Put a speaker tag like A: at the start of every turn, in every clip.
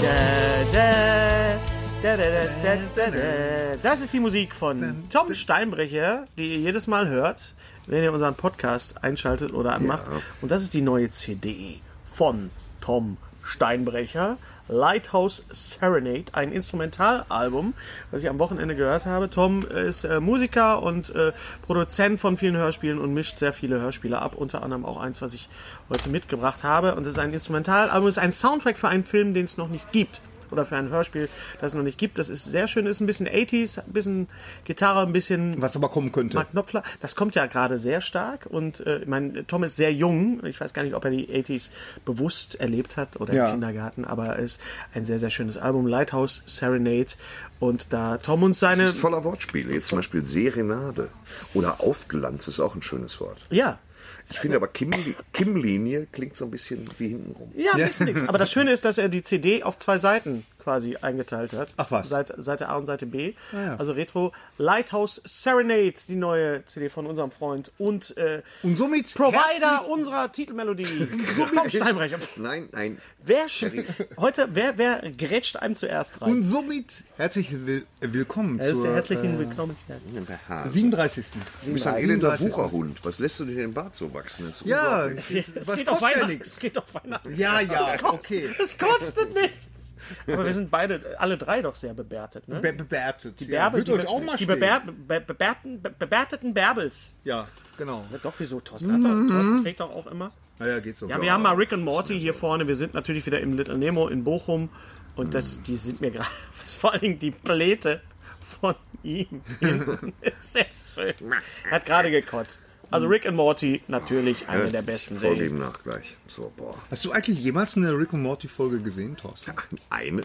A: Da, da, da, da, da, da, da, da. Das ist die Musik von Tom Steinbrecher, die ihr jedes Mal hört, wenn ihr unseren Podcast einschaltet oder anmacht. Und das ist die neue CD von Tom Steinbrecher. Lighthouse Serenade, ein Instrumentalalbum, was ich am Wochenende gehört habe. Tom ist äh, Musiker und äh, Produzent von vielen Hörspielen und mischt sehr viele Hörspiele ab, unter anderem auch eins, was ich heute mitgebracht habe. Und es ist ein Instrumentalalbum, es ist ein Soundtrack für einen Film, den es noch nicht gibt oder für ein Hörspiel, das es noch nicht gibt. Das ist sehr schön, ist ein bisschen 80s, ein bisschen Gitarre, ein bisschen
B: Was aber kommen könnte.
A: Mark Knopfler. Das kommt ja gerade sehr stark und äh, ich meine, Tom ist sehr jung. Ich weiß gar nicht, ob er die 80s bewusst erlebt hat oder
B: Ja.
A: im Kindergarten, aber es ist ein sehr, sehr schönes Album, Lighthouse Serenade. Und da Tom und seine.
C: ist voller Wortspiele. Jetzt zum Beispiel Serenade oder Aufglanz ist auch ein schönes Wort.
A: Ja.
C: Ich finde aber Kim, Kim-Linie klingt so ein bisschen wie hintenrum.
A: Ja, ist nichts. Aber das Schöne ist, dass er die CD auf zwei Seiten quasi eingeteilt hat.
B: Ach was. Ah,
A: Seite, Seite A und Seite B.
B: ja.
A: Also Retro. Lighthouse Serenade, die neue CD von unserem Freund und äh,
B: Und somit
A: Provider unserer Titelmelodie. Tom Steinbrecher.
C: Nein, nein.
A: Wer sch- heute, wer, wer grätscht einem zuerst rein?
B: Und somit herzlich will willkommen
A: Das ist
B: zur
A: ja herzlichen
B: äh,
A: Willkommen.
C: Der Hase.
B: 37.
C: Du bist ein elender Wucherhund. Was lässt du dir den Bart so wachsen? Das ist
B: Ja,
C: unglaublich.
A: Es
B: was
A: geht auf
B: kostet ja
A: Weihnachten.
B: nichts.
A: Es geht auf Weihnachten.
B: Ja, ja,
A: Es kostet,
B: okay.
A: Es kostet nichts. Aber wir sind beide, alle drei doch sehr bewertet, ne?
B: Be bewertet.
A: Die Bärbel,
B: Wird
A: die,
B: euch
A: be-
B: auch mal
A: die
B: stehen.
A: beber, be, bewerten, be, bewerteten Bärbels.
B: Ja, genau.
A: Ja, doch, wieso? Thorsten, hat
B: Mhm.
A: doch, Thorsten trägt doch auch immer.
B: Naja, Ah geht so.
A: Ja, wir haben mal Rick und Morty hier vorne. Wir sind natürlich wieder im Little Nemo in Bochum. Und das, die sind mir gerade, vor allen Dingen die Pläte von ihm. hinten. ist sehr schön. Er hat gerade gekotzt. Also Rick und Morty, natürlich eine der besten
C: Vor
A: Serien.
C: dem Nachgleich. So, boah.
B: Hast du eigentlich jemals eine Rick und Morty Folge gesehen, Thorsten?
C: Eine?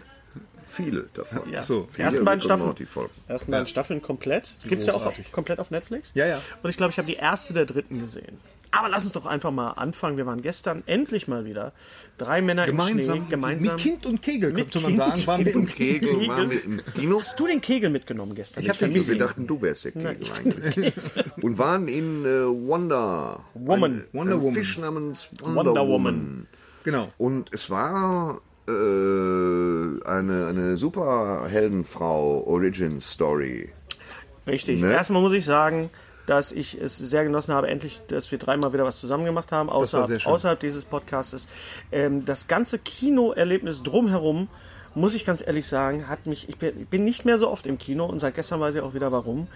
C: Viele davon.
A: Ja.
B: so,
A: die ersten beiden
C: Rick und
A: Staffeln.
C: Morty Folgen.
A: Die ersten beiden Staffeln komplett. Gibt's ja auch
B: Großartig.
A: komplett auf Netflix.
B: Ja, ja.
A: Und ich glaube, ich habe die erste der dritten gesehen. Aber lass uns doch einfach mal anfangen. Wir waren gestern endlich mal wieder drei Männer im
B: Gemeinsam,
A: Schnee. Gemeinsam.
B: Mit Kind und Kegel,
A: Mit
B: könnte
A: Kind
B: man sagen.
A: und
B: Waren wir im
C: Kegel waren wir im Kino.
A: Hast du den Kegel mitgenommen gestern?
B: Ich hab den
C: Wir dachten, du wärst der Kegel eigentlich. Und waren in äh, Wonder
A: Woman.
C: Ein,
B: Wonder
C: ein
B: Woman.
C: Fisch namens Wonder,
A: Wonder
C: Woman.
A: Woman.
B: Genau.
C: Und es war äh, eine, eine Superheldenfrau Origin Story.
A: Richtig.
C: Ne?
A: Erstmal muss ich sagen, dass ich es sehr genossen habe, endlich, dass wir dreimal wieder was zusammen gemacht haben,
B: sehr
A: außerhalb,
B: schön.
A: außerhalb dieses Podcastes. Ähm, das ganze Kinoerlebnis drumherum, muss ich ganz ehrlich sagen, hat mich, ich bin, ich bin nicht mehr so oft im Kino und seit gestern weiß ich auch wieder warum.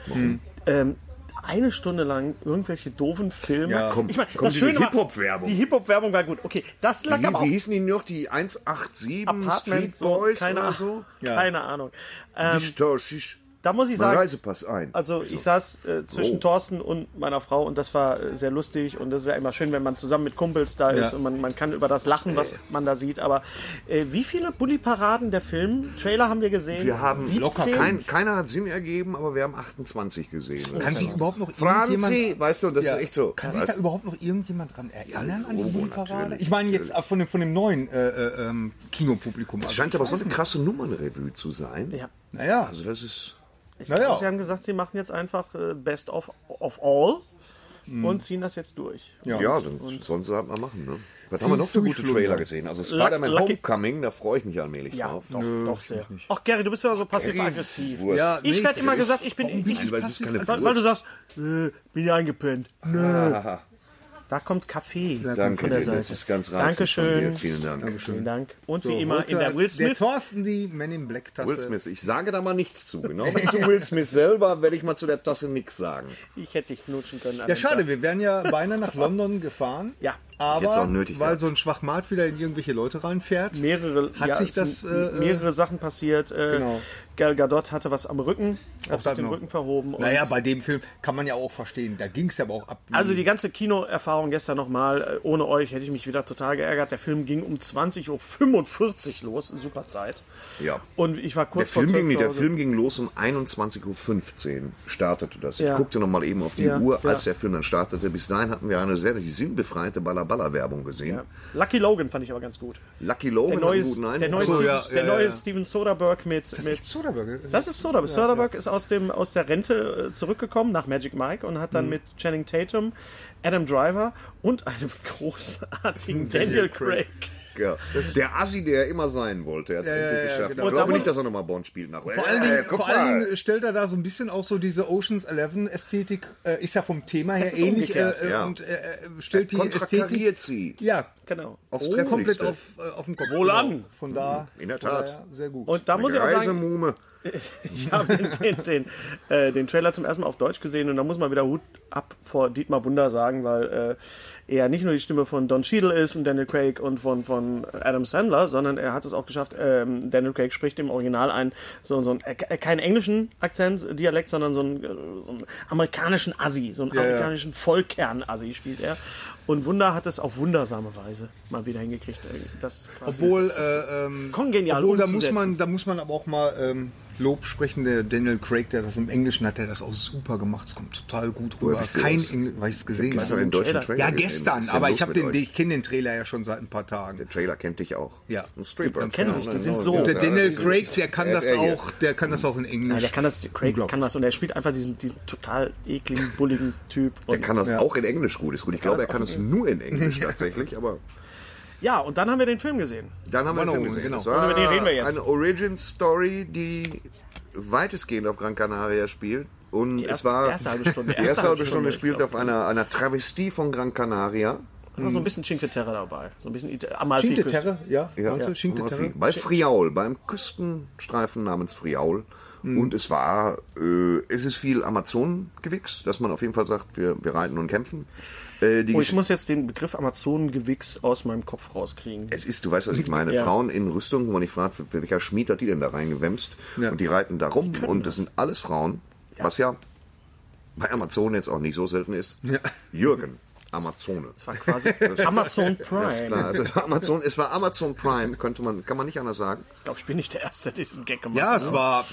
A: Ähm, eine Stunde lang irgendwelche doofen Filme.
B: Ja, komm,
A: ich meine,
C: komm,
A: das
C: diese
A: Schöne war-
C: Hip-Hop-Werbung.
A: Die Hip-Hop-Werbung war gut. Okay, das lag
C: Wie,
A: aber auch
C: wie hießen die noch? Die 187 Hm,
A: Apartments
C: Street Boys
A: keine,
C: oder
A: Ahnung.
C: so?
A: Keine Ahnung.
B: Ähm,
C: Die Storschisch.
A: da muss ich
C: Mein
A: sagen,
C: Reisepass ein.
A: also ich saß äh, zwischen
C: Oh.
A: Thorsten und meiner Frau und das war äh, sehr lustig und das ist ja immer schön, wenn man zusammen mit Kumpels da ist und man, man kann über das lachen, was man da sieht. Aber äh, wie viele Bulli-Paraden der Film, Trailer haben wir gesehen?
C: wir haben
A: 17?
C: locker. Kein, keiner hat Sinn ergeben, aber wir haben 28 gesehen.
B: Kann sich überhaupt noch
C: Franzi,
B: irgendjemand-
C: weißt du, das
B: Ja.
C: ist echt so.
B: Kann sich
C: Weißt
B: da
C: du?
B: überhaupt noch irgendjemand dran erinnern an die
C: oh,
B: Bulli-Parade?
C: also- natürlich,
B: Ich meine jetzt
C: natürlich.
B: von dem, von dem neuen äh, äh, ähm, Kinopublikum.
C: Es
B: Also,
C: scheint
B: ich
C: aber so
B: weiß
C: eine
B: nicht.
C: krasse Nummernrevue zu sein.
A: Ja.
B: Naja,
C: Also das ist.
B: naja.
A: Sie haben gesagt, sie machen jetzt einfach äh, Best of, of All und ziehen das jetzt durch.
C: Hm. Ja,
B: Ja.
C: dann sollen sie das mal machen, ne? Was haben wir noch für gute
B: durchflundern.
C: Trailer gesehen? Also Spider-Man
A: Lucky-
C: Homecoming, da freue ich mich allmählich
A: Ja,
C: drauf.
A: doch, doch sehr. Ach, Gary, du bist ja so passiv-aggressiv.
C: Wurst.
B: Ja,
A: Ich
B: nee,
A: werde immer
C: Chris,
A: gesagt, ich bin. Ich,
C: Weil du bist keine
A: weil, weil du sagst, äh, bin ja eingepennt. Nö. Da kommt Kaffee.
C: Danke,
A: von der
C: Lilly, das
A: Seite.
C: ist ganz reizend von
A: Dankeschön.
C: dir. Vielen Dank.
A: Vielen Dank. Und
B: So,
A: wie immer
B: heute
A: in der
B: hat
A: Will
B: Der
A: Smith.
B: Thorsten die Men in Black Tasse.
C: Will Smith, ich sage da mal nichts zu. Genau wie zu Will Smith selber werde ich mal zu der Tasse nichts sagen.
A: Ich hätte dich knutschen können. an
B: Ja,
A: dem
B: schade,
A: Tag.
B: wir wären ja beinahe nach London gefahren.
A: Ja.
B: aber
C: Hätt's auch nötig
B: weil
C: gehabt.
B: so ein Schwachmat wieder in irgendwelche Leute reinfährt.
A: Mehrere,
B: Hat
A: ja,
B: sich
A: es
B: das,
A: sind
B: äh,
A: mehrere Sachen passiert. Äh,
B: genau.
A: Gal Gadot hatte was am Rücken, hat
B: Auch
A: sich
B: das
A: den
B: noch.
A: Rücken verhoben. und-
B: Naja, bei dem Film kann man ja auch verstehen. Da ging es ja aber auch ab.
A: Also die ganze Kinoerfahrung gestern nochmal, äh, ohne euch hätte ich mich wieder total geärgert. Der Film ging um 20.45 Uhr los, super Zeit.
C: Ja.
A: Und ich war
C: Der
A: kurz vor
C: Film,
A: 12 zu
C: ging, nicht. der
A: Hause.
C: Film ging los um 21.15 Uhr, startete das. Ich
A: Ja.
C: guckte nochmal eben auf die
A: Ja,
C: Uhr,
A: ja.
C: als der Film dann startete. Bis dahin hatten wir eine sehr sinnbefreite Balla-Balla-Werbung gesehen.
A: Ja. Lucky Logan fand ich aber ganz gut.
C: Lucky Logan
B: Oh,
A: Der
C: hat einen
A: neue,
C: guten Eindruck.
A: der neue,
C: gemacht.
B: ja,
A: Steven, der
B: ja,
A: neue
B: ja.
A: Steven Soderbergh mit... Das mit
B: Soderbergh. äh,
A: das ist Soderbergh. Soderbergh ist aus, dem, aus der Rente äh, zurückgekommen nach Magic Mike und hat dann
B: Mhm.
A: mit Channing Tatum, Adam Driver und einem großartigen Daniel Craig.
C: Ja, der Assi, der er immer sein wollte, er hat es endlich
B: ja,
C: geschafft.
B: genau.
C: Ich
B: Und
C: glaube
B: da-
C: nicht, dass er nochmal Bond spielt Äh, nach.
B: Vor allen, Dingen, vor allen Dingen stellt er da so ein bisschen auch so diese Oceans 11 Ästhetik, äh, ist ja vom Thema her
A: ist
B: ähnlich
A: umgekehrt,
B: äh,
C: ja.
B: und äh, äh, stellt die Ästhetik
C: kontrakariert sie.
B: ja,
A: Genau.
C: Aufs
B: oh, komplett
C: Trefflichste.
B: auf, äh, auf den Kopf.
A: Wohl
B: Genau.
A: an.
B: Von da.
C: In der
B: von
C: Tat.
B: daher Sehr gut.
A: Und da muss ich auch sagen,
C: Reisemume.
A: Ich habe den, den, den, äh, den Trailer zum ersten Mal auf Deutsch gesehen und da muss man wieder Hut ab vor Dietmar Wunder sagen, weil äh, er nicht nur die Stimme von Don Cheadle ist und Daniel Craig und von, von Adam Sandler, sondern er hat es auch geschafft, ähm, Daniel Craig spricht im Original einen, so, so einen, äh, keinen englischen Akzent, Dialekt, sondern so einen, äh, so einen amerikanischen Assi, so einen amerikanischen Vollkern-Assi spielt er. Und Wunder hat es auf wundersame Weise mal wieder hingekriegt. äh, Das quasi
B: Obwohl, äh, ähm,
A: Kongenial
B: obwohl da muss
A: umzusetzen.
B: man, da muss man aber auch mal ähm, Lob sprechen. Der Daniel Craig, der das im Englischen hat, der hat das auch super gemacht. Es kommt total gut rüber.
C: wisst ihr
B: Kein
C: das?
B: Englisch, weil ich es gesehen
C: Gestern
B: habe.
C: den deutschen
A: Trailer.
C: Trailer
B: Ja,
C: gesehen. Was
B: gestern,
C: ist denn
B: aber
C: los
B: ich habe
C: mit
B: den,
C: euch?
B: ich kenne den Trailer ja schon seit ein paar Tagen.
C: Der Trailer kennt dich auch.
B: Ja.
C: Ein Streetbird.
B: Die kennen
A: sich, die sind so.
C: Ja,
B: Und der
C: ja,
B: Daniel
C: das ist-
B: Craig, der kann
C: er
B: das
C: ist er hier.
B: auch, der kann das auch in Englisch.
A: Ja, der kann das, Craig kann das und er spielt einfach diesen, diesen total ekligen, bulligen Typ.
C: Der
A: Und,
C: kann das auch in Englisch gut. Ist gut. Ich glaube, er kann es nur in Englisch tatsächlich, aber
A: ja, und dann haben wir den Film gesehen.
C: dann haben wir den
B: Wonder
C: Film
B: Woman,
C: gesehen.
B: genau.
C: Das war
A: Und über den reden wir jetzt.
C: Eine Origin-Story, die weitestgehend auf Gran Canaria spielt. Und es
A: erste-
C: war
A: erste halbe Stunde.
C: Die erste halbe Stunde spielt auf einer, einer Travestie von Gran Canaria.
A: Da
C: Mhm.
A: war so ein bisschen Cinque Terre dabei. So ein bisschen Ita- Amalfi.
B: Cinque Terre, ja.
C: Ja,
B: meinst du? Cinque Terre.
C: bei Friaul, beim Küstenstreifen namens Friaul.
A: Mhm.
C: Und es war, äh, es ist viel Amazonengewichs, dass man auf jeden Fall sagt, wir, wir reiten und kämpfen. Äh, die
A: Oh, ich
C: Gesch-
A: muss jetzt den Begriff Amazonengewichs aus meinem Kopf rauskriegen.
C: es ist, du weißt, was ich meine.
A: Ja.
C: Frauen in Rüstung, wo man nicht fragt, welcher Schmied hat die denn da reingewemst? Und die reiten da rum und das sind alles Frauen, was ja bei Amazon jetzt auch nicht so selten ist. Jürgen, Amazone.
A: Das war quasi Amazon
C: Ganz
A: Prime.
C: klar. Also es, war Amazon, es war Amazon Prime, könnte man, kann man nicht anders sagen.
A: Ich glaube, ich bin nicht der Erste, der diesen Gag gemacht
B: Ja,
A: hat.
B: es war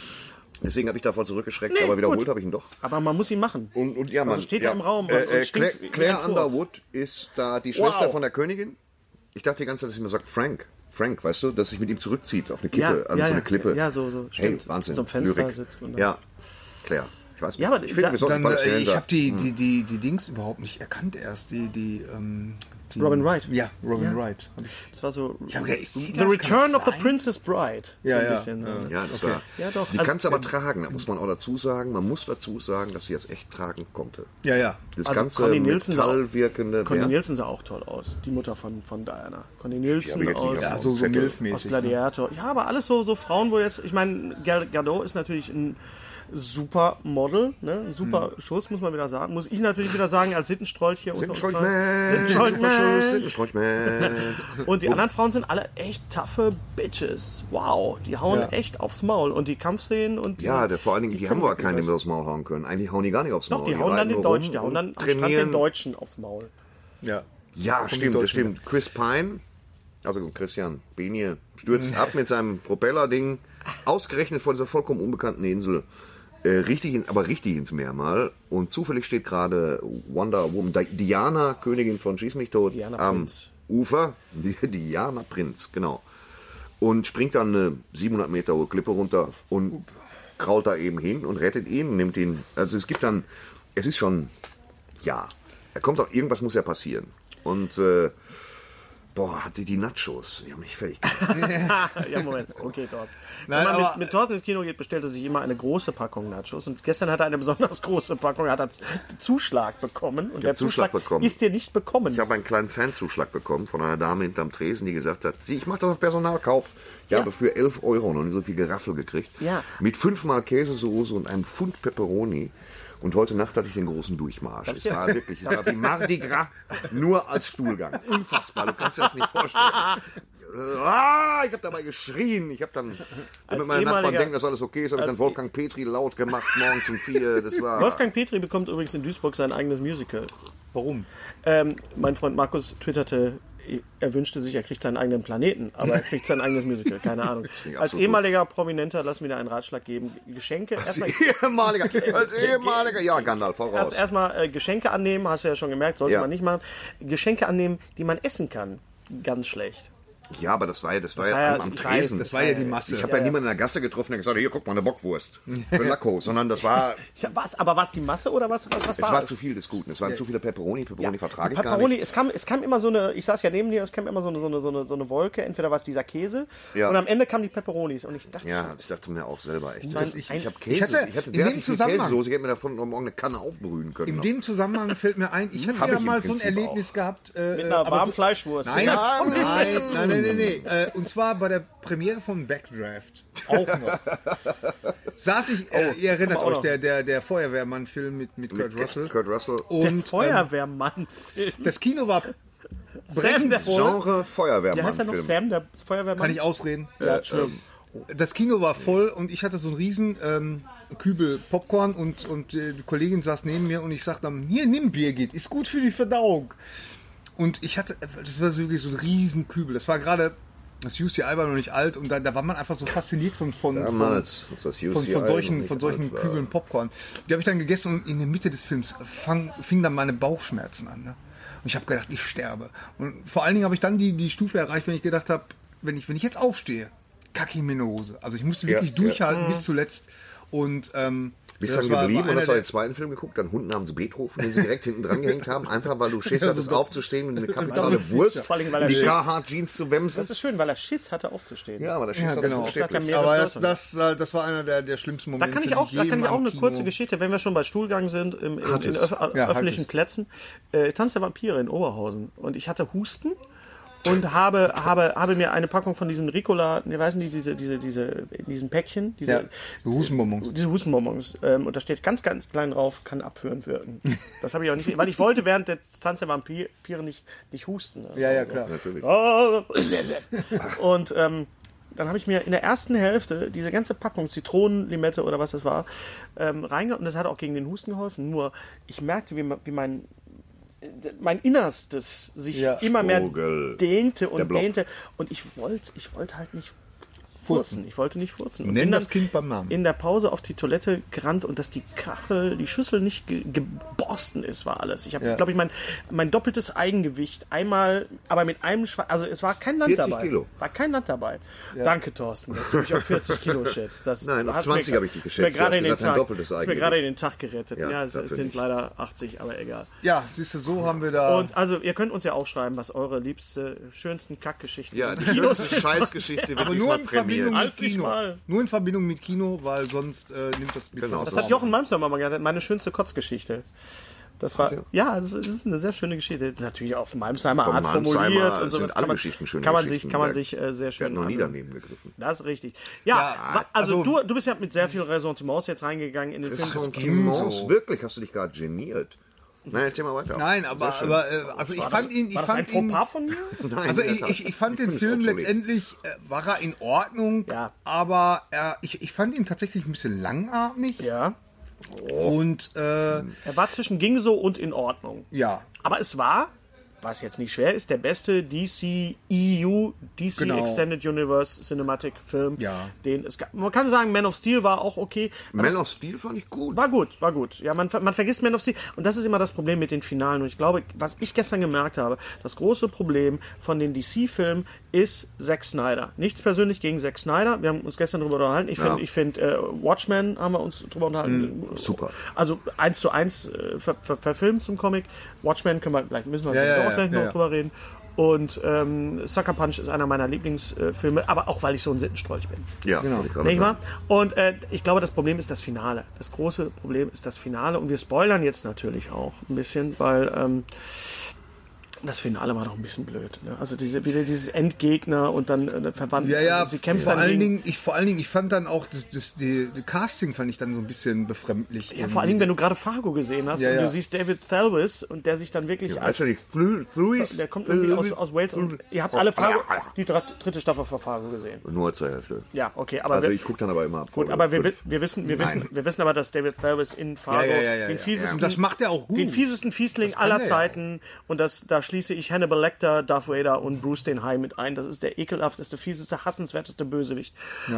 C: Deswegen habe ich davor zurückgeschreckt,
A: Nee,
C: aber wiederholt
A: gut.
C: habe ich ihn doch.
A: Aber man muss ihn machen.
C: Und, und ja, man
A: Also steht
C: ja.
A: da im Raum, was-
C: Äh, äh,
A: und
C: Claire,
A: stinkt wie- wie
C: Claire
A: ein Furz.
C: Underwood ist da die Schwester von der Königin. Ich dachte die ganze Zeit, dass sie immer sagt Frank, Frank, weißt du, dass sich mit ihm zurückzieht auf eine Kippe,
A: Ja,
C: an
A: ja,
C: so eine
A: ja.
C: Klippe.
A: Ja, so- so,
C: Hey,
A: stimmt.
C: Wahnsinn.
A: So am Fenster
C: Lyrik.
A: sitzt und dann-
C: ja, Claire. Ich weiß nicht.
A: Ja, aber
C: ich finde,
A: da-
C: wir sollten
B: dann,
C: Palästinenser-
B: äh, ich habe die, die,
C: Hm.
B: die, die Dings überhaupt nicht erkannt erst. Die, die, ähm, die
A: Robin Wright.
B: Ja, Robin
A: Ja.
B: Wright. Hab ich-
A: Das war so
B: okay, ist
A: The
B: die das?
A: Return
B: Kann
A: of the
B: sein?
A: Princess Bride. so
B: Ja,
A: ein
B: ja.
A: bisschen. so.
C: Ja, das war,
A: Ja, doch.
C: Die
A: Also-
C: kannst du aber tragen, da muss man auch dazu sagen. Man muss dazu sagen, dass sie jetzt echt tragen konnte.
B: Ja, ja.
C: Das
A: Also
C: ganze
A: Connie Nielsen sah-
C: äh, metallwirkende
A: Connie
C: Wert-
A: Nielsen sah auch toll aus. Die Mutter von, von Diana. Connie Nielsen
C: jetzt nicht
A: aus...
C: auf
B: Ja, so, so
C: Zettel.
A: Aus
B: milfmäßig. ne?
A: Gladiator. Ja, aber alles so, so Frauen, wo jetzt, ich meine, Gal Gadot ist natürlich ein super Model,
C: Hm.
A: ne? ein super Schuss, muss man wieder sagen. Muss ich natürlich wieder sagen, als Sittenstrolch hier unter uns.
C: Sittenstrolch-Man. Oh.
A: Sittenstrolch-Man. Strongman.
C: Tschüss, Sträuchmann.
A: Und die anderen Frauen sind alle echt taffe Bitches. Wow, die hauen echt aufs Maul. Und die Kampfszenen und die,
C: Ja, der, vor allen Dingen, die, haben wir
A: können
C: keine, die wir aufs Maul hauen können. Eigentlich hauen die gar nicht aufs Maul.
A: Doch, die hauen dann
C: reiten
A: den
C: nur
A: Deutschen,
C: rum
A: die hauen dann
C: und
A: am Strand den
C: trainieren.
A: Deutschen aufs Maul.
B: Ja.
C: Ja,
B: die
C: stimmt, das
B: Deutschen
C: stimmt. Chris Pine, also Christian Benje, stürzt ab mit seinem Propellerding, ausgerechnet von dieser vollkommen unbekannten Insel. Äh, richtig, in, aber richtig ins Meer mal. Und zufällig steht gerade Wonder Woman, Di- Diana, Königin von Schieß mich tot,
A: Diana
C: am
A: Prinz.
C: Ufer. Die, Diana Prinz, genau. Und springt dann eine 700 Meter hohe Klippe runter und krault da eben hin und rettet ihn, nimmt ihn. Also es gibt dann, es ist schon ja, er kommt doch, irgendwas muss ja passieren. Und äh, boah, hatte die Nachos. Die haben mich fertig gemacht.
A: Ja, Moment. Okay, Thorsten.
B: Nein,
A: Wenn man mit,
B: aber-
A: mit Thorsten ins Kino geht, bestellt er sich immer eine große Packung Nachos. Und gestern hat er eine besonders große Packung. Er hat als Zuschlag bekommen. Und der Zuschlag,
C: Zuschlag bekommen.
A: ist dir nicht bekommen.
C: Ich habe einen kleinen Fanzuschlag bekommen von einer Dame hinterm Tresen, die gesagt hat, sie, ich mache das auf Personalkauf. Ich habe für 11 Euro noch nicht so viel Geraffel gekriegt.
A: Ja.
C: Mit fünfmal Käsesoße und einem Pfund Pepperoni. Und heute Nacht hatte ich den großen Durchmarsch. Es war wirklich, es war wie Mardi Gras, nur als Stuhlgang. Unfassbar, du kannst dir das nicht vorstellen. Äh, Ah, ich habe dabei geschrien. Ich habe dann, damit meine Nachbarn
A: ehemaliger-
C: denken, dass alles okay ist, habe ich dann Wolfgang Petri laut gemacht morgens um vier. Das war
A: Wolfgang Petri bekommt übrigens in Duisburg sein eigenes Musical.
B: Warum?
A: Ähm, mein Freund Markus twitterte, er wünschte sich, er kriegt seinen eigenen Planeten, aber er kriegt sein eigenes Musical, keine Ahnung.
C: ich
A: Als
C: absolut
A: ehemaliger Prominenter, lass mir da einen Ratschlag geben. Geschenke,
C: als
A: erstmal
C: ehemaliger, als ehemaliger, ja Gandalf voraus.
A: Erst erstmal äh, Geschenke annehmen, hast du ja schon gemerkt, sollte
C: Ja.
A: man nicht machen. Geschenke annehmen, die man essen kann. Ganz schlecht.
C: Ja, aber das war ja, das war ja,
A: war ja-
C: am, am
A: ich weiß,
C: Tresen.
B: Das war ja die Masse.
C: ich habe ja, niemanden in der Gasse getroffen, der gesagt hat, hier, guck mal, eine Bockwurst für Lacko, sondern das war,
A: Ja, was, aber was die Masse oder was, was, was
C: es war zu viel des Guten. Es waren zu viele Pepperoni, Pepperoni vertrage ich gar
A: Pepperoni,
C: nicht.
A: es kam, es kam immer so eine, ich saß ja neben dir, es kam immer so eine, so eine, so eine, so eine Wolke, entweder war es dieser Käse
C: Ja.
A: und am Ende kamen die Pepperonis und ich dachte,
C: Ja, also ich dachte mir auch selber echt.
A: Mann,
C: das- ich
A: ein-
C: ich habe Käse,
B: Ich
C: ich
B: hatte-
C: hatte,
B: in
C: derartig
B: dem
C: viel
B: Zusammenhang-
C: Käsesoße, ich hätte mir davon am Morgen eine Kanne aufbrühen können.
B: In
C: noch.
B: dem Zusammenhang fällt mir ein, ich hatte
C: Genau. Hm, Hab
B: ja
C: ich im
B: mal so ein
C: Prinzip
B: Erlebnis gehabt. Äh,
A: mit einer
B: aber
A: warmen
B: so-
A: Fleischwurst.
B: Nein,
A: Ja.
C: Ja,
B: nein, nein, nein, nein, nein. Äh, und zwar bei der Premiere von Backdraft. Auch noch. Saß ich, äh, ihr erinnert
A: aber auch
B: euch,
A: noch.
B: der, der, der Feuerwehrmann-Film mit, mit Kurt
C: Oh. Kurt
B: Russell.
C: Kurt Russell.
A: Der
B: Und ähm,
A: Feuerwehrmann.
B: das Kino war,
A: Sam der
C: Genre
A: Wie heißt er noch?
C: Feuerwehrmann-Film.
A: Sam der Feuerwehrmann?
B: kann ich äh, ähm, ausreden,
A: ja, schlimm.
B: das Kino war voll und ich hatte so einen riesen ähm, Kübel Popcorn und, und äh, die Kollegin saß neben mir und ich sagte dann, hier, nimm Birgit, ist gut für die Verdauung. Und ich hatte, das war so wirklich so ein riesen Kübel. Das war gerade, das UCI war noch nicht alt und da, da war man einfach so fasziniert von, von, von,
C: Damals, als das UCI
B: von, von
C: noch
B: solchen,
C: nicht
B: von solchen
C: alt war.
B: Kügeln Popcorn. Die habe ich dann gegessen und in der Mitte des Films fang, fingen dann meine Bauchschmerzen an. Ne? Und ich habe gedacht, ich sterbe. Und vor allen Dingen habe ich dann die, die Stufe erreicht, wenn ich gedacht habe, wenn ich, wenn ich jetzt aufstehe, kacke ich mir eine Hose. Also ich musste wirklich
C: ja.
B: durchhalten
A: Mhm.
B: bis zuletzt. Und ähm,
C: Bist
B: das
C: dann
B: war- war
C: geblieben und
B: einer
C: hast auch
B: der-
C: den zweiten Film geguckt, dann Hund namens Beethoven, den sie direkt hinten dran gehängt haben, einfach weil du Schiss hattest, aufzustehen und eine kapitale Wurst,
A: Vor allem, weil er
C: die
A: Schiss-
C: Carhartt-Jeans zu
A: Das
C: wemsen.
A: ist schön, weil er Schiss hatte aufzustehen.
C: Ja, aber das Schiss
B: Ja,
C: hat
B: genau.
C: das
B: Das hat
A: ja
C: steht
A: mehrere
B: aber das,
A: Leute.
B: das, äh, das war einer der, der schlimmsten
A: Da
B: Momente.
A: kann ich
B: die
A: auch, da
B: je
A: kann
B: in
A: ich auch
B: meinem
A: eine
B: Kino-
A: kurze Geschichte, wenn wir schon bei Stuhlgang sind, im, im, in
C: Hattest.
A: öf
B: Ja, halt
A: öffentlichen
B: hattest.
A: Plätzen. Äh, Tanz der Vampire in Oberhausen. Und ich hatte Husten und habe, habe, habe mir eine Packung von diesen Ricola, ne, weiß nicht, diese, diese, diese, in diesen Päckchen, diese,
B: Ja, Hustenbonbons.
A: diese Hustenbonbons. Ähm, und da steht ganz, ganz klein drauf, kann abführend wirken. Das habe ich auch nicht, weil ich wollte während der Tanz der Vampire nicht, nicht husten. also.
B: Ja, ja, klar.
C: Natürlich.
A: Und ähm, dann habe ich mir in der ersten Hälfte diese ganze Packung Zitronen, Limette oder was das war, ähm, reingehauen. Und das hat auch gegen den Husten geholfen. Nur ich merkte, wie, ma- wie mein, äh, mein Innerstes sich
B: Ja.
A: immer mehr
C: Strugel.
A: dehnte
C: Der
A: und
C: Block.
A: dehnte. Und ich wollte ich wollte halt nicht furzen. Ich wollte nicht furzen. Und
B: Nenn
A: bin
B: das
A: dann
B: Kind beim Namen.
A: In der Pause auf die Toilette gerannt und dass die Kachel, die Schüssel nicht ge- geborsten ist, war alles. Ich habe,
B: Ja.
A: glaube ich, mein, mein doppeltes Eigengewicht einmal, aber mit einem Schwein, also es war kein Land
C: 40
A: dabei.
C: Kilo.
A: War kein Land dabei. Danke, Thorsten, dass du mich auf 40 Kilo schätzt. Das
C: Nein, auf
A: hast mir
C: 20
A: gra-
C: habe ich dich
A: ist Mir
C: geschätzt. Du
A: gerade
C: hast
A: in den
C: gesagt, dein
A: Tag,
C: doppeltes
A: ist mir
C: Eigengewicht.
A: gerade in den Tag gerettet. Ja,
C: Ja,
A: es, es
C: dafür
A: sind
C: nicht.
A: leider 80, aber egal.
B: Ja, siehst du, so haben wir da.
A: Und also, ihr könnt uns ja auch schreiben, was eure liebste, schönsten Kackgeschichten
C: Ja,
A: im
C: die
A: Kino
C: schönste Scheißgeschichte wird
B: aber nur
C: diesmal
B: in Verbindung
C: prämiert.
B: mit
A: Als ich
B: Kino.
A: mal-
B: Nur in Verbindung mit Kino, weil sonst äh, nimmt das mit
C: Genau,
B: das
C: das
A: Das hat Jochen Malmström mal gesagt, meine schönste Kotzgeschichte. Das war, ja, das ist eine sehr schöne Geschichte. Natürlich auf Malmsheimer
C: Vom
A: Art
C: Malmsheimer
A: formuliert. Und so
C: also sind
A: kann
C: alle
A: man,
C: Geschichten schöne
A: Kann man
C: Geschichten.
A: sich, kann man
C: Der-
A: sich äh, sehr
C: Ich
A: schön
C: werde noch nie
A: anhören.
C: daneben gegriffen.
A: Das ist richtig. Ja,
B: Ja,
A: wa- also,
B: also-
A: du, du bist ja mit sehr viel Ressentiments jetzt reingegangen in den Film.
C: Ressentiments, wirklich, hast du dich gerade geniert. Nein, erzähl mal weiter.
B: Nein, aber,
C: Sehr schön.
B: aber äh, also ich
A: war
B: fand
A: das,
B: ihn, ich
A: war
B: fand
A: das ein
B: ihn,
A: Fauxpas von mir?
C: Nein,
B: also
C: in der
B: ich,
C: Tat.
B: ich, ich fand den
C: Ist
B: Film
C: obsolet.
B: letztendlich äh, war er in Ordnung,
A: Ja.
B: aber er, ich, ich fand ihn tatsächlich ein bisschen langatmig
A: Ja.
B: und äh,
A: Er war zwischen ging so und in Ordnung.
B: ja,
A: Aber es war, was jetzt nicht schwer ist, der beste E DC EU, DC
B: Genau.
A: Extended Universe Cinematic Film,
B: Ja.
A: den es gab. Man kann sagen, Man of Steel war auch okay. aber
C: Man of Steel fand ich gut.
A: War gut, war gut. Ja, man, ver- man vergisst Man of Steel. Und das ist immer das Problem mit den Finalen. Und ich glaube, was ich gestern gemerkt habe, das große Problem von den DC-Filmen ist Zack Snyder. Nichts persönlich gegen Zack Snyder. Wir haben uns gestern darüber unterhalten. Ich finde, ich find, äh, Watchmen haben wir uns drüber unterhalten.
B: Mm,
C: super.
A: Also eins zu eins äh, ver ver verfilmt zum Comic. Watchmen können wir gleich, müssen wir
B: ja,
A: auch
B: ja,
A: gleich
B: ja,
A: noch
B: ja.
A: drüber reden. Und ähm, Sucker Punch ist einer meiner Lieblingsfilme, aber auch weil ich so ein Sittenstrolch bin.
C: Ja, genau.
A: Nicht wahr? Und äh, ich glaube, das Problem ist das Finale. Das große Problem ist das Finale. Und wir spoilern jetzt natürlich auch ein bisschen, weil ähm, das Finale war doch ein bisschen blöd. Ne? Also diese, wieder dieses Endgegner und dann äh, verwandt.
B: ja, ja.
A: also sie kämpft
B: vor
A: dann
B: allen
A: gegen,
B: Dingen, ich vor allen Dingen, ich fand dann auch das, das die, die Casting fand ich dann so ein bisschen befremdlich.
A: Ja, vor allen Dingen, wenn du gerade Fargo gesehen hast
B: Ja,
A: und
B: ja.
A: du siehst David Thewlis und der sich dann wirklich als
C: Also die äh, Blue- Blues-
A: der kommt irgendwie aus, aus Wales und ihr habt alle Fargo, die dr- dritte Staffel von Fargo gesehen.
C: Nur zur Hälfte.
A: Ja, okay, aber
C: Also
A: wir-
C: ich gucke dann aber immer ab.
A: Gut,
C: Folge
A: aber wir,
C: fünf.
A: wi- wir wissen, wir
C: Nein.
A: wissen, wir wissen aber, dass David Thewlis in Fargo
B: Ja, ja, ja, ja,
A: den
B: ja.
A: fiesesten,
B: Und das macht er auch gut.
A: den fiesesten Fiesling
B: kann
A: aller
B: er ja
A: Zeiten. Und das, da schließe ich Hannibal Lecter, Darth Vader und Bruce den Hai mit ein. Das ist der ekelhafteste, fieseste, hassenswerteste Bösewicht.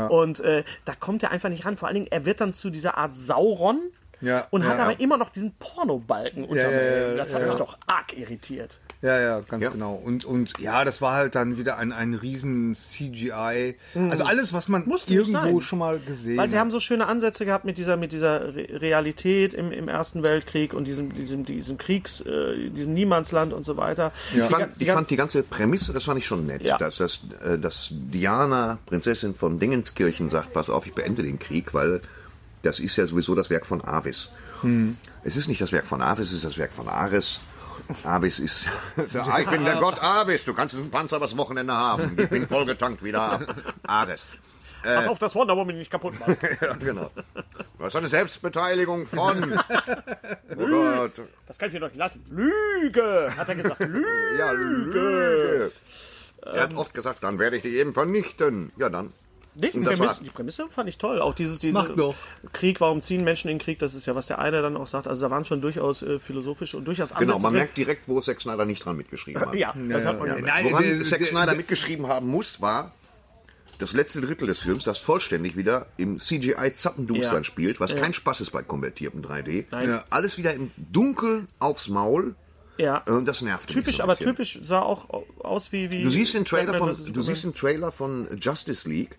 A: Und äh, da kommt er einfach nicht ran. Vor allen Dingen, er wird dann zu dieser Art Sauron.
B: Ja,
A: und hat
B: ja,
A: aber
B: ja.
A: immer noch diesen Pornobalken unter
B: ja, ja,
A: Das hat mich doch arg irritiert.
B: Ja, ja, ganz
C: Ja.
B: genau. Und, und ja, das war halt dann wieder ein, ein riesen CGI. Also alles, was man
A: Musste Mhm. nicht
B: irgendwo
A: sein.
B: schon mal gesehen
A: Weil sie
B: hat.
A: haben so schöne Ansätze gehabt mit dieser, mit dieser Re Realität im, im Ersten Weltkrieg und diesem, diesem, diesem Kriegs, äh, diesem Niemandsland und so weiter.
C: Ich,
A: Die
C: fand,
A: ganz- die
C: ich
A: ganz-
C: fand die ganze Prämisse, das fand ich schon nett,
A: Ja.
C: dass, das, äh, dass Diana, Prinzessin von Dingenskirchen, sagt, pass auf, ich beende den Krieg, weil das ist ja sowieso das Werk von Avis.
A: Hm.
C: Es ist nicht das Werk von Avis, es ist das Werk von Ares. Avis ist, Ah, ich bin der Gott Avis, du kannst diesen Panzer was Wochenende haben. Ich bin vollgetankt wieder ab. Ares.
A: Pass
C: äh,
A: auf, dass Wonder Woman nicht kaputt macht.
C: Ja, genau. Du hast eine Selbstbeteiligung von. Oh Gott.
A: Das kann ich mir doch nicht lassen. Lüge! Hat er gesagt. Lüge!
C: Ja, Lüge. Er hat oft gesagt, dann werde ich die eben vernichten. Ja, dann.
A: Nee, die,
C: Und das
A: Prämisse,
C: war-
A: die Prämisse fand ich toll. Auch dieses, diese
B: Macht doch.
A: Krieg, warum ziehen Menschen in den Krieg, das ist ja, was der eine dann auch sagt. Also da waren schon durchaus äh, philosophische und durchaus Ansätze
C: Genau, man
A: drin.
C: merkt direkt, wo Zack Snyder nicht dran mitgeschrieben hat.
A: Ja, das hat man
C: Ja.
A: gemerkt.
B: Nein,
C: Woran
B: der-
C: Zack
B: der-
C: Snyder
B: der-
C: mitgeschrieben haben muss, war das letzte Drittel des Films, das vollständig wieder im CGI Zappenduster
A: Ja.
C: spielt, was kein Spaß ist bei konvertiertem 3D.
A: Nein.
C: Ja. Alles wieder im Dunkeln aufs Maul. Äh,
A: Ja.
C: Und das nervt mich
A: Typisch,
C: so ein
A: aber
C: bisschen.
A: typisch sah auch au- aus wie. wie
C: Du siehst den Trailer
A: Batman
C: von,
A: vs.
C: du
A: Superman.
C: siehst den Trailer von Justice League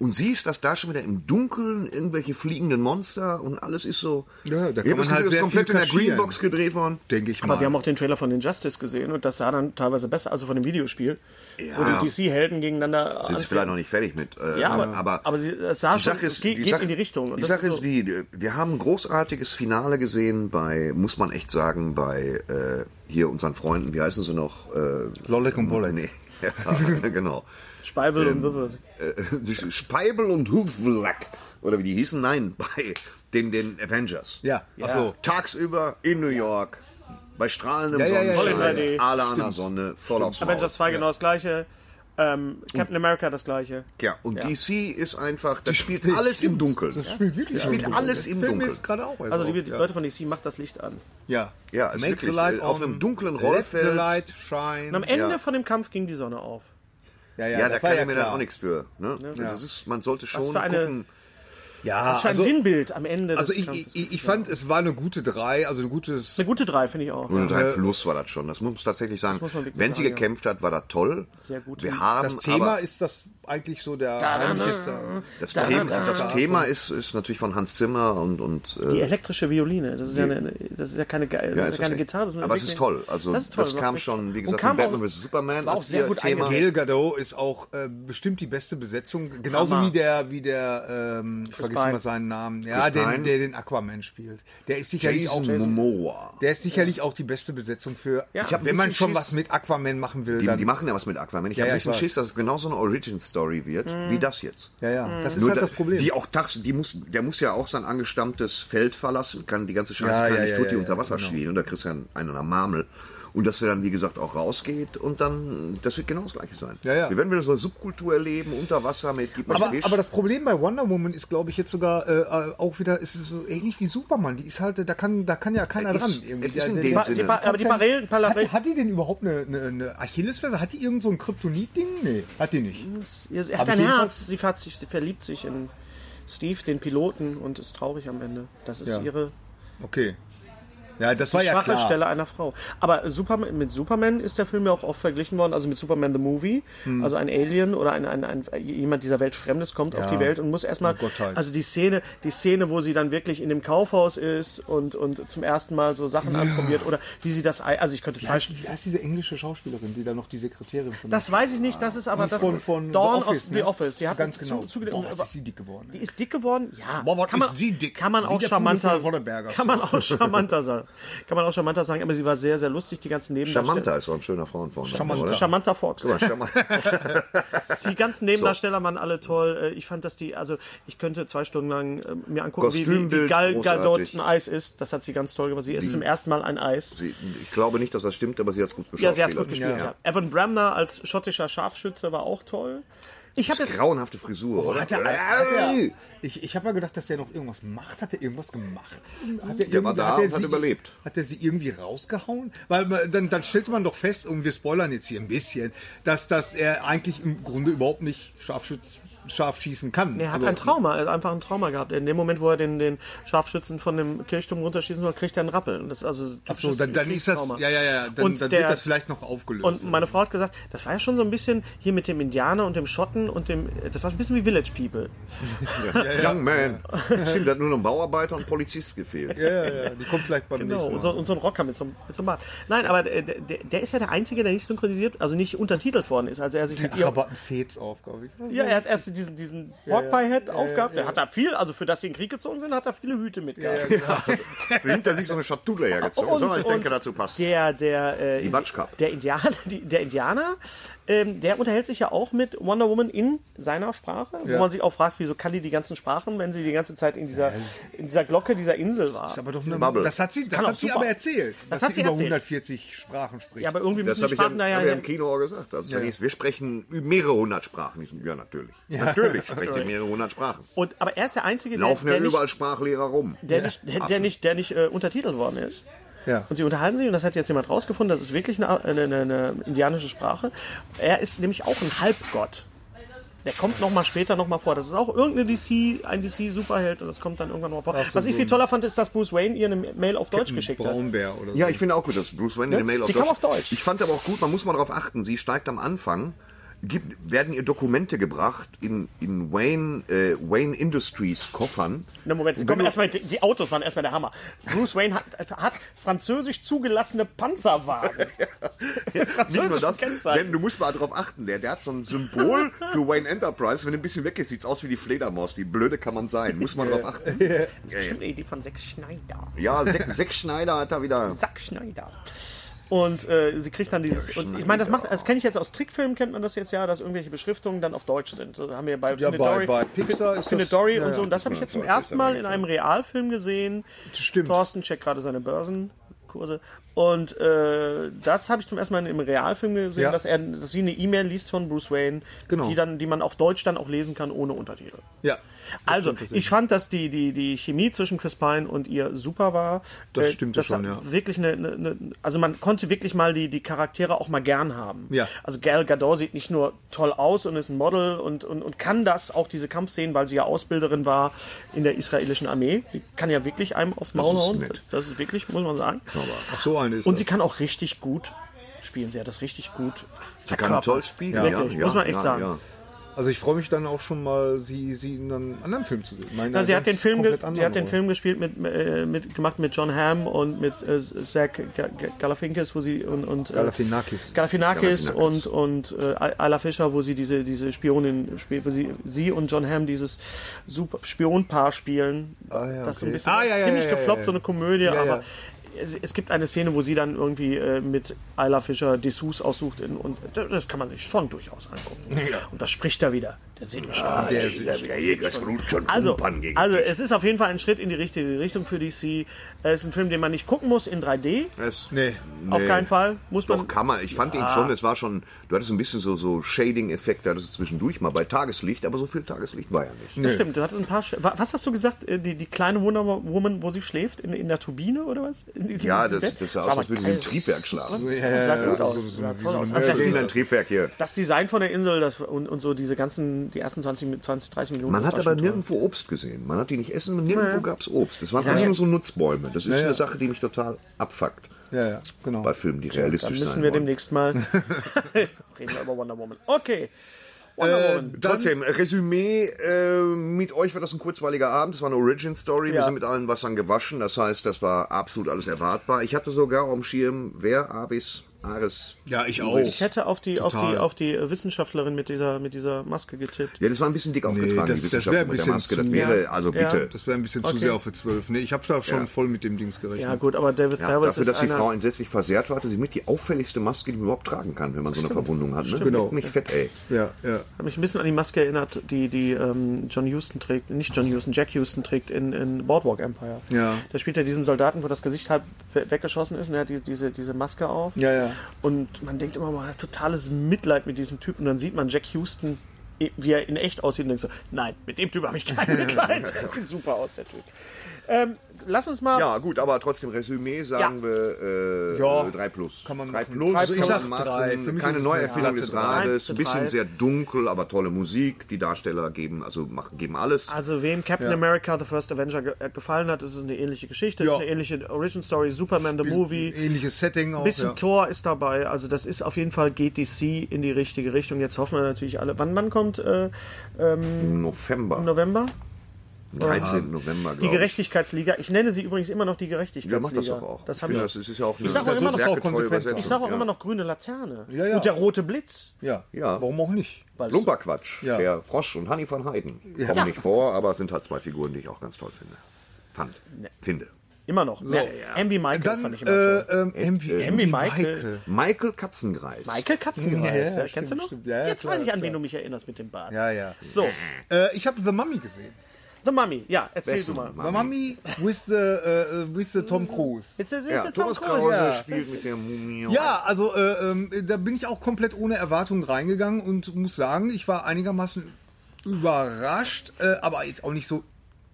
C: und siehst, dass da schon wieder im Dunkeln irgendwelche fliegenden Monster und alles ist so.
B: Ja, da
C: Ich
B: kann
C: hab das
B: man
C: Gefühl, das
B: halt
C: ist
B: sehr
C: komplett
B: viel
C: in der
B: kaschieren.
C: Greenbox gedreht worden.
B: denke ich mal.
A: Aber wir haben auch den Trailer von Injustice gesehen und das sah dann teilweise besser, also von dem Videospiel, wo
C: Ja.
A: die DC-Helden gegeneinander
C: Sind sie vielleicht noch nicht fertig mit. äh,
A: Ja, aber- aber sie- es sah
C: die
A: schon-
C: Sache ist,
A: es geht-
C: die
A: geht
C: Sache,
A: in die Richtung. Und
C: Die
A: das
C: Sache
A: ist
C: ist,
A: so-
C: die, die- wir haben ein großartiges Finale gesehen bei, muss man echt sagen, bei äh, hier unseren Freunden, wie heißen sie noch? Äh,
B: Lollek und Bollek.
C: Nee. Ja, genau.
A: Speivel und Wirbel.
C: Äh, Speibel und Huflack. Oder wie die hießen? Nein, bei den, den Avengers.
B: Ja, ach so.
C: Tagsüber in New York. Bei strahlendem
B: Ja, ja, ja,
C: Sonnenschein.
A: ja, ja.
C: Alle an der Sonne. Voll aufs Maul.
A: Avengers 2 genau das gleiche. Ähm, Captain America das gleiche.
C: Ja, und DC ist einfach, das spielt alles im Dunkeln.
B: das spielt wirklich
C: Das spielt
B: im Dunkeln.
C: alles im
B: Fällt mir
C: Dunkeln.
B: jetzt gerade auch erst
A: Also
B: auf,
A: die, die
B: ja.
A: Leute von DC macht das Licht an.
B: Ja,
C: Ja, ist wirklich, äh, auf einem dunklen
B: Let
C: Rollfeld.
B: the light shine.
A: Und am Ende
C: Ja. Ah,
A: von dem Kampf ging die Sonne auf.
C: Ja, da
B: das war
C: kann ich mir dann
B: klar.
C: auch nichts für. Ne? Das ist, man sollte schon
A: für eine-
C: gucken.
B: Ja,
A: Was für ein
B: also,
A: Sinnbild am Ende
B: also
A: des
B: ich,
A: Kampfes.
B: ich, ich ich fand, es war eine gute 3, also ein gutes.
A: Eine gute 3 finde ich auch.
C: Und ein Plus war das schon. Das muss man tatsächlich sagen.
A: muss man wirklich
C: Wenn sie
A: sagen, ja.
C: gekämpft hat, war das toll.
A: Sehr gut.
C: Wir haben
B: Das Thema
C: aber
B: ist das eigentlich so der
A: da, da.
B: heimlichste.
C: das,
A: da,
C: Thema,
A: da,
C: das Thema ist, ist natürlich von Hans Zimmer und, und
A: Die
C: äh,
A: elektrische Violine, das ist ja, eine, das ist ja keine, Ge das
C: ist
B: Also
A: ist ja keine
C: echt.
A: Gitarre. Das ist eine
C: aber es ist toll.
A: Entwicklung.
C: Also
A: das
C: das,
A: ist toll, war
C: kam
A: echt-
C: schon, wie
A: und
C: gesagt,
A: kam
C: in Batman
A: auch-
C: vs. Superman
A: war auch
C: als
A: sehr
C: ihr
A: gut
C: Thema.
B: Gail Äh, Gadot ist auch äh, bestimmt die beste Besetzung, genauso
A: Hammer.
B: wie der, wie der, ähm, ich vergesse
A: Pine.
B: mal seinen Namen, ja,
C: Chris
B: den,
C: Pine.
B: der den Aquaman spielt. Der ist sicherlich
C: Jason
B: auch
C: Momoa.
B: Der ist sicherlich auch die beste Besetzung für,
A: Ja. Ich hab
C: ein
B: wenn man
C: bisschen
B: schon
C: Schiss.
B: was mit Aquaman machen will,
C: Die,
B: dann.
C: die machen ja was mit Aquaman. Ich hab
B: ja,
C: habe ein
B: ich
C: bisschen
B: weiß.
C: Schiss, dass es genau so eine Story wird, wie das jetzt.
B: Ja, ja. Das ist
C: Nur
B: halt
C: da-
B: das Problem.
C: Die auch tags, die muss, der muss ja auch sein angestammtes Feld verlassen, kann die ganze Scheiße
B: Ja,
C: kann
B: ja,
C: nicht
B: ja,
C: Tutti
B: ja,
C: unter
B: ja, genau.
C: Wasser schmieren und da kriegst du einen, einen an der Marmel. Und dass er dann, wie gesagt, auch rausgeht und dann, das wird genau das Gleiche sein.
B: Ja, ja.
C: Wir werden wieder so eine Subkultur erleben, unter Wasser mit, gib mir
B: aber,
C: Fisch.
B: aber das Problem bei Wonder Woman ist, glaube ich, jetzt sogar äh, äh, auch wieder, es ist so ähnlich wie Superman. Die ist halt, äh, da kann, da kann ja keiner
C: Es
B: dran.
C: ist-
B: irgendwie.
C: es ist in
B: Der-
C: dem
B: der-
C: Sinne.
A: Die Pa- aber die Parallelen- Parallelen-
B: hat, hat die denn überhaupt eine, eine, eine Achillesferse? Hat die irgend so ein Kryptonit-Ding? Nee, hat die nicht.
A: Sie
B: Hab
A: hat
B: ich
A: ein
B: jedenfalls-
A: Herz, sie, hat sich, sie verliebt sich in Steve, den Piloten, und ist traurig am Ende. Das ist
B: Ja.
A: ihre
B: Okay. Ja, das war ja
A: schwache
B: klar.
A: Stelle einer Frau. Aber Superman, mit Superman ist der Film ja auch oft verglichen worden, also mit Superman the Movie.
B: Hm.
A: Also ein Alien oder ein, ein, ein, jemand dieser Welt Fremdes kommt auf die Welt und muss erstmal,
B: Oh Gott, halt.
A: also die Szene, die Szene, wo sie dann wirklich in dem Kaufhaus ist und, und zum ersten Mal so Sachen anprobiert oder wie sie das, Ei- also ich könnte
B: Wie
A: zwei
B: heißt, wie heißt diese englische Schauspielerin, die da noch die Sekretärin von
A: das weiß ich nicht, das ist aber
B: Die ist
A: das
B: von, von
A: Dawn
B: The Office,
A: aus
B: ne?
A: The Office. Sie hat
B: Ganz genau.
A: Zu, zu,
B: Boah, was ist sie dick geworden,
A: Die
B: ey.
A: ist dick geworden? Ja.
B: Boah, was
A: kann
B: ist
A: man,
B: die dick?
A: Kann man
B: Wie
A: auch
B: der
A: charmanter
B: Pudel von Roddenberger.
A: Kann man auch charmanter sein. Kann man auch charmanter sagen, aber sie war sehr, sehr lustig, die ganzen Nebendarsteller.
C: Charmanta ist so ein schöner Frauenvorname,
B: Charmanta.
C: oder?
A: Charmanter Fox.
C: Guck mal, Charmanta.
A: Die ganzen Nebendarsteller waren alle toll. Äh, Ich fand, dass die, also ich könnte zwei Stunden lang äh, mir angucken, wie, wie, wie
C: Kostümbild
A: Gal Gadot
C: großartig. Mhm.
A: ein Eis ist. Das hat sie ganz toll gemacht. Sie ist zum ersten Mal ein Eis.
C: Sie- Ich glaube nicht, dass das stimmt, aber sie hat es gut
A: Ja,
C: geschafft.
A: sie hat gut gespielt. Ja. Evan Bramner als schottischer Scharfschütze war auch toll. Ich habe jetzt
C: Grauenhafte Frisur,
A: Oh,
C: Äh, oder?
B: Hat er,
A: Äh,
B: hat er, ich ich habe ja gedacht, dass der noch irgendwas macht. Hat er irgendwas gemacht? Hat er
C: Der war
B: irgendwie-
C: da
B: er
C: und hat
B: sie-
C: überlebt.
B: Hat er sie irgendwie rausgehauen? Weil man- dann, dann stellte man doch fest, und wir spoilern jetzt hier ein bisschen, dass, dass er eigentlich im Grunde überhaupt nicht Scharfschütz, scharf schießen kann.
A: Er hat
B: Also,
A: ein Trauma, er hat einfach ein Trauma gehabt. In dem Moment, wo er den, den Scharfschützen von dem Kirchturm runterschießen soll, kriegt er einen Rappel. Und Das ist also
B: Ach so, dann, dann ist das, ja, ja, ja, dann,
A: Und
B: dann
A: der-
B: wird das vielleicht noch aufgelöst.
A: Und meine Frau hat gesagt, das war ja schon so ein bisschen hier mit dem Indianer und dem Schotten und dem, das war ein bisschen wie Village People.
C: Young Man. Stimmt, da hat nur noch ein Bauarbeiter und ein Polizist gefehlt.
B: ja, ja, ja, die kommt vielleicht beim
A: Genau,
B: nächsten Mal.
A: und so, und so ein Rocker mit so, einem- mit so einem Bart. Nein, aber der, der, der ist ja der Einzige, der nicht synchronisiert, also nicht untertitelt worden ist, als er sich mit ihr...
B: aber ein Fetz auf, glaube ich.
A: Ja, er hat erst diesen, diesen Pork-Pie-Head aufgehabt. Der hat da viel, also für das sie in den Krieg gezogen sind, hat er viele Hüte mitgehabt.
C: So hinter sich so eine Schatulle hergezogen.
A: Und-
C: sondern ich denke,
A: und
C: dazu passt.
A: Der, der, äh,
C: Die Batschkap.
A: der Indianer, die, der, Indianer ähm, der unterhält sich ja auch mit Wonder Woman in seiner Sprache, wo
B: Ja.
A: man sich auch fragt, wieso kann die die ganzen Sprachen, wenn sie die ganze Zeit in dieser, in dieser Glocke dieser Insel war.
B: Aber doch eine,
C: Bubble.
B: das hat sie, das
A: Kann auch
B: hat sie
A: super.
B: aber erzählt.
A: Das
B: dass
A: hat sie
B: über
A: erzählt.
B: 140 Sprachen spricht.
A: ja, aber irgendwie
C: Das
A: müssen
C: habe
A: die
C: ich ja
A: Sprachen
C: im,
A: da
C: hab
A: ja.
C: ich ja im Kino auch gesagt. Also da hieß, wir sprechen mehrere hundert Sprachen. Ich so, Ja, natürlich. Natürlich sprecht ihr mehrere hundert Sprachen.
A: Und, aber er ist der Einzige, der,
C: Laufen ja
A: der, nicht,
C: überall Sprachlehrer rum.
A: der, nicht, der, der nicht, der nicht äh, untertitelt worden ist.
B: Ja.
A: Und sie unterhalten sich, und das hat jetzt jemand rausgefunden, das ist wirklich eine, eine, eine, eine indianische Sprache. Er ist nämlich auch ein Halbgott. Der kommt nochmal später nochmal vor. Das ist auch irgendeine DC, ein DC-Superheld und das kommt dann irgendwann nochmal vor. Was ich viel toller fand, ist, dass Bruce Wayne ihr eine Mail auf Deutsch geschickt hat.
B: Braunbär oder so.
C: Ja, ich finde auch gut, dass Bruce Wayne
A: Ne?
C: eine Mail auf
A: Sie
C: Deutsch.
A: kam auf Deutsch.
C: Ich fand aber auch gut, man muss mal darauf achten, sie steigt am Anfang, gibt, werden ihr Dokumente gebracht in, in Wayne, äh, Wayne Industries Koffern.
A: Na, Moment, sie kommen erstmal, die, die Autos waren erstmal der Hammer. Bruce Wayne hat, hat französisch zugelassene Panzerwagen.
C: Nicht nur
A: Französische
C: das,
A: Kennzeichen.
C: denn du musst mal darauf achten, der, der hat so ein Symbol für Wayne Enterprise. Wenn du ein bisschen weg ist, sieht's aus wie die Fledermaus. Wie blöde kann man sein? Muss man darauf achten.
A: Das ist bestimmt eine Idee von Zack Schneider.
C: Ja, Zack Zack Schneider hat da wieder.
A: Zack Schneider. Und äh, sie kriegt dann dieses. Und ich meine, das macht, das kenne ich jetzt aus Trickfilmen, kennt man das jetzt ja, dass irgendwelche Beschriftungen dann auf Deutsch sind. Das haben wir bei
B: Ja,
A: Findet
B: bei-
A: Dory,
B: bei Pixar ist
A: Findet
B: das-
A: Dory
B: ja,
A: und so.
B: ja,
A: Und das habe ich jetzt zum ersten Mal in einem Realfilm gesehen.
B: stimmt.
A: Thorsten checkt gerade seine Börsenkurse. Und äh, das habe ich zum ersten Mal in einem Realfilm gesehen,
B: Ja.
A: dass er, dass sie eine E-Mail liest von Bruce Wayne,
B: Genau.
A: die dann, die man auf Deutsch dann auch lesen kann ohne Untertitel.
B: Ja.
A: Also, ich fand, dass die, die, die Chemie zwischen Chris Pine und ihr super war. Äh,
B: Das stimmte schon,
A: hat
B: ja.
A: Wirklich eine, eine, eine, also man konnte wirklich mal die, die Charaktere auch mal gern haben.
B: Ja.
A: Also Gal Gadot sieht nicht nur toll aus und ist ein Model und, und, und kann das, auch diese Kampfszenen, weil sie ja Ausbilderin war in der israelischen Armee. Die kann ja wirklich einem aufs Maul
C: ist
A: hauen.
C: nett.
A: Das ist wirklich, muss man sagen.
B: Ach, so eine ist
A: Und
B: das.
A: sie kann auch richtig gut spielen. Sie hat das richtig gut
C: Sie kann toll spielen, ja,
A: Wirklich,
C: ja,
A: muss man echt
C: ja,
A: sagen.
C: Ja.
B: Also ich freue mich dann auch schon mal, sie, sie in einem anderen Film zu sehen. Meine
A: Na, sie hat den
B: ganz
A: Film, ge
B: also komplett anderen
A: sie hat den
B: Rolle.
A: Film gespielt mit, äh, mit gemacht mit John Hamm und mit äh, Zach Ga- Ga- Galafinkis, wo sie und und äh,
B: Galafinakis.
A: Galafinakis, und
C: Galafinakis.
A: und äh, Ayla Fischer, wo sie diese diese Spionin spielt, wo sie sie und John Hamm dieses super Spionpaar spielen.
B: ja,
A: das ist so ein
B: okay.
A: bisschen
B: Ah, ja, ja,
A: ziemlich
B: ja, ja,
A: gefloppt
B: ja.
A: so eine Komödie,
B: ja.
A: aber es, es gibt eine Szene, wo sie dann irgendwie äh, mit Ayla Fischer Dessous aussucht in, und das, das kann man sich schon durchaus angucken. Und das spricht da wieder. Der Seelenstrahl.
B: der
C: Der Jägersblut schon
A: Also,
C: Kumpan gegen
A: also
C: dich.
A: es ist auf jeden Fall ein Schritt in die richtige Richtung für DC. Es ist ein Film, den man nicht gucken muss in 3D.
C: Es-
B: Nee.
A: Auf keinen Fall. Muss man.
C: Doch, kann man. Ich fand ihn schon, es war schon, du hattest ein bisschen so, so Shading-Effekt, da hattest du zwischendurch mal bei Tageslicht, aber so viel Tageslicht war ja nicht.
A: Das stimmt, du hattest ein paar. Sch Wa- was hast du gesagt? Äh, Die, die kleine Wonder Woman, wo sie schläft? In, in der Turbine oder was? In diesem,
C: Ja,
A: diesem
C: das,
A: Bett?
C: das sah
A: war
C: aus, als
A: aber
C: würde ich im
A: geil.
C: Triebwerk schlafen.
A: Das sah gut aus. Das sah toll aus. Also
C: Wir
A: das,
C: sehen
A: ist,
C: ein Triebwerk hier.
A: das Design von der Insel das, und, und so diese ganzen, die ersten 20, mit 20 30 Minuten.
C: Man
A: das
C: hat
A: war
C: aber
A: schon toll.
C: nirgendwo Obst gesehen. Man hat die nicht essen, nirgendwo gab es Obst. Das waren
A: Ja,
C: alles
A: ja.
C: nur so Nutzbäume. Das ist
B: ja.
C: eine Sache, die mich total abfuckt.
B: Ja, ja, genau.
C: Bei Filmen, die
A: Dann
C: realistisch
A: müssen
C: sein
A: wir
C: wollen.
A: demnächst mal reden wir über Wonder Woman. Okay. Wonder
C: Äh,
A: Woman.
C: Trotzdem, Resümee, äh, mit euch war das ein kurzweiliger Abend, das war eine Origin-Story, wir
A: Ja.
C: sind mit allen Wassern gewaschen, das heißt, das war absolut alles erwartbar. Ich hatte sogar am Schirm, wer, Avis, Ares.
B: Ja, ich
A: Ich hätte auf die, auf die,
B: Total.
A: auf die äh, Wissenschaftlerin mit dieser, mit dieser Maske getippt.
C: Ja, das war ein bisschen dick aufgetragen,
B: das-
C: die
B: das
C: Wissenschaft
B: wär ein
C: mit der
B: bisschen
C: Maske, das
B: zu-
C: wäre,
A: Ja.
C: also
A: Ja.
C: bitte.
B: Das wäre ein bisschen
A: Okay.
B: zu sehr auf die 12. Nee, ich habe da schon
C: Ja.
B: voll mit dem Dings gerechnet.
A: Ja, gut, aber David
C: Ja,
A: Travers
C: dafür,
A: ist
C: dass die
A: einer.
C: Frau entsetzlich versehrt war, hatte sie mit die auffälligste Maske, die man überhaupt tragen kann, wenn man so eine Verwundung hat. Ne?
B: Genau.
C: Genau. Mich fett, ey.
B: Ja, ja.
A: Hat mich ein bisschen an die Maske erinnert, die, die ähm, John Houston trägt, nicht John Houston, Jack Houston trägt in, in Boardwalk Empire.
B: Ja.
A: Da spielt er diesen Soldaten, wo das Gesicht halb we- weggeschossen ist und er hat die, diese, diese Maske auf.
B: Ja, ja.
A: Und man denkt immer, man hat totales Mitleid mit diesem Typen. Und dann sieht man Jack Houston, eh, wie er in echt aussieht und denkt so, nein, mit dem Typen habe ich kein Mitleid. Der sieht super aus, der Typ. Ähm, lass uns mal...
C: Ja, gut, aber trotzdem Resümee
A: Ja.
C: sagen wir äh,
B: Ja.
C: 3 plus.
B: Kann man
C: 3
B: machen.
C: plus, kann
B: Drei plus.
C: man
B: Ich sag
C: machen.
B: drei. Für mich
C: Keine
B: ist es
C: Neuerfindung
B: eine
C: des
B: glatte drei.
C: Rades, ein
A: Drei zu drei.
C: bisschen sehr dunkel, aber tolle Musik. Die Darsteller geben, also machen, geben alles.
A: Also wem Captain America The First Avenger ge äh, gefallen hat, ist es eine ähnliche Geschichte,
B: Ja.
A: ist eine ähnliche Origin Story, Superman the Movie.
B: Ähnliches Setting auch.
A: Bisschen
B: ja.
A: Tor ist dabei, also das ist auf jeden Fall geht DC in die richtige Richtung. Jetzt hoffen wir natürlich alle. Wann, wann kommt äh,
C: Im November,
A: November?
C: 13. November,
A: Die
C: glaube ich.
A: Gerechtigkeitsliga. Ich nenne sie übrigens immer noch die
C: Ja,
A: Gerechtigkeitsliga.
C: macht das doch auch.
A: Das
C: ich
A: haben
C: finde,
A: wir.
C: das ist ja auch eine
A: sag auch
C: sehr
A: immer noch,
C: werketroue
B: konsequent.
C: Übersetzung.
A: Ich sage auch
C: ja.
A: immer noch grüne Laterne.
B: Ja, ja.
A: Und der rote Blitz.
B: Ja.
C: Ja.
B: Warum auch nicht?
A: Weil es-
C: Lumperquatsch,
B: Ja.
C: der Frosch und Hanni van Heiden. Kommen nicht vor, aber sind halt zwei Figuren, die ich auch ganz toll finde. Fand. Finde.
A: Immer noch. So, Michael fand
B: Dann
A: ich
B: äh,
A: immer toll.
B: ähm, MV,
A: Envy Michael.
C: Michael Katzengreis.
A: Michael Katzengeist.
B: Ja,
A: Ja, Kennst du
B: stimmt,
A: noch?
B: stimmt. Ja, ja,
A: Jetzt
B: klar,
A: weiß ich, an
B: klar.
A: wen du mich erinnerst mit dem Bart.
B: Ja, ja.
A: So,
B: Äh, ich habe The Mummy gesehen.
A: The Mummy. Ja, erzähl
C: Wessen?
A: du mal.
B: The Mummy with the, äh, äh, with the Tom Cruise.
A: Jetzt ist
C: Ja,
A: jetzt Tom
C: Thomas
A: Cruise.
C: Krause
A: Ja.
C: spielt mit der Mumie.
B: Ja, also äh, ähm, da bin ich auch komplett ohne Erwartungen reingegangen und muss sagen, ich war einigermaßen überrascht, äh, aber jetzt auch nicht so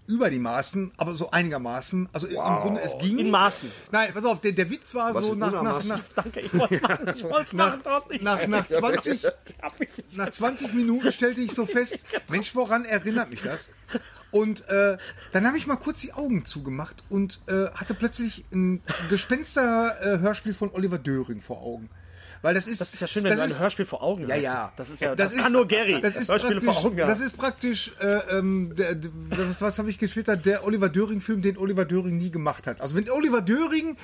B: über die Maßen, aber so einigermaßen. Also im Grunde, es ging.
A: In Maßen.
B: Nein, pass auf, der, der Witz war
C: Was
B: so
C: in
B: nach, nach,
C: Unermaßen?
B: nach,
A: Danke, ich wollte es machen. Ich wollte es machen, Thorsten. Ich
B: nach, nach 20
A: hab mich nicht Genau.
B: nach 20 Minuten stellte ich so fest, Mensch, woran erinnert mich das? Und äh, dann habe ich mal kurz die Augen zugemacht und äh, hatte plötzlich ein Gespenster-Hörspiel von Oliver Döring vor Augen. Weil das ist,
A: Das ist ja schön, wenn du ein Hörspiel vor Augen
B: ja,
A: hast.
B: ja.
A: Das ist ja, das, kann nur Gary.
B: Das ist
A: Hörspiele vor
B: praktisch-
A: Augen haben.
B: Das ist praktisch, äh, ähm, der, der, was, was habe ich gesplittert? Der Oliver Döring-Film, den Oliver Döring nie gemacht hat. Also wenn Oliver Döring,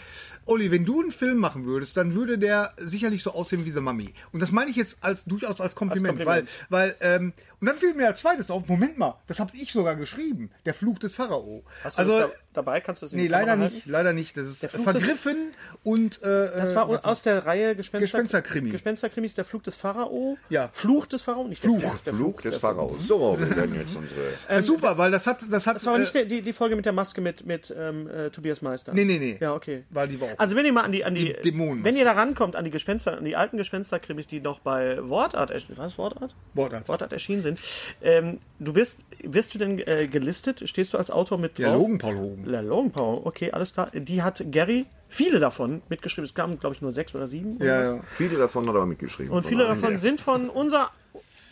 B: Olli, wenn du einen Film machen würdest, dann würde der sicherlich so aussehen wie The Mummy. Und das meine ich jetzt als durchaus als Kompliment,
A: Kompliment.
B: weil, weil, ähm, und dann fiel mir als zweites auf, Moment mal, das habe ich sogar geschrieben, der Fluch des Pharao.
A: Hast
B: Also,
A: du das da, dabei? Kannst du es in
B: Nee,
A: die Kamera
B: leider nicht,
A: halten?
B: leider nicht. Das ist
A: Fluch des-
B: vergriffen und äh,
A: Das war aus der Reihe Gespenster,
B: Gespensterkrimi.
A: Gespensterkrimis, der Flug des Pharao.
B: Ja.
A: Fluch des Pharao, nicht der
B: Fluch.
A: Fluch. Der
C: Flug des Pharao. So, wir werden jetzt unsere.
B: äh, super, weil das hat das hat
A: ähm,
B: äh,
A: Das war aber nicht die, die, die Folge mit der Maske mit, mit ähm, äh, Tobias Meister.
B: Nee, nee, nee.
A: Ja, okay.
B: War die Woche.
A: Also wenn ihr mal an die, an die,
B: Die Dämonen-
A: wenn ihr da rankommt an die Gespenster, an die alten Gespensterkrimis, die noch bei Wortart erschienen, was Wortart?
B: Wortart.
A: Wortart erschienen sind. Ähm, du wirst, wirst du denn äh, gelistet? Stehst du als Autor mit drauf?
B: Ja, Logen, Paul Hogen.
A: La Logenpau, okay, alles klar. Die hat Gary viele davon mitgeschrieben. Es kamen, glaube ich, nur sechs oder sieben. oder was.
B: Ja, ja.
C: Viele davon hat er mitgeschrieben.
A: Und
C: Von
A: viele
C: allen
A: davon
C: sechs.
A: sind von unser,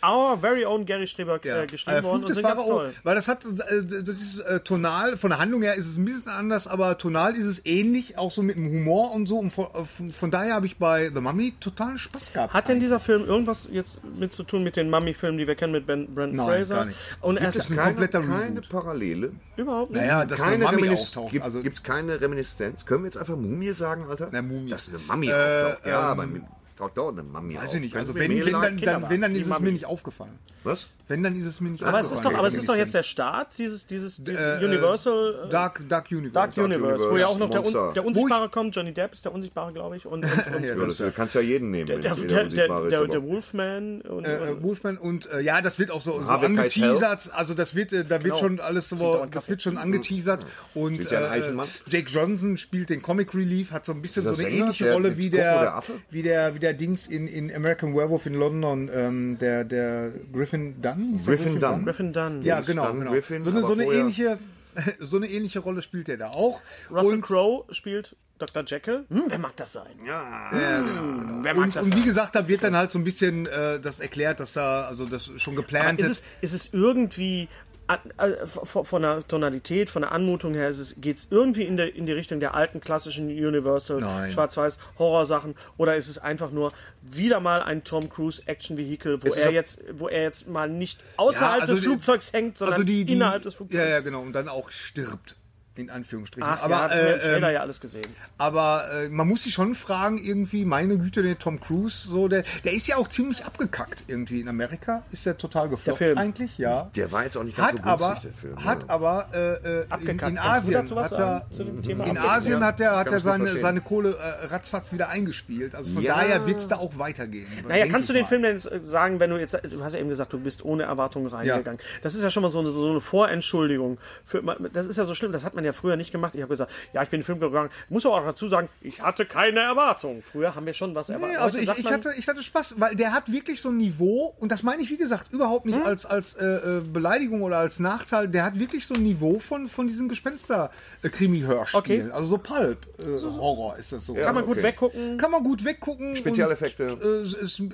A: our very own Gary Streber äh, geschrieben
B: Äh, Fluch
A: worden und
B: des
A: sind ganz
B: Pharao,
A: toll.
B: Weil das hat, äh, das ist äh, tonal, von der Handlung her ist es ein bisschen anders, aber tonal ist es ähnlich, auch so mit dem Humor und so. Und von, äh, von- von daher habe ich bei The Mummy totalen Spaß gehabt.
A: Hat denn dieser Film irgendwas jetzt mit zu tun mit den Mummy-Filmen, die wir kennen mit ben, Brandon
B: Nein,
A: Fraser?
B: gar nicht.
A: Und
B: Gibt
A: erst
B: es
A: keine,
B: einen kompletter
C: Keine
B: Reboot.
C: Parallele.
A: überhaupt nicht.
B: Naja, dass
C: Keine
B: eine Mummy
C: Reminis
B: auftaucht.
C: gibt,
B: also,
C: gibt's keine Reminiszenz. Können wir jetzt einfach Mumie sagen, Alter?
B: Na, Mumie. Äh, ähm,
C: Dass eine Mumie auftaucht. Ja, aber mit Tata, eine Mami.
B: Weiß ich nicht.
C: Können
B: Also
C: Sie
B: wenn,
C: mir
B: wenn,
C: Mehllein-
B: dann, dann, wenn, dann
C: Die
B: ist es
C: Mami.
B: mir nicht aufgefallen.
C: Was?
B: Wenn, dann ist es mir nicht
A: Aber es ist
B: aufgefallen.
A: doch, aber es ist doch
B: Wenn
A: jetzt
B: ich
A: der Start, dieses, dieses, dieses
B: dann- äh,
A: Universal.
B: äh,
A: äh,
B: Dark, Dark Universe.
A: Dark, Universe,
C: Universe,
A: wo ja auch noch der,
C: Monster.
A: Un der Unsichtbare kommt. Johnny Depp ist der Unsichtbare, glaube ich. Und, und, und
C: Ja, das, du kannst ja jeden nehmen, wenn
A: der,
C: es
A: der,
C: jeder
A: der, der,
C: unsichtbar ist.
A: der,
C: aber-
A: der Wolfman. Und,
B: Äh,
A: und,
B: Wolfman und äh, ja, das wird auch so, so
C: Harvey Genau.
B: angeteasert. Also das wird, äh, da wird schon alles so,
A: einen
B: das
A: Kaffee.
B: wird
C: Mhm.
B: schon angeteasert. Und
C: Sind Sie ein
B: äh,
C: Eichenmann?
B: Jake Johnson spielt den Comic Relief, hat so ein bisschen so
C: Dieser
B: eine
C: Sänger,
B: ähnliche
C: der
B: Rolle
C: mit
B: wie
C: Koko,
B: der,
C: der Affe?
B: wie der wie der Dings in, in American Werewolf in London, ähm, der der Griffin Dunn. Ist der
C: Griffin Dunn.
A: Griffin Dunn.
B: äh, Ja, genau,
C: Dunn
B: genau.
C: Griffin,
B: so eine, so
C: aber
B: eine
C: vorher-
B: ähnliche so eine ähnliche Rolle spielt er da auch.
A: Russell
B: und
A: Crowe spielt Dr. Jekyll. Hm, wer mag das sein? Wer mag
B: genau, und,
A: das
B: und
A: sein?
B: wie gesagt, da wird dann halt so ein bisschen äh, das erklärt, dass da also das schon geplant
A: Ist es, ist es irgendwie an- äh, von von der Tonalität, von der Anmutung her, geht es geht's irgendwie in, der, in die Richtung der alten klassischen Universal
B: Nein.
A: schwarz-weiß Horrorsachen oder ist es einfach nur wieder mal ein Tom Cruise Action Vehicle, wo
C: ist
A: er
C: auf-
A: jetzt wo er jetzt mal nicht außerhalb
B: Ja, also
A: des
B: die-
A: Flugzeugs hängt, sondern
B: also die, die
A: innerhalb des Flugzeugs.
B: Ja, ja, genau. Und dann auch stirbt. In Anführungsstrichen.
A: Ach, ja,
B: aber
A: hat's mir im
B: äh,
A: Trailer
B: ähm,
A: ja alles gesehen.
B: aber äh, man muss sich schon fragen, irgendwie, meine Güte, der Tom Cruise, so, der, der ist ja auch ziemlich abgekackt irgendwie in Amerika. Ist der total gefloppt
A: Film.
B: eigentlich, ja.
C: Der war jetzt auch nicht ganz so
B: Hat
C: günstig,
B: aber,
C: der Film.
B: hat
C: ja.
B: aber äh, äh, in,
A: Abgekackt.
B: in
A: Kannst du
B: Asien
A: dazu was
B: hat
A: sagen,
B: er,
A: zu dem Thema
B: in
A: Abgekackt?
B: Asien
C: Ja,
B: hat er, hat
C: kann
B: er
C: ich gut
B: seine,
C: verstehen.
B: seine Kohle äh, ratzfatz wieder eingespielt. Also von
C: Ja.
B: daher wird's da auch weitergehen.
A: Naja,
B: denk
A: kannst du
B: ich
A: den
B: mal.
A: Film denn jetzt äh, sagen, wenn du jetzt, du hast ja eben gesagt, du bist ohne Erwartungen reingegangen. Das ist ja schon mal so eine, so eine Vorentschuldigung. Für, das ist ja so schlimm, das hat man ja früher nicht gemacht. Ich habe gesagt, ja, ich bin in den Film gegangen. Muss aber auch dazu sagen, ich hatte keine Erwartungen. Früher haben wir schon was erwartet.
B: Nee, also
A: Heute
B: ich,
A: sagt
B: ich,
A: man,
B: hatte, ich hatte Spaß, weil der hat wirklich so ein Niveau, und das meine ich, wie gesagt, überhaupt nicht als, als äh, äh, Beleidigung oder als Nachteil, der hat wirklich so ein Niveau von, von diesen Gespenster-Krimi-Hörspielen.
A: Okay.
B: Also so Pulp-Horror ist das so.
A: kann man gut
C: okay.
A: weggucken.
B: Kann man gut weggucken.
C: Spezialeffekte.
B: Und, äh, es ist, äh,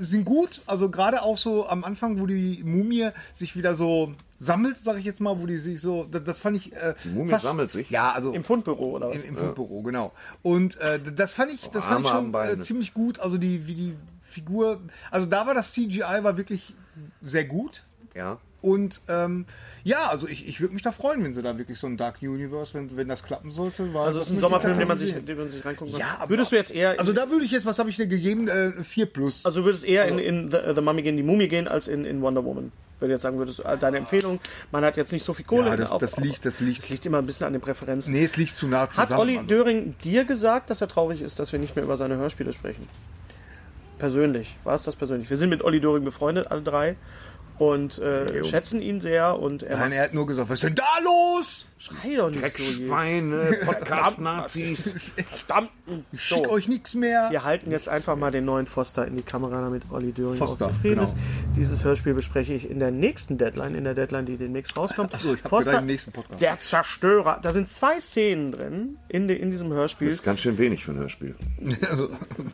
B: sind gut. Also gerade auch so am Anfang, wo die Mumie sich wieder so sammelt, sag ich jetzt mal, wo die sich so, das, das fand ich... Äh, die
C: Mumie sammelt sich?
B: Ja, also...
A: Im Fundbüro oder was?
B: Im, im Fundbüro, genau. Und äh, d- das fand ich, das fand
C: Arme
B: ich
C: am
B: schon
C: Bein.
B: äh, ziemlich gut. Also die, wie die Figur, also da war das CGI war wirklich sehr gut.
C: Ja.
B: Und ähm, ja, also ich, ich würde mich da freuen, wenn sie da wirklich so ein Dark Universe, wenn, wenn das klappen sollte. Weil
A: Also es
B: das
A: ist ein
B: möchte
A: Sommerfilm,
B: ich gerne
A: den man sich,
B: sehen.
A: den man sich reingucken kann.
B: Ja, aber-
A: würdest du jetzt eher,
B: Also da würde ich jetzt, was habe ich denn gegeben? Äh, 4 plus.
A: also du würdest eher in, in The, The Mummy gehen, die Mumie gehen, als in, in Wonder Woman? Wenn du jetzt sagen würdest, äh, deine Empfehlung, man hat jetzt nicht so viel Kohle.
B: Ja, das-
A: auf-
B: das liegt- das liegt-
A: Das liegt immer ein bisschen an den Präferenzen.
B: nee, es liegt zu nah
A: Hat
B: zusammen.
A: Olli
B: also.
A: Döring dir gesagt, dass er traurig ist, dass wir nicht mehr über seine Hörspiele sprechen? Persönlich, war es das persönlich? Wir sind mit Olli Döring befreundet, alle drei, und äh, schätzen ihn sehr. Und er
B: Nein, er hat nur gesagt, was ist denn da los?
A: schreit doch nicht so je.
C: Schweine, Podcast-Nazis.
A: Verdammt.
B: Ich
A: So.
B: schick euch nichts mehr.
A: Wir halten jetzt einfach mal den neuen Foster in die Kamera, damit Olli Döring
B: Foster,
A: auch zufrieden
B: genau.
A: ist. Dieses Hörspiel bespreche ich in der nächsten Deadline, in der Deadline, die demnächst rauskommt.
B: Ach so, ich hab gedacht, im nächsten Podcast.
A: Der Zerstörer. Da sind zwei Szenen drin in, de, in diesem Hörspiel.
C: Das ist ganz schön wenig für ein Hörspiel.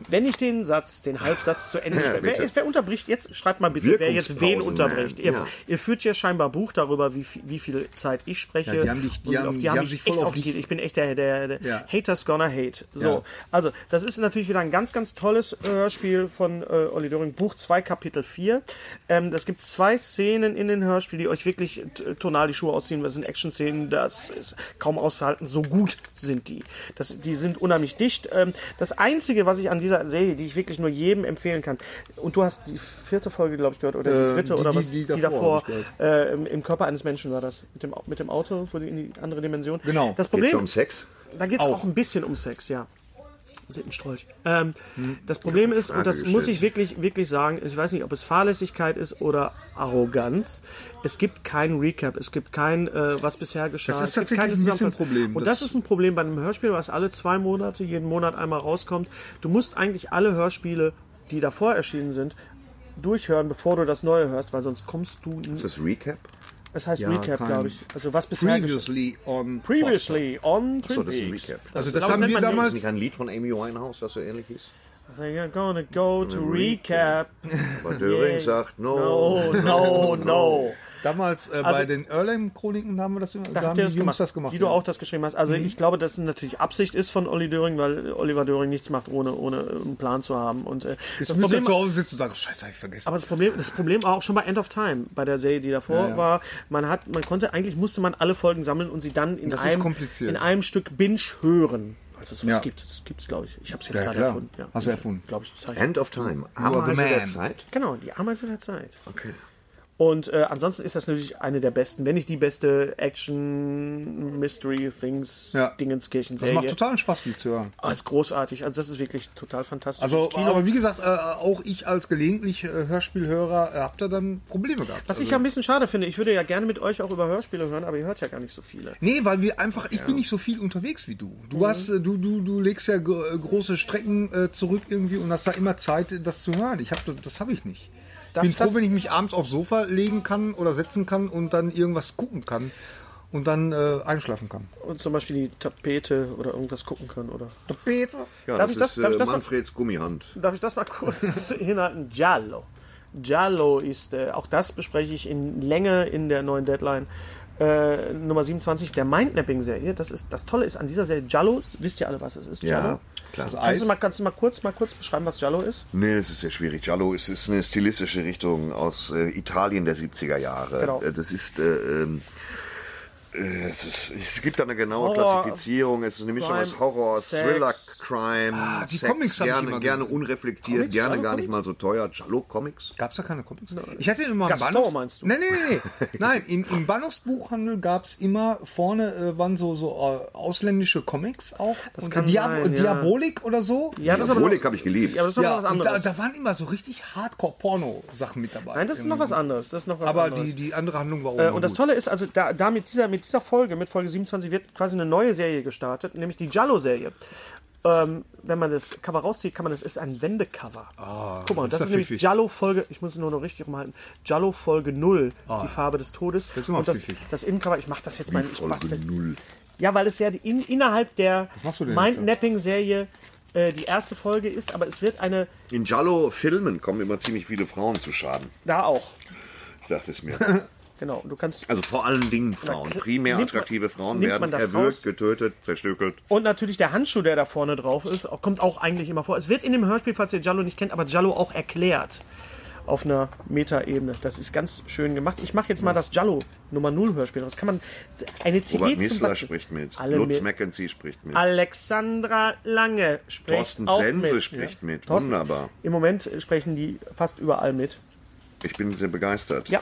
A: Wenn ich den Satz, den Halbsatz zu Ende
C: Ja,
A: stelle. Wer,
C: bitte.
A: ist, wer unterbricht jetzt? Schreibt mal bitte, wer jetzt wen
C: Wirkungspausen,
A: unterbricht.
C: man.
A: Ihr,
C: Ja.
A: ihr führt ja scheinbar Buch darüber, wie, viel- wie viel Zeit ich spreche.
B: Ja, die haben dich- die
A: Und
B: haben-
A: auf,
B: die
A: haben
B: haben
A: mich
B: sich voll
A: echt
B: auf
A: aufgegeben.
B: dich-
A: Ich bin echt der, der, der
B: Ja.
A: Haters gonna hate. So,
B: Ja.
A: also das ist natürlich wieder ein ganz, ganz tolles äh, Hörspiel von äh, Olli Döring. Buch 2, Kapitel 4. Ähm, es gibt zwei Szenen in den Hörspiel, die euch wirklich äh, tonal die Schuhe ausziehen. Das sind Action-Szenen, das ist kaum auszuhalten. So gut sind die. Das, die sind unheimlich dicht. Ähm, das Einzige, was ich an dieser Serie, die ich wirklich nur jedem empfehlen kann, und du hast die vierte Folge, glaube ich, gehört, oder die
B: Äh,
A: dritte,
B: die-
A: oder
B: die-
A: was,
B: die
A: die davor,
B: davor hab ich
A: äh, im, im Körper eines Menschen war das. Mit dem, Au- mit dem Auto, wo die in die andere Dimension.
B: Genau.
A: Das
C: Geht's
A: Problem,
C: um Sex?
A: da geht es auch.
B: Auch.
A: ein bisschen um Sex, ja. Sittenstrolch. Ähm,
B: Hm.
A: das Problem ist, und das
C: Frage
A: muss
C: gestellt.
A: ich wirklich, wirklich sagen, ich weiß nicht, ob es Fahrlässigkeit ist oder Arroganz. Es gibt kein Recap, es gibt kein, äh, was bisher geschah.
B: Das ist
A: es gibt
B: tatsächlich
A: keine
B: ein bisschen
A: Zusammenfassung.
B: ein Problem.
A: Und
B: Das-
A: das ist ein Problem bei einem Hörspiel, was alle zwei Monate, jeden Monat einmal rauskommt. Du musst eigentlich alle Hörspiele, die davor erschienen sind, durchhören, bevor du das neue hörst, weil sonst kommst du.
C: Ist das Recap?
A: Es heißt
B: Ja,
A: Recap,
B: kein-
A: glaube ich. Also was bisher geschah.
B: Previously on
A: Previously on Twin
C: So, das ist ein
A: Peaks.
C: Recap.
B: Also
A: Ich
B: das
A: glaub,
B: haben
A: nennt man
B: wir
A: die-
C: Ist
B: damals.
C: nicht ein Lied von Amy Winehouse, das so ähnlich ist?
A: I think I'm gonna go to recap.
C: Aber Döring
A: Yeah.
C: sagt, no.
A: No, no, no.
B: Damals äh, bei den Erlem-Chroniken haben wir das immer
A: Also Da habt ihr das gemacht, die du
B: ja.
A: auch das geschrieben hast. Also ich glaube, dass es natürlich Absicht ist von Olli Döring, weil Oliver Döring nichts macht, ohne, ohne einen Plan zu haben. Und äh,
B: Jetzt müsst ihr zu Hause sitzen und sagen, scheiße, hab ich vergessen.
A: Aber das Problem, das Problem war auch schon bei End of Time, bei der Serie, die davor war. Man hat, man konnte eigentlich musste man alle Folgen sammeln und sie dann in
B: Das ist
A: einem
B: kompliziert.
A: in einem Stück binge hören. als es sowas
B: Ja.
A: gibt. Das gibt's, glaube ich. Ich habe es jetzt
B: Ja,
A: gerade
B: klar.
A: erfunden. Ja.
B: Hast du erfunden.
A: Glaube ich. Das hab ich.
C: End of Time.
B: are the
C: Ameise der
B: man.
C: Zeit?
A: Genau, die Ameise der Zeit.
C: Okay.
A: Und äh, ansonsten ist das natürlich eine der besten, wenn nicht die beste Action Mystery Things
B: Ja.
A: Dingenskirchen
B: Das macht
A: Serie.
B: totalen Spaß, die zu hören.
A: Ah, ist großartig. Also das ist wirklich total fantastisch.
B: Also, aber wie gesagt, äh, auch ich als gelegentlich äh, Hörspielhörer äh, hab da dann Probleme gehabt.
A: was ich ja ein bisschen schade finde, ich würde ja gerne mit euch auch über Hörspiele hören, aber ihr hört ja gar nicht so viele.
B: Nee, weil wir einfach, ich bin nicht so viel unterwegs wie du.
A: Mhm.
B: Du hast, äh, du, du, du legst ja gro- äh, große Strecken äh, zurück irgendwie und hast da immer Zeit, äh, das zu hören. Ich hab, das- das habe ich nicht. Ich
A: Darf
B: bin
A: ich das-
B: froh, wenn ich mich abends aufs Sofa legen kann oder setzen kann und dann irgendwas gucken kann und dann äh, einschlafen kann.
A: Und zum Beispiel die Tapete oder irgendwas gucken können oder. Darf
C: Ja, das,
A: ich das-
C: ist
A: darf ich
C: äh,
A: das mal-
C: Manfreds Gummihand.
A: Darf ich das mal kurz hinhalten? Giallo. Giallo ist, äh, auch das bespreche ich in Länge in der neuen Deadline. Äh, Nummer 27 der Mindnapping-Serie. Das ist das Tolle ist an dieser Serie. Giallo, wisst ihr alle, was es ist? Giallo?
C: Ja, klar.
A: Kannst du, mal, kannst du mal kurz mal kurz beschreiben, was Giallo ist?
C: Nee, das ist sehr schwierig. Giallo ist, ist eine stilistische Richtung aus äh, Italien der 70er Jahre.
A: Genau.
C: Äh, Das ist, äh, ähm, äh, es ist. Es gibt da eine genaue
A: Horror,
C: Klassifizierung. Es ist eine Mischung
A: Crime,
C: aus Horror,
A: Sex. Ah,
C: Thriller, Crime,
B: die
C: Sex.
B: Comics hab ich
C: gerne,
B: immer
C: gerne
B: gesehen.
C: unreflektiert,
A: Comics?
C: gerne
A: Giallo
C: gar nicht mal so teuer. Giallo Comics?
B: Gab's da keine Comics? Ich hatte immer
A: Gaston,
B: Bahnhofs-
A: meinst du?
B: Nein, nein, nein. nein im, im Bahnhofsbuchhandel gab's immer vorne äh, waren so, so äh, ausländische Comics auch. Das
A: kann sein, ja.
B: Diabolik oder so.
A: Ja, das ist aber noch,
C: Holik habe ich geliebt.
A: ja, aber das ist noch
B: Ja,
A: was
B: und da,
A: anderes.
B: da waren immer so richtig Hardcore-Porno-Sachen mit dabei. Ähm,
A: Nein, das ist noch was anderes. Das ist noch was
B: Aber
A: anderes.
B: die, die andere Handlung war auch
A: Äh,
B: immer
A: und das
B: Hm, gut.
A: Tolle ist, also da, da mit, dieser, mit dieser Folge, mit Folge 27, wird quasi eine neue Serie gestartet, nämlich die Giallo-Serie. Ähm, wenn man das Cover rauszieht, kann man das ist ein Wendecover. Guck mal,
B: Ah,
A: das
B: ist ja
A: ist, nämlich
B: pfiffig.
A: Giallo Folge, ich muss es nur noch richtig rumhalten. Giallo Folge 0, die Farbe des Todes.
B: Ah. ist immer
A: und das,
B: pfiffig.
A: das Innencover, ich mach das jetzt mal, ich
C: Folge
A: bastel.
C: null.
A: Ja, weil es ja die- in, innerhalb der
B: machst du denn jetzt?
A: Mindnapping-Serie äh, die erste Folge ist, aber es wird eine
C: In Giallo-Filmen kommen immer ziemlich viele Frauen zu Schaden.
A: da auch.
C: Ich dachte es mir.
A: Genau, und du kannst
C: Also vor allen Dingen Frauen.
A: kl-
C: Primär
A: nimmt man-
C: attraktive Frauen
A: nimmt
C: werden
A: man das
C: erwürgt,
A: raus?
C: getötet, zerstückelt.
A: Und natürlich der Handschuh, der da vorne drauf ist, auch- kommt auch eigentlich immer vor. Es wird in dem Hörspiel, falls ihr Jallo nicht kennt, aber Jallo auch erklärt. Auf einer Metaebene. Das ist ganz schön gemacht. Ich mache jetzt mal das Jallo Nummer 0 Hörspiel. Das kann man. Eine CD
C: Robert
A: zum
C: Missler
A: Beispiel-
C: spricht mit.
A: Alle
C: Lutz
A: mit.
C: Mackenzie spricht mit.
A: Alexandra Lange spricht
C: Thorsten
A: auch
C: Sense
A: mit.
C: spricht mit.
A: Thorsten-
C: Wunderbar.
A: Im Moment sprechen die fast überall mit.
C: Ich bin sehr begeistert.
A: Ja.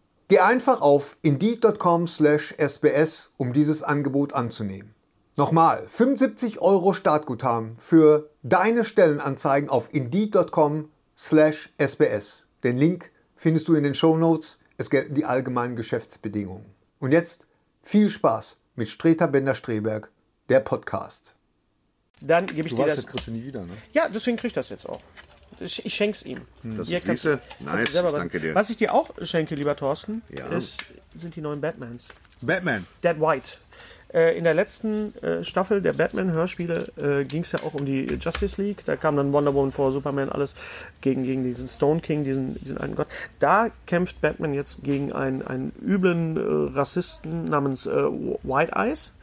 D: Geh einfach auf indeed.com slash sbs, um dieses Angebot anzunehmen. Nochmal, 75 Euro Startguthaben für deine Stellenanzeigen auf indeed.com slash sbs. Den Link findest du in den Shownotes. Es gelten die allgemeinen Geschäftsbedingungen. Und jetzt viel Spaß mit Streter Bender-Streberg, der Podcast.
A: Dann gebe ich
B: Du
A: dir
B: weißt,
A: das.
B: das kriegst du nie wieder, ne?
A: Ja, deswegen kriegt das jetzt auch. Ich, ich schenk's ihm.
C: Hm. Das
A: Hier
C: ist süße. Nice,
A: selber was-
C: danke dir.
A: Was ich dir auch schenke, lieber Thorsten,
C: Ja.
A: ist, sind die neuen Batmans.
B: Batman.
A: Dead White. Äh, in der letzten äh, Staffel der Batman-Hörspiele äh, ging es ja auch um die Justice League. Da kam dann Wonder Woman vor, Superman, alles gegen, gegen diesen Stone King, diesen, diesen alten Gott. Da kämpft Batman jetzt gegen einen, einen üblen äh, Rassisten namens äh, White Eyes.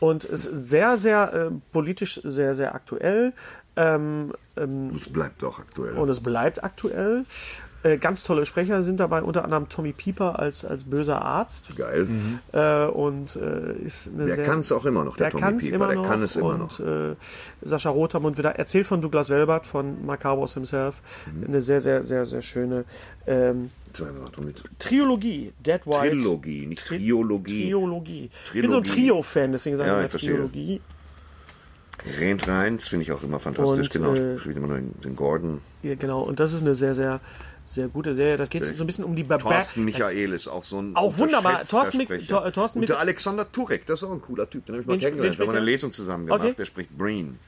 A: Und es ist sehr, sehr äh, politisch, sehr, sehr aktuell. Ähm,
C: Das bleibt auch aktuell.
A: und es bleibt aktuell. Äh, ganz tolle Sprecher sind dabei, unter anderem Tommy Pieper als, als böser Arzt.
C: Geil.
A: Äh, und äh, ist eine
C: Der
A: sehr-
C: kann es auch immer noch, der,
A: der
C: Tommy
A: kann's
C: Pieper.
A: immer
C: der
A: noch
C: kann es immer
A: und,
C: noch.
A: Äh, Sascha Rotermund wieder erzählt von Douglas Welbert von Macabros himself.
C: Mhm.
A: Eine sehr, sehr, sehr, sehr schöne ähm,
C: Zweimal warte mit.
A: Trilogie. Dead White.
C: Trilogie, nicht
A: Tri-
C: Triologie.
A: Triologie. Ich bin so ein
C: Trilogie.
A: Trio-Fan, deswegen sage
C: Ja,
A: ich
C: ich
A: mal
C: verstehe.
A: Triologie.
C: Rent Reins finde ich auch immer fantastisch,
A: Und,
C: genau.
A: äh,
C: spielt immer nur den, den Gordon.
A: Ja, genau, und das ist eine sehr, sehr, sehr gute Serie. Das geht so ein bisschen um die Barbar.
C: Thorsten Michael ist auch so ein
A: Auch wunderbar.
C: unterschätzter
A: Thorsten Mik-
C: Sprecher.
A: Thor- Thorsten
C: Und der
A: Mik-
C: Alexander Turek, das ist auch ein cooler Typ, den habe ich mal
A: Den sp-
C: kennengelernt.
A: den
C: Wir haben
A: spricht
C: eine
A: er?
C: Lesung zusammen gemacht,
A: Okay.
C: der spricht Breen.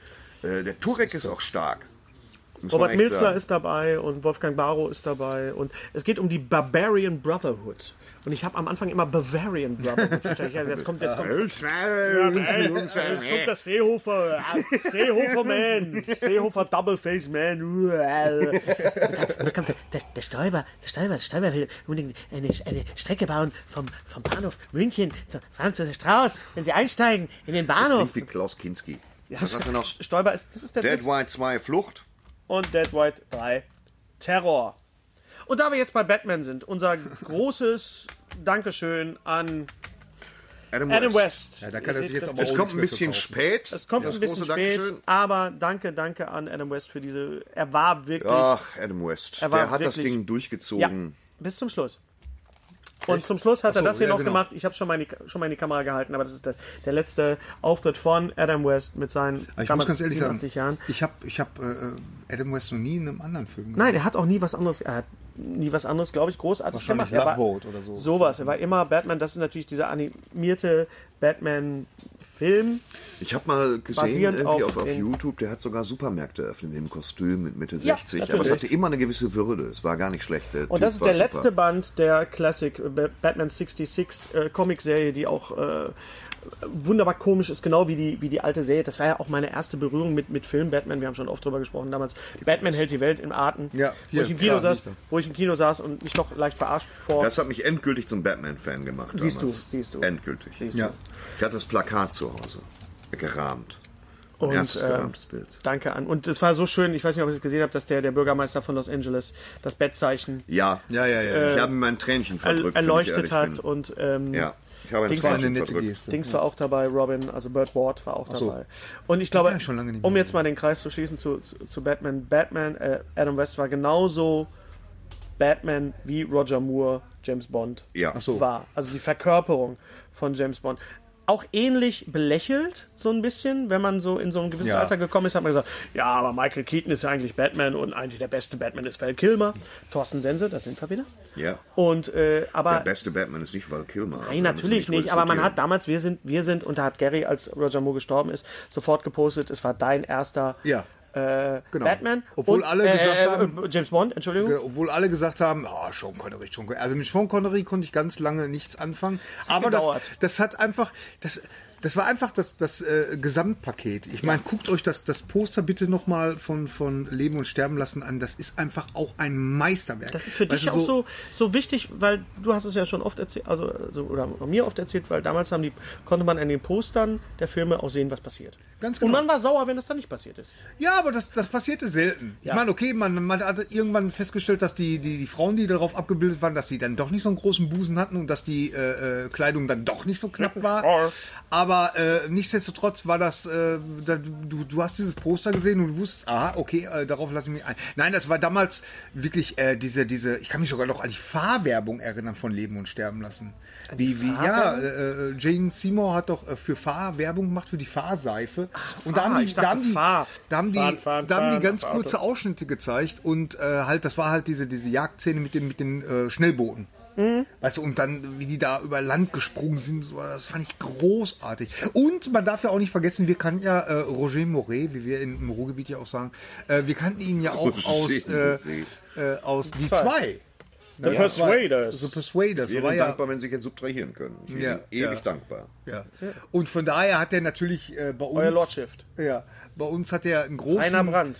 C: Äh, der Turek ist auch stark. Muss man
A: Robert
C: echt
A: Milzler
C: sagen.
A: ist dabei und Wolfgang Barrow ist dabei. Und es geht um die Barbarian Brotherhood. Und ich habe am Anfang immer Bavarian Brotherhood. verstanden. Ja, Jetzt kommt, jetzt kommt, jetzt kommt der Seehofer. ah, Seehofer Man. Seehofer Double Face Man. Uah.
E: Und da kommt der, der, der Stäuber, der Stäuber, der Stäuber will unbedingt eine, eine Strecke bauen vom, vom Bahnhof München zu Franz Josef Strauß. Wenn Sie einsteigen in den Bahnhof,
C: Klingt wie Klaus Kinski. Was hast du noch?
A: Stoiber ist, das ist der
C: Dead White 2 Flucht.
A: und Dead White 3 Terror. Und da wir jetzt bei Batman sind, unser großes Dankeschön an Adam West.
B: da kann er
A: Ihr
B: sich
A: seht,
B: jetzt
A: das-
B: aber
C: Es
B: auch
C: kommt
B: nicht
C: ein
B: mehr
C: bisschen
B: verkaufen.
C: spät.
A: Es kommt
C: das
A: ein bisschen
C: große
A: spät,
C: Dankeschön.
A: aber danke, danke an Adam West für diese. Er war wirklich.
C: Ach, Adam West.
A: Er war
C: Der hat das
A: wirklich-
C: Ding
A: ja,
C: durchgezogen.
A: bis zum Schluss. Und zum Schluss hat er
B: Hm. Ach so,
A: das hier
B: ja,
A: noch
B: genau.
A: gemacht. Ich habe schon mal, in die, schon mal in die Kamera gehalten, aber das ist der, der letzte Auftritt von Adam West mit seinen
B: Aber Ah, ich muss
A: damals
B: ganz ehrlich
A: 87
B: sagen,
A: Jahren.
B: ich habe ich hab, äh, Adam West noch nie in einem anderen Film gesehen.
A: Nein, er hat auch nie was anderes. Er hat nie was anderes, glaube ich, großartig
B: Wahrscheinlich
A: gemacht. Er war-
B: Love Boat oder so.
A: Sowas. Er war immer Batman. Das ist natürlich dieser animierte Batman-Film.
C: Ich habe mal gesehen,
A: Basierend
C: irgendwie
A: auf
C: auf, auf
A: den-
C: YouTube, der hat sogar Supermärkte eröffnet im Kostüm mit Mitte
A: Ja,
C: 60. Aber
A: natürlich.
C: es hatte immer eine gewisse Würde. Es war gar nicht schlecht. Der
A: Und
C: Typ
A: das ist
C: war
A: der
C: super.
A: letzte Band der Classic äh, Ba- Batman 66 äh, Comic-Serie, die auch äh, wunderbar komisch ist, genau wie die, wie die alte Serie. Das war ja auch meine erste Berührung mit, mit Film Batman. Wir haben schon oft drüber gesprochen damals. Batman hält die Welt in Atem.
B: Ja,
A: wo,
B: hier,
A: ich im Kino
B: klar,
A: saß,
B: nicht da.
A: wo ich im Kino saß und mich doch leicht verarscht vor.
C: Das hat mich endgültig zum Batman-Fan gemacht.
A: Siehst du,
C: damals.
A: siehst du.
C: Endgültig.
B: Ja.
C: Ich hatte das Plakat zu Hause. Gerahmt. Mein
A: Und,
C: erstes
A: äh,
C: gerahmtes Bild.
A: Danke an. Und es war so schön, ich weiß nicht, ob ihr es gesehen habt, dass der, der Bürgermeister von Los Angeles das Bettzeichen
C: Ja.
B: Ja, ja, ja.
C: ich habe mir mein Tränchen
A: er,
C: verdrückt. wenn ich
A: Äh, erleuchtet
C: ehrlich
A: hat.
C: bin.
A: Und ähm,
C: ja. Ich habe ein
A: Dings
C: Tränchen
A: war
B: war eine nette
C: verdrückt.
B: Geste.
A: Dings war auch dabei, Robin, also Bird Ward war auch
B: so.
A: dabei. Und ich glaube,
B: Ja, schon lange nicht mehr
A: um jetzt mal den Kreis zu schließen zu, zu, zu Batman, Batman, äh, Adam West war genauso Batman wie Roger Moore James Bond
C: Ja. Ach so.
A: war. Also die Verkörperung von James Bond. Auch ähnlich belächelt, so ein bisschen, wenn man so in so ein gewisses
B: Ja.
A: Alter gekommen ist, hat man gesagt, ja, aber Michael Keaton ist ja eigentlich Batman und eigentlich der beste Batman ist Val Kilmer. Thorsten Sense, das sind wir wieder.
C: Ja.
A: Und, äh, aber
C: Der beste Batman ist nicht Val Kilmer.
A: Nein,
C: also da müssen wir
A: natürlich nicht,
C: drüber
A: aber man
C: diskutieren.
A: hat damals, wir sind, wir sind, und da hat Gary, als Roger Moore gestorben ist, sofort gepostet, es war dein erster
B: Ja.
A: äh,
B: Genau.
A: Batman.
B: Obwohl
A: und,
B: alle gesagt haben-
A: äh, James Bond, Entschuldigung.
B: Genau, Obwohl alle gesagt haben, ah, Sean Connery, Sean Connery. Also mit Sean Connery konnte ich ganz lange nichts anfangen. Aber das,
A: gedauert.
B: das hat einfach, das, das war einfach das, das äh, Gesamtpaket. Ich meine, guckt euch das, das Poster bitte nochmal von, von Leben und Sterben lassen an. Das ist einfach auch ein Meisterwerk.
A: Das ist für dich
B: Weißt du,
A: auch so, so wichtig, weil du hast es ja schon oft erzählt, also so, oder mir oft erzählt, weil damals haben die, konnte man an den Postern der Filme auch sehen, was passiert.
B: Ganz genau.
A: Und man war sauer, wenn das dann nicht passiert ist.
B: Ja, aber das, das passierte selten.
A: Ja.
B: Ich meine, okay, man, man hat irgendwann festgestellt, dass die, die, die Frauen, die darauf abgebildet waren, dass die dann doch nicht so einen großen Busen hatten und dass die äh, äh, Kleidung dann doch nicht so knapp war. Aber äh, nichtsdestotrotz war das, äh, da, du, du hast dieses Poster gesehen und du wusstest, aha, okay, äh, darauf lasse ich mich ein. Nein, das war damals wirklich äh, diese, diese, ich kann mich sogar noch an die Fahrwerbung erinnern von Leben und Sterben lassen. Wie, wie, ja, äh, äh, Jane Seymour hat doch äh, für Fahrwerbung gemacht, für die Fahrseife. und da
A: Fahr,
B: haben die,
A: ich dachte
B: da haben die,
A: Fahr.
B: Da haben die,
A: Fahren, fahren,
B: da haben die
A: fahren,
B: ganz
A: Auto.
B: kurze Ausschnitte gezeigt und äh, halt, das war halt diese, diese Jagdszene mit den, mit den äh, Schnellbooten.
A: Mhm.
B: Weißt du, und dann, wie die da über Land gesprungen sind, so, das fand ich großartig. Und man darf ja auch nicht vergessen, wir kannten ja äh, Roger Moret, wie wir in, im Ruhrgebiet ja auch sagen, äh, wir kannten ihn ja auch
C: Roger
B: aus, äh,
C: Moret.
B: äh, aus die zwei.
A: The Persuaders.
B: The Persuaders.
C: Ich
B: war
C: wäre
B: ja,
C: dankbar, wenn sie sich jetzt subtrahieren können. Ich bin
B: Ja,
C: ewig
B: ja.
C: dankbar.
B: ja. Und von daher hat er natürlich äh, bei uns.
A: Euer Lordshift.
B: Ja, bei uns hat er einen
A: Einer
B: großen
A: Brand.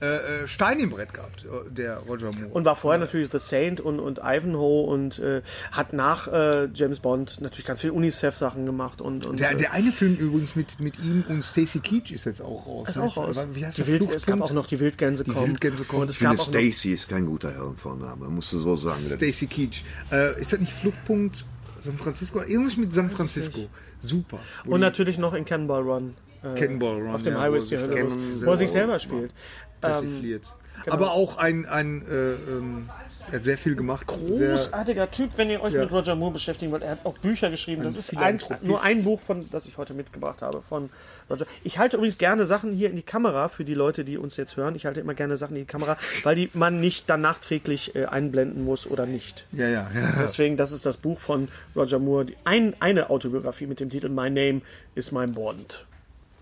B: äh, äh, Stein im Brett gehabt, äh, der Roger Moore.
A: Und war vorher natürlich The Saint und, und Ivanhoe und äh, hat nach äh, James Bond natürlich ganz viel UNICEF-Sachen gemacht und, und
B: der,
A: äh,
B: der eine Film übrigens mit, mit ihm und Stacy Keach ist jetzt auch raus. ne?
A: ist auch raus.
B: Wie heißt
A: die
B: der
A: Wild, es gab
B: Fluchtpunkt?
A: auch noch die Wildgänse kommen.
B: Wildgänse kommen.
A: Und es
C: Ich
A: gab
C: finde,
A: auch noch,
C: Stacy ist kein guter Herrenvorname. Musst du so sagen.
B: Stacy Keach. Äh, ist das nicht Fluchtpunkt San Francisco? Irgendwas mit San Francisco. Super. Wo
A: und
B: die
A: natürlich noch in Cannonball Run. Äh,
B: Cannonball Run,
A: Auf dem
B: ja, wo
A: Highway
B: er
A: to
B: sich
A: Hell,
B: da
A: wo er sich selber spielt. Ähm,
B: persifliert.
A: genau.
B: Aber auch ein, ein äh, ähm, er hat sehr viel gemacht. Sehr,
A: Großartiger Typ, wenn ihr euch
B: Ja.
A: mit Roger Moore beschäftigen wollt. Er hat auch Bücher geschrieben. Das ist eins,
B: Philanthropist.
A: nur ein Buch, von, das ich heute mitgebracht habe von Roger. Ich halte übrigens gerne Sachen hier in die Kamera für die Leute, die uns jetzt hören. Ich halte immer gerne Sachen in die Kamera, weil die man nicht dann nachträglich äh, einblenden muss oder nicht.
B: ja, ja, ja.
A: Deswegen, das ist das Buch von Roger Moore. Die ein, eine Autobiografie mit dem Titel My Name is My Bond.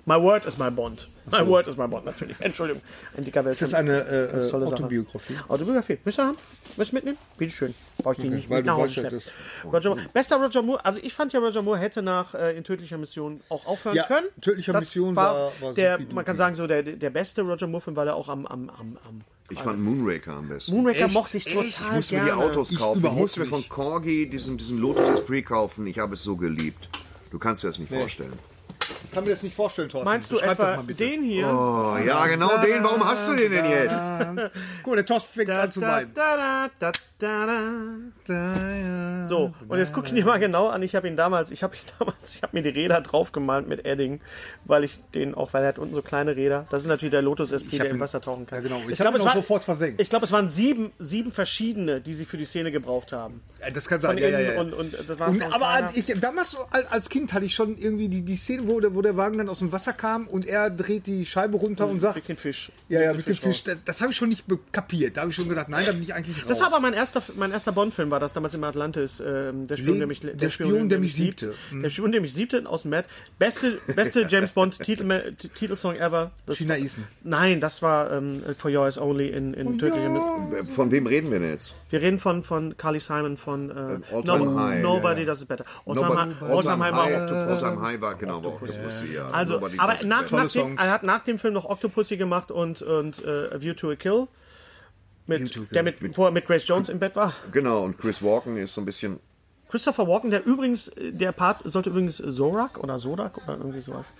A: My Word is My Bond. My Word is My Bond, natürlich. Entschuldigung. Ein dicker Welt.
B: Das ist eine äh, äh,
A: tolle Sache.
B: Autobiografie.
A: Autobiografie. Müsst ihr haben? Müsst ihr mitnehmen? Bitte schön. Brauche ich die nicht
B: weil
A: mit nach
B: du
A: Hause
B: weißt ja,
A: schleppen. Roger Moore. Bester Roger Moore. Also ich fand ja, Roger Moore hätte nach äh, In tödlicher Mission auch aufhören
B: Ja,
A: können.
B: Tödlicher
A: Das
B: Mission war- war
A: der,
B: supi-dupi.
A: Man kann sagen, so der, der beste Roger Moore-Film, weil er auch am, am, am, am
C: Ich fand Moonraker am besten.
A: Moonraker mochte ich total
C: Ich musste mir
A: gerne.
C: die Autos
B: Ich
C: kaufen. Ich
B: überhaupt
C: musste mir von
B: nicht.
C: Corgi diesen, diesen Lotus Esprit kaufen. Ich habe es so geliebt. Du kannst dir das nicht vorstellen.
B: Ich kann mir das nicht vorstellen, Thorsten.
A: Meinst du
B: Beschreib das
A: etwa
B: mal bitte.
A: den hier?
C: Oh, ja, genau den. Warum hast du den denn jetzt?
B: Guck mal, der Thorsten fängt
A: Da,
B: an zu
A: da,
B: weinen.
A: da, da, da, da. So, und jetzt guck ich dir mal genau an. Ich habe ihn damals, ich habe ihn damals, ich habe mir die Räder draufgemalt mit Edding, weil ich den auch, weil er hat unten so kleine Räder. Das ist natürlich der Lotus SP, der
B: ihn-
A: im Wasser tauchen kann.
B: Ja, genau. Ich hab
A: glaub,
B: ihn
A: es
B: auch sofort versenkt.
A: Ich glaube, es waren sieben, sieben verschiedene, die sie für die Szene gebraucht haben.
B: Ja, Das kann sein,
A: Von
B: ja, ja,
A: innen
B: ja.
A: Und, und das war
B: Und, aber ich, damals so als als Kind hatte ich schon irgendwie die, die Szene, wo der, wo der Wagen dann aus dem Wasser kam und er dreht die Scheibe runter und sagt,
A: mit dem Fisch.
B: ja, ja, mit dem Fisch, das, das habe ich schon nicht be- kapiert. Da habe ich schon gedacht, nein, da bin ich eigentlich raus.
A: Das war aber mein erster, mein erster Bond-Film, war das damals im Atlantis. Ähm, der Spion,
B: Le-
A: der mich,
B: der Spion, der mich siebte. Mhm.
A: Der Spion, der mich siebte aus dem Bett. Beste, beste James Bond Titel, Titelsong ever. Das,
B: China Eason.
A: nein, das war ähm, For Your Eyes Only in, in tödlicher Mit.
C: Von wem reden wir denn jetzt?
A: Wir reden von, von Carly Simon von äh,
C: All Time High,
A: Nobody Does It Better. All Time High- All Time High war Octopus.
C: Oldtime High war genau war Octopus. Ja.
A: Also,
C: Nobody
A: aber
C: does it
A: nach,
C: better.
A: nach dem,
B: Songs.
A: er hat nach dem Film noch Octopussy gemacht und, und äh, A View to a Kill. Mit,
B: to a Kill.
A: Der mit, wo er mit Grace Jones im Bett war.
C: Genau, und Chris Walken ist so ein bisschen.
A: Christopher Walken, der übrigens, äh, der Part sollte übrigens Zorak oder Zodak oder irgendwie sowas,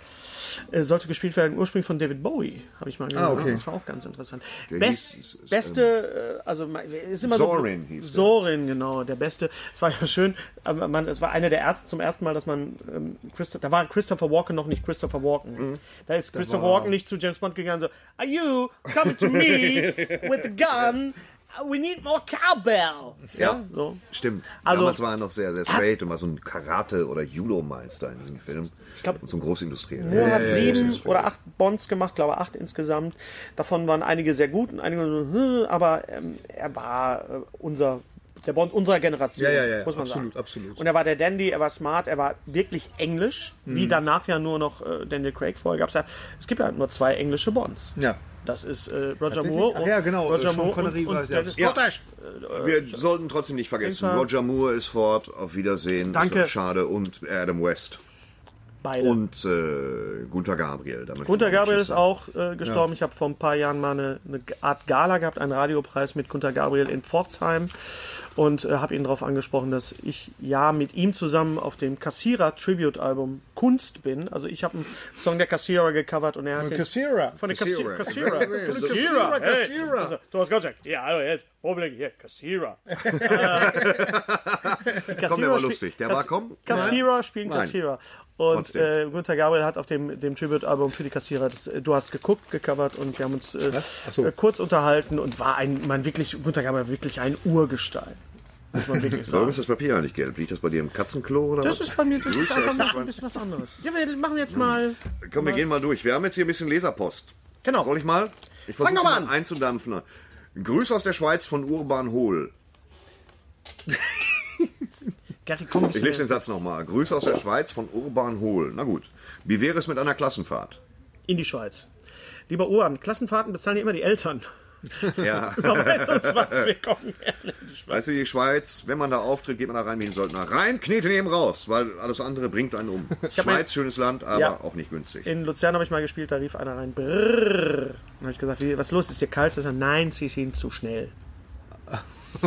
A: äh, sollte gespielt werden, ursprünglich von David Bowie, habe ich mal gehört.
B: okay.
A: Das war auch ganz interessant.
C: Ah, Der
A: Best,
C: hieß- ist- ist,
A: beste, äh, also ma- ist immer
C: Zorin
A: so.
C: hieß der.
A: Zorin, genau, der beste. Es war ja schön, aber man, es war einer der ersten, zum ersten Mal, dass man, ähm, Christo- da war Christopher Walken noch nicht Christopher Walken.
C: Mhm.
A: Da ist Christopher Walken nicht zu James Bond gegangen, so, are you coming to me with a gun? We need more cowbell.
C: Ja,
A: so.
C: stimmt.
A: Also-
C: Damals war er noch sehr, sehr straight und war so ein Karate- oder Judo-Meister in diesem Film. Ich
A: glaub-
C: Und so ein Großindustrieller.
A: Moore
B: Äh,
A: hat sieben oder acht Bonds gemacht, glaube acht insgesamt. Davon waren einige sehr gut und einige so, hm, aber ähm, er war äh, unser, der Bond unserer Generation,
B: Ja, ja, ja, ja,
A: muss man
B: absolut,
A: sagen.
B: absolut.
A: Und er war der Dandy, er war smart, er war wirklich englisch,
B: Mhm.
A: wie danach ja nur noch äh, Daniel Craig vorher gab's ja, es gibt ja nur zwei englische Bonds.
B: Ja.
A: Das ist äh, Roger Moore
B: Ach ja, genau,
A: Roger
B: Sean
A: Moore
B: Connery
A: und,
B: war-
A: und
B: ja.
A: Dennis
C: Ja. Wir sollten trotzdem nicht vergessen,
A: Jedenfalls-
C: Roger Moore ist fort, auf Wiedersehen,
A: Danke.
C: Ist schade, und Adam West
A: beide.
C: und äh, Gunther Gabriel. Damit
A: Gunther
C: kann man
A: Gabriel
C: Tschüss
A: ist
C: sagen.
A: auch äh, gestorben. Ich habe vor ein paar Jahren mal eine, eine Art Gala gehabt, einen Radiopreis mit Gunther Gabriel in Pforzheim und äh, habe ihn darauf angesprochen, dass ich ja mit ihm zusammen auf dem Kassierer Tribute Album Kunst bin. Also ich habe einen Song der Kassierer gecovert und er hat den
B: Kassierer.
A: von der Kassierer.
C: Kassierer.
A: Kassierer. Kassierer.
C: Kassierer,
B: Kassierer.
A: Hey. Also, Thomas Gottschalk. Ja, hallo jetzt. Problem hier. Kassierer. Äh, die Kassierer
C: Komm, der war
A: spiel-
C: lustig. Der war, komm.
A: Kassierer spielen
C: Nein.
A: Kassierer. Und
C: Trotzdem.
A: äh, Günther Gabriel hat auf dem, dem Tribute-Album für die Kassierer das äh, Du hast geguckt, gecovert und wir haben uns äh, äh, kurz unterhalten und war ein, man wirklich, Günther Gabriel war wirklich ein Urgestein. Muss man wirklich
C: Warum
A: sagen.
C: ist das Papier eigentlich gelb? Liegt das bei dir im Katzenklo? Oder
A: Das
C: was?
A: ist bei mir das
C: Du,
A: ist
C: das
A: einfach
C: ist
A: mal ein
C: mein-
A: bisschen was anderes. Ja, wir machen jetzt mal.
C: Komm, wir gehen mal durch. Wir haben jetzt hier ein bisschen Leserpost.
A: Genau.
C: Soll ich mal? Ich versuche
A: doch
C: mal
A: mal
C: an.
A: an.
C: einzudampfen. Grüße aus der Schweiz von Urban Hohl.
A: Gary, komm,
C: Ich lese den Satz nochmal. Grüße aus der Schweiz von Urban Hohl. Na gut. Wie wäre es mit einer Klassenfahrt?
A: in die Schweiz. Lieber Urban, Klassenfahrten bezahlen ja immer die Eltern.
C: Ja.
A: Weiß uns was, wir kommen gerne in die Schweiz.
C: Weißt du, die Schweiz, wenn man da auftritt, geht man da rein wie ein Söldner. Rein, knete neben raus, weil alles andere bringt einen um. Schweiz, schönes Land, aber
A: Ja.
C: auch nicht günstig.
A: In Luzern habe ich mal gespielt, da rief einer rein, brrrr. Dann habe ich gesagt, wie, was ist los, ist dir kalt? Er sagt, nein, sie sind zu schnell.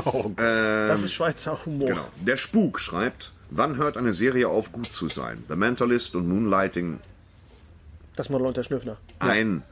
B: Oh Ähm,
A: das ist Schweizer Humor.
C: Genau. Der Spuk schreibt, wann hört eine Serie auf, gut zu sein? The Mentalist und Moonlighting
A: Das Model und der Schnüffler.
C: ein.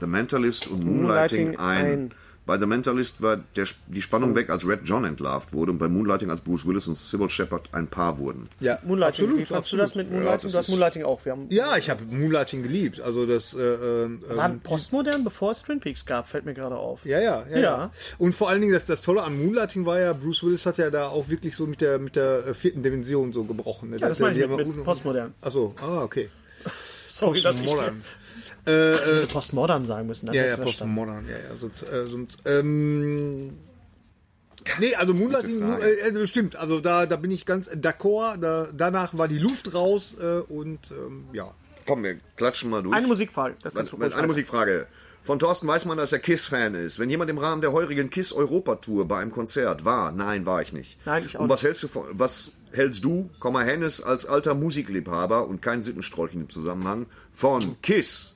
C: The Mentalist und Moonlighting,
A: Moonlighting
C: ein.
A: ein.
C: Bei The Mentalist war der, die Spannung weg, als Red John entlarvt wurde und bei Moonlighting, als Bruce Willis und Sybil Shepard ein Paar wurden.
B: Ja,
A: Moonlighting, wie
B: absolut,
A: fandst du
B: absolut.
A: das mit Moonlighting?
C: das
A: du hast
C: ist-
A: Moonlighting auch. Wir haben,
B: Ja, ich habe Moonlighting geliebt. Also das. Äh, ähm,
A: waren postmodern, bevor es Twin Peaks gab, fällt mir gerade auf.
B: Ja, ja, ja,
A: Ja.
B: ja, Und vor allen Dingen, das, das Tolle an Moonlighting war ja, Bruce Willis hat ja da auch wirklich so mit der, mit der äh, vierten Dimension so gebrochen. Ne?
A: Ja, das
B: Der-
A: meine ich
B: der-
A: mit-
B: der-
A: mit postmodern.
B: Achso, ah, okay.
A: Sorry, dass ich
B: Postmodern.
A: hätte postmodern sagen müssen. dann
B: Ja,
A: hätte
B: ja,
A: ich's verstanden.
B: postmodern. Ja, ja, sonst, äh, sonst, ähm, nee, also Moonlighting,
C: Frage.
B: äh, äh, stimmt. Also da, da bin ich ganz d'accord. Da, danach war die Luft raus äh, und ähm, ja.
C: Komm, wir klatschen mal durch.
A: Eine Musikfrage. Das kannst du
C: Wenn-
A: ruhig
C: Eine
A: sagen.
C: Musikfrage. Von Thorsten weiß man, dass er Kiss-Fan ist. Wenn jemand im Rahmen der heurigen Kiss-Europa-Tour bei einem Konzert war, nein, war ich nicht.
A: Nein, ich auch
C: Und was hältst du von, was hältst du, Komma Hennes, als alter Musikliebhaber und kein Sittenstrolchen im Zusammenhang, von Kiss?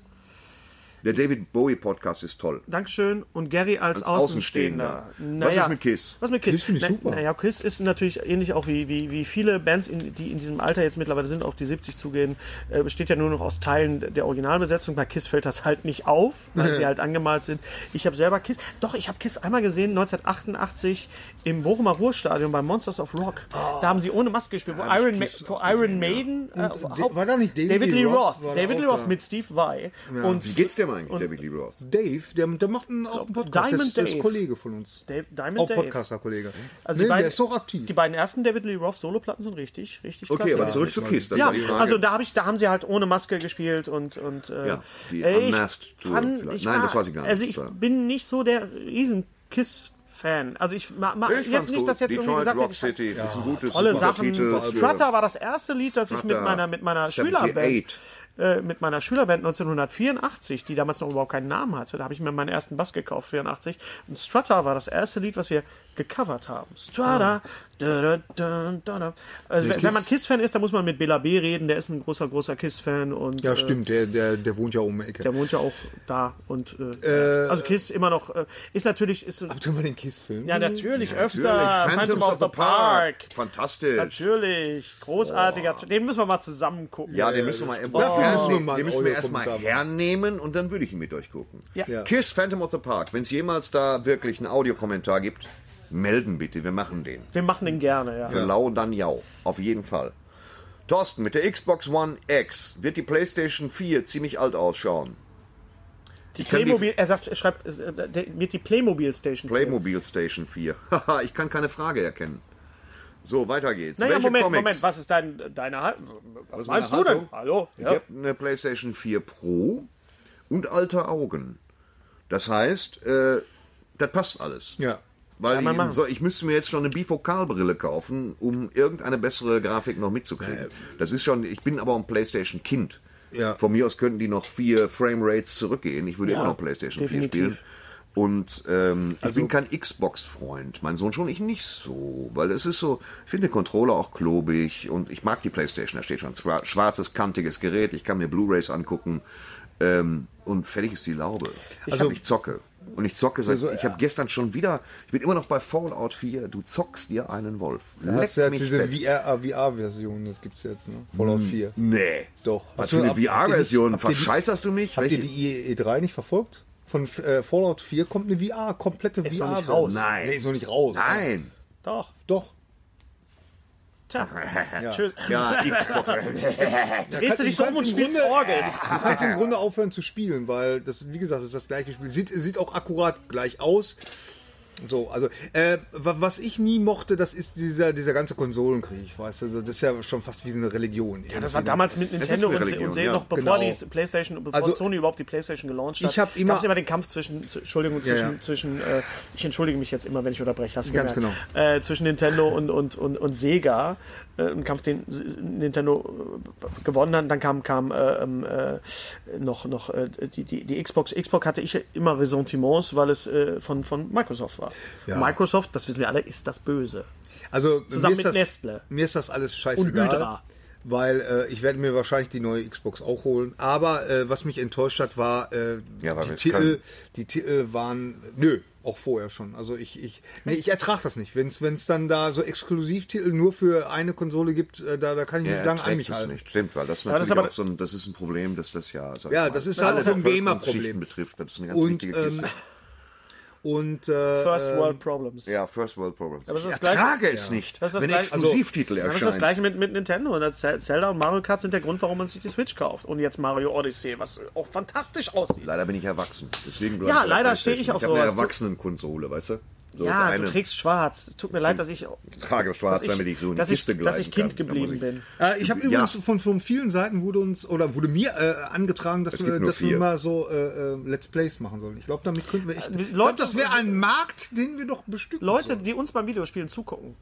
C: Der David Bowie-Podcast ist toll.
A: Dankeschön. Und Gary als,
C: Als
A: Außenstehender.
C: Außenstehender. Was ist mit Kiss?
A: Was mit Kiss?
B: Kiss finde ich super.
A: Naja, Kiss ist natürlich ähnlich auch wie, wie, wie viele Bands, in, die in diesem Alter jetzt mittlerweile sind, auf die 70 zugehen, äh, besteht ja nur noch aus Teilen der Originalbesetzung. Bei Kiss fällt das halt nicht auf, weil sie halt angemalt sind. Ich habe selber Kiss, doch, ich habe Kiss einmal gesehen, 1988 im Bochumer Ruhrstadion bei Monsters of Rock. Da haben sie ohne Maske gespielt, wo
C: Oh. hab ich
A: Iron, Ma
C: Kiss
A: wo
C: auch
A: Iron
C: gesehen,
A: Maiden, äh,
B: Und, äh,
A: Haupt-
B: war da nicht David Lee
A: Lee
B: Roth?
A: Roth,
B: War da
A: David
B: auch
A: Lee Roth
B: da?
A: mit Steve Vai.
C: Wie geht's dir mal eigentlich, David Lee Roth?
B: Dave, der, der macht einen, auch einen Podcast.
A: Diamond
B: das, das ist
A: Dave.
B: Kollege von uns.
A: Dave- Diamond
B: auch
A: Dave.
B: Podcaster-Kollege.
A: Also
B: nee,
A: die beiden,
B: der ist auch aktiv.
A: Die beiden ersten David Lee Roth Soloplatten sind richtig, richtig
C: Okay,
A: klasse.
C: aber zurück zu Kiss. Das
A: ja,
C: war die Frage.
A: also da habe ich, da haben sie halt ohne Maske gespielt und und äh,
C: Ja, die
A: äh, ich
C: Unmasked Tour
A: fand,
C: vielleicht.
A: ich
C: Nein,
A: war,
C: das weiß ich gar nicht.
A: Also ich
C: Das war-
A: bin nicht so der riesen Kiss Fan. Also ich ma, ma,
C: ich fand's
A: jetzt nicht,
C: gut.
A: dass jetzt irgendwie
C: Detroit
A: gesagt
C: Rock
A: wird,
C: City ist ein gutes
A: tolle
C: super
A: Sachen.
C: Titel für-
A: Strutter war das erste Lied, das ich mit
C: Strutter,
A: meiner mit meiner
C: 78.
A: Schülerband äh, mit meiner Schülerband 1984, die damals noch überhaupt keinen Namen hatte, da habe ich mir meinen ersten Bass gekauft, 84. Und Strutter war das erste Lied, was wir gecovert haben. Strutter.
C: Ah.
A: Da, da, da, da, da. Also, wenn, wenn man Kiss-Fan ist, dann muss man mit Bela B reden, der ist ein großer, großer Kiss-Fan und
B: ja,
A: äh,
B: stimmt. Der, der, der wohnt ja um die Ecke.
A: der wohnt ja auch da. Und äh, also Kiss immer noch äh, ist natürlich ist
B: Habt ihr mal den Kiss-Film?
A: ja natürlich öfter
C: Natürlich, Phantoms of the Park. Fantastisch.
A: Natürlich, großartiger. Den müssen wir mal zusammen gucken.
C: Ja, den müssen wir mal, den
B: Dafür müssen wir
C: müssen wir,
B: mal einen
C: den müssen wir
B: Euro
C: erstmal
B: Kommentar machen.
C: hernehmen und dann würde ich ihn mit euch gucken.
A: Ja. Ja.
C: Kiss Phantom of the Park. Wenn es jemals da wirklich einen Audiokommentar gibt, melden bitte, wir machen den.
A: Wir machen den gerne, ja.
C: Für Lau dann Jau. Auf jeden Fall. Thorsten, mit der Xbox One X wird die PlayStation 4 ziemlich alt ausschauen.
A: Die
C: kann die-
A: Playmobil, er sagt, er schreibt, äh, der- wird die Playmobil Station. fehlen.
C: Playmobil Station 4. Haha, ich kann keine Frage erkennen. So, weiter geht's.
A: Naja,
C: Welche
A: Moment,
C: Comics?
A: Moment, was ist dein, deine Haltung? Was,
C: ist meine
A: meinst du denn?
C: Haltung?
A: Hallo?
C: Ich
A: Ja.
C: habe eine PlayStation 4 Pro und alte Augen. Das heißt, äh, das passt alles.
B: Ja.
C: Weil
A: man
C: ich,
A: machen.
C: so, ich müsste mir jetzt schon eine Bifokalbrille kaufen, um irgendeine bessere Grafik noch mitzukriegen. Das ist schon, ich bin aber ein PlayStation-Kind.
B: Ja.
C: Von mir aus könnten die noch vier Framerates zurückgehen. Ich würde immer noch PlayStation 4
A: definitiv.
C: spielen. Und ähm,
B: Also
C: ich bin kein Xbox-Freund. Mein Sohn schon, ich nicht so. Weil es ist so, ich finde den Controller auch klobig und ich mag die Playstation. Da steht schon schwa- schwarzes, kantiges Gerät. Ich kann mir Blu-Rays angucken. Ähm, und fertig ist die Laube. Also ich zocke. Und ich zocke
B: Also,
C: seit,
B: äh,
C: ich habe gestern schon wieder, ich bin immer noch bei Fallout 4. Du zockst dir einen Wolf.
B: Da
C: Leck
B: hat's ja jetzt
C: mich
B: diese
C: fett.
B: VR-Version, das gibt's jetzt, ne? Fallout 4.
C: Nee.
B: Doch.
C: Was
B: Hast
C: für
B: du-
C: eine
B: habt ihr die-
C: VR-Version?
B: habt ihr die-
C: Verscheißerst du mich?
B: Habt ihr
C: Welche-
B: die E3 nicht verfolgt? Von äh, Fallout 4 kommt eine VR, komplette
A: Ist
B: VR.
A: noch nicht raus.
C: Nein.
B: Nee, ist noch nicht raus.
C: Nein.
A: Doch,
B: Doch.
A: tja. Tschüss.
C: Ja, Xbox.
A: Drehst du dich so um und
B: kannst im
A: spielst
B: Grunde-
A: Orgel.
B: Du kannst im Grunde aufhören zu spielen, weil das, wie gesagt, das ist das gleiche Spiel. Sieht, sieht auch akkurat gleich aus. So, also, äh, wa- was ich nie mochte, das ist dieser, dieser ganze Konsolenkrieg, weißt du, also, das ist ja schon fast wie eine Religion.
A: Ja, das war damals mit
C: ist
A: Nintendo
C: eine
A: und,
C: Religion,
A: und Se-
C: ja.
A: noch bevor
B: Genau.
A: die PlayStation und bevor
B: Also,
A: Sony überhaupt die PlayStation gelauncht hat.
B: ich hab immer-
A: gab's immer den Kampf zwischen zu- Entschuldigung zwischen
B: ja.
A: zwischen äh, ich entschuldige mich jetzt immer, wenn ich unterbreche, hast du
B: Ganz genau.
A: gemerkt. Äh, zwischen Nintendo und und und, und Sega, äh, ein Kampf den S- S- Nintendo äh, gewonnen hat, dann kam kam äh, ähm, äh, noch noch äh, die, die die Xbox Xbox hatte ich immer Ressentiments, weil es äh, von von Microsoft war. Microsoft, das wissen wir alle, ist das Böse.
B: Also
A: Zusammen
B: mir ist
A: mit
B: das,
A: Nestle.
B: Mir ist das alles scheißegal.
A: Und Hydra.
B: Weil äh, ich werde mir wahrscheinlich die neue Xbox auch holen. Aber äh, was mich enttäuscht hat, war äh,
C: Ja, weil
B: die
C: wir's
B: Titel.
C: können.
B: Die Titel waren nö, auch vorher schon. Also ich ich nee, ich ertrage das nicht. Wenn es dann da so Exklusivtitel nur für eine Konsole gibt, äh, da da kann ich
C: Ja,
B: nicht
C: er
B: lange an
C: trägt
B: mich
C: es
B: halten.
C: nicht. Stimmt, weil das ist
A: halt. das
C: natürlich
A: ist aber-
C: auch so ein, das ist ein Problem, dass das ja. sag
B: Ja,
C: mal,
B: das ist
C: alle
B: halt so ein
C: Bevölkerungsschichten
B: Gamer-Problem.
C: betrifft. Das ist eine ganz
B: Und,
C: wichtige Kiste.
B: ähm, Und äh,
A: First World Problems.
C: Ja, First World Problems.
A: das
C: ich
A: ist das Gleiche.
C: ertrage es nicht,
A: Das ist das
C: wenn
A: Gleiche. Also,
C: Exklusivtitel
A: Das ist das
C: erscheinen.
A: gleiche mit, mit Nintendo. Und das Ze- Zelda und Mario Kart sind der Grund, warum man sich die Switch kauft. Und jetzt Mario Odyssey, was auch fantastisch aussieht.
C: leider bin ich erwachsen. Deswegen bleib
A: Ja,
C: bei der
A: leider stehe
C: PlayStation.
A: ich auf
C: Ich habe eine
A: sowas. Du-
C: Erwachsenenkonsole, weißt du? So
A: ja,
C: eine
A: du trägst schwarz. Tut mir leid, dass ich,
C: Trage schwarz,
A: dass ich,
C: damit ich so in die
A: dass ich,
C: Kiste
A: dass ich
C: gleiten
A: Kind
C: kann. Da muss
A: geblieben
C: ich-
A: bin.
B: Äh, ich habe
C: Ja.
B: übrigens von, von vielen Seiten wurde uns oder wurde mir äh, angetragen, dass,
C: Es gibt
B: wir,
C: nur
B: dass wir
C: vier.
B: mal so äh, äh, Let's Plays machen sollen. Ich glaube, damit könnten wir echt.
A: die
B: ich glaube,
A: Äh, Leute-
B: das wäre ein Markt, den wir doch bestücken.
A: Leute, die uns beim Videospielen zugucken.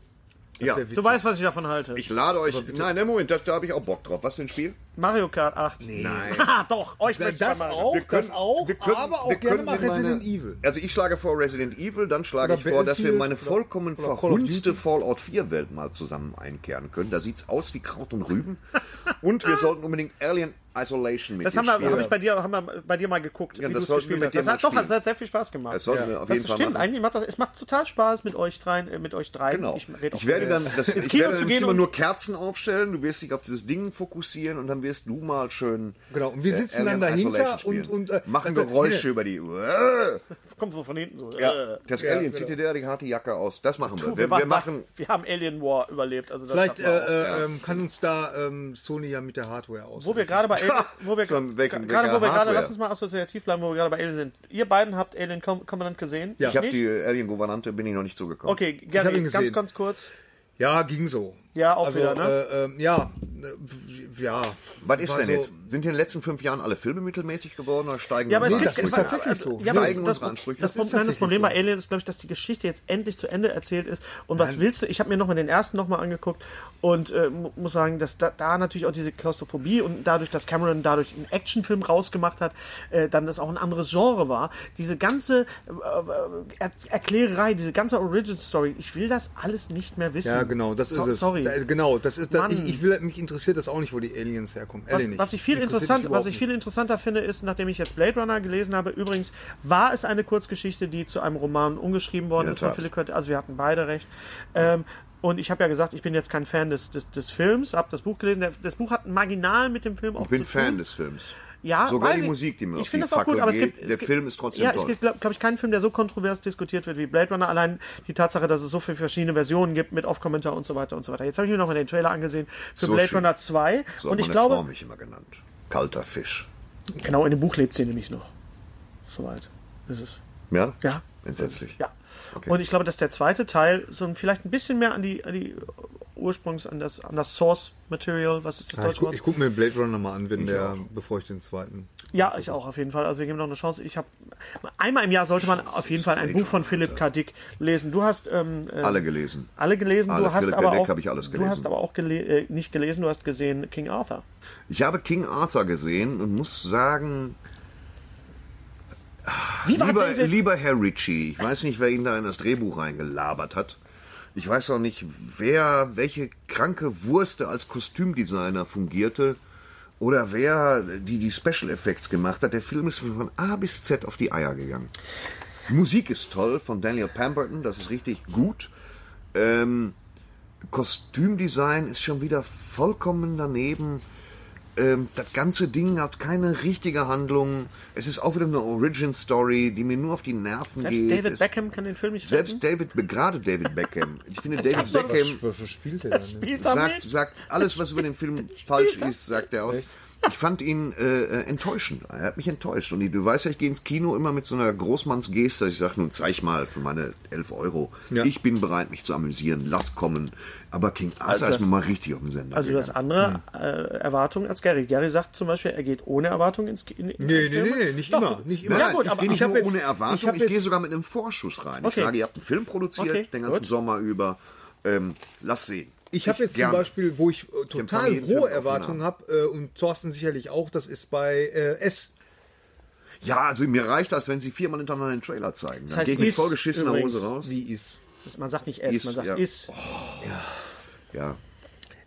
C: Ja,
A: Du weißt, was ich davon halte.
C: ich lade euch. Nein, nein, Moment, das, da habe ich auch Bock drauf. Was für ein Spiel?
A: Mario Kart 8. Nein. Haha, doch, euch
B: sollen.
A: möchte ich
B: das
A: mal-
B: auch,
C: Wir können-
B: das auch,
C: wir können-
B: aber
C: wir
B: auch gerne
C: können
B: mal
C: in meine-
B: Resident Evil.
C: Also ich schlage vor Resident Evil, dann schlage
B: Oder
C: ich vor, dass wir
B: Battlefield
C: meine
B: oder-
C: vollkommen
B: oder Call of
C: verhunzte Fallout 4 Welt mal zusammen einkehren können. Da sieht's aus wie Kraut und Rüben. und wir sollten unbedingt Alien Isolation mit
A: Das
C: ihr
A: haben wir,
C: spielen.
A: habe ich bei dir, haben wir bei dir mal geguckt,
C: Ja,
A: wie
C: das
A: du es
C: sollten wir
A: gespielt
C: mit
A: hast.
C: dir
A: Das
C: mal
A: hat doch,
C: spielen.
A: es hat sehr viel Spaß gemacht.
C: Das sollten wir auf jeden
A: das
C: Fall
A: stimmt,
C: machen.
A: eigentlich macht das, es macht total Spaß mit euch dreien, äh, mit euch dreien.
C: Genau. Ich,
A: red auch
C: werde
A: viel.
C: dann das,
A: ins
C: ich
A: Kino
C: werde
A: zu
C: im
A: gehen
C: Zimmer
A: und
C: nur Kerzen aufstellen, du wirst dich auf dieses Ding fokussieren und dann wirst du mal schön
B: Genau, und wir
C: äh,
B: sitzen
C: Alien
B: dann dahinter
C: Isolation
B: und-
C: spielen.
B: und, äh,
C: machen
B: also,
C: Geräusche
B: hier.
C: über die Uhr.
A: kommt so von hinten so.
C: Ja,
A: äh.
C: das
B: Ja,
C: Alien zieht
B: genau.
C: dir derartig hart die Jacke aus. Das machen wir.
A: Du,
C: Wir, wir,
A: waren da-
C: machen
A: wir haben Alien War überlebt, also das
B: Vielleicht
A: schaffen wir auch.
B: äh, äh, ähm, kann uns da ähm, Sony ja mit der Hardware aus.
A: wo wir gerade bei Alien, wo wir
C: So ein Weg-
A: gerade
C: Wecker
A: wo wir gerade
C: Hardware.
A: lass uns mal assoziativ bleiben, wo wir gerade bei Alien sind. Ihr beiden habt Alien Com Covenant gesehen?
C: Ich habe
A: Nicht?
C: die Alien-Gouvernante, bin ich noch nicht zugekommen.
A: Okay,
B: hab ihn
A: gerne ganz
B: gesehen.
A: ganz kurz.
B: ja, ging so.
A: Ja, auch wieder, ne?
B: Äh, ähm, ja, äh, ja.
C: Was ist
B: War
C: denn
B: so-
C: jetzt? Sind in den letzten fünf Jahren alle Filme mittelmäßig geworden oder steigen
A: Ja, aber es
C: unsere
A: gibt
B: das ist
C: Ansprüche?
B: tatsächlich so.
A: Ja, aber das,
C: Steigen
A: das,
C: unsere
A: das,
C: Ansprüche? Das ist
A: Problem, das
B: tatsächlich
A: Problem
B: so.
A: bei Alien ist, glaube ich, dass die Geschichte jetzt endlich zu Ende erzählt ist. Und was willst du? Ich habe mir nochmal den ersten nochmal angeguckt und äh, mu- muss sagen, dass da, da natürlich auch diese Klaustrophobie und dadurch, dass Cameron dadurch einen Actionfilm rausgemacht hat, äh, dann das auch ein anderes Genre war. Diese ganze äh, äh, er Erklärerei, diese ganze Origin Story, ich will das alles nicht mehr wissen.
B: Ja, genau, das
A: So-
B: ist es.
A: Sorry.
B: Da, genau, das ist das,
A: Mann.
B: ich, ich will mich interessiert das auch nicht, wo die Aliens herkommen. Ehrlich
A: was,
B: nicht.
A: was ich viel
B: Interessiert mich
A: interessant, was
B: überhaupt
A: ich viel interessanter finde, ist, nachdem ich jetzt Blade Runner gelesen habe, übrigens war es eine Kurzgeschichte, die zu einem Roman umgeschrieben worden
C: In der
A: ist von
C: Tat.
A: Philip Kurt. Also wir hatten beide recht. Ähm, und ich habe ja gesagt, ich bin jetzt kein Fan des, des, des Films, habe das Buch gelesen. Der- Das Buch hat marginal mit dem Film auch
C: Ich bin
A: zu
C: Fan
A: tun.
C: des Films.
A: Ja,
C: Sogar
A: weiß
C: die
A: ich.
C: Musik, die mir
A: ich
C: auf
A: finde
C: die
A: das auch
C: Fackel
A: gut, aber es
C: geht.
A: gibt,
C: Der
A: es gibt,
C: Film ist trotzdem
A: ja,
C: toll.
A: es gibt, glaube glaub ich, keinen Film, der so kontrovers diskutiert wird wie Blade Runner. Allein die Tatsache, dass es so viele verschiedene Versionen gibt mit Off-Kommentar und so weiter und so weiter. Jetzt habe ich mir nochmal den Trailer angesehen für
C: So
A: Blade
C: schön.
A: Runner 2.
C: So hat
A: und ich
C: meine
A: glaube,
C: Frau mich immer genannt. Kalter Fisch.
A: Genau, in dem Buch lebt sie nämlich noch. Soweit ist es.
C: Ja?
A: Ja.
C: Entsetzlich.
A: Ja.
C: Okay.
A: Und ich glaube, dass der zweite Teil so ein- vielleicht ein bisschen mehr an die, an die Ursprungs, an das, an das Source Material, was
C: Ah,
A: ist das
B: Ja, Ah, ich
A: deutsche
B: guck,
A: Wort?
B: ich guck mir den Blade Runner mal an, wenn der, bevor ich den zweiten.
A: Ja, ich auch auf jeden Fall. Also wir geben noch eine Chance. Ich habe einmal im Jahr sollte man auf jeden Fall ein
C: Blade
A: Buch von
C: Runner,
A: Philipp K. Dick lesen. Du hast ähm, äh,
C: Alle gelesen.
A: alle gelesen,
C: Alle
A: du hast
C: Philipp K.
A: aber
C: Dick
A: auch
C: hab ich alles
A: du
C: gelesen.
A: hast aber auch gele äh, nicht gelesen, du hast gesehen King Arthur.
C: Ich habe King Arthur gesehen und muss sagen,
A: Wie war
C: lieber,
A: David?
C: lieber Herr Ritchie, ich weiß nicht, wer ihn da in das Drehbuch reingelabert hat. Ich weiß auch nicht, wer, welche kranke Wurste als Kostümdesigner fungierte oder wer die, die Special Effects gemacht hat. Der Film ist von A bis Z auf die Eier gegangen. Musik ist toll von Daniel Pemberton, das ist richtig gut. Ähm, Kostümdesign ist schon wieder vollkommen daneben. Ähm, das ganze Ding hat keine richtige Handlung. Es ist auch wieder eine Origin Story, die mir nur auf die Nerven
A: Selbst
C: geht.
A: David
C: es,
A: Beckham kann den Film nicht
C: Selbst
A: retten.
C: David, gerade David Beckham. Ich finde, David Beckham
B: Was, was spielt der denn?
A: Spielt er
C: sagt,
A: mit?
C: sagt alles, was über den Film falsch ist, sagt er aus. Ich fand ihn äh, äh, enttäuschend. Er hat mich enttäuscht. Und ich- du weißt ja, ich gehe ins Kino immer mit so einer Großmannsgeste. Ich sage, nun zeig mal für meine 11 Euro.
B: Ja.
C: Ich bin bereit, mich zu amüsieren. Lass kommen. Aber King Arthur
A: Also
C: ist mir
A: das-
C: mal richtig auf den Sender
A: Also das
C: gegangen.
A: andere
B: Hm.
A: äh, Erwartung als Gary. Gary sagt zum Beispiel, er geht ohne Erwartung ins Kino. In, in
B: Nee, nee,
A: Filme.
B: nee, nee, nicht
A: Doch.
B: immer. Nicht immer.
C: Nein,
A: Ja, gut,
C: ich
A: aber
C: gehe nicht
B: ich hab
C: nur
B: jetzt-
C: ohne
B: ich
C: Erwartung,
B: hab
C: ich, gehe
B: jetzt-
C: sogar mit einem Vorschuss rein. Ich
A: Okay.
C: sage, ihr habt einen Film produziert
A: Okay,
C: den ganzen
A: gut.
C: Sommer über. Ähm, lass sehen.
B: Ich habe jetzt
C: gern.
B: zum Beispiel, wo ich äh,
C: empfange
B: total
C: jeden Film
B: hohe
C: auf
B: Erwartungen
C: den
B: habe äh, und Thorsten sicherlich auch, das ist bei äh, S.
C: Ja, also mir reicht das, wenn sie viermal hintereinander den Trailer zeigen. Dann
A: heißt
C: gehe ich mit
A: ist
C: vollgeschissener
A: übrigens.
C: Hose raus.
B: Wie ist.
A: Das- Man sagt nicht es,
C: Ist,
A: man sagt
C: ja.
A: is.
C: Ja.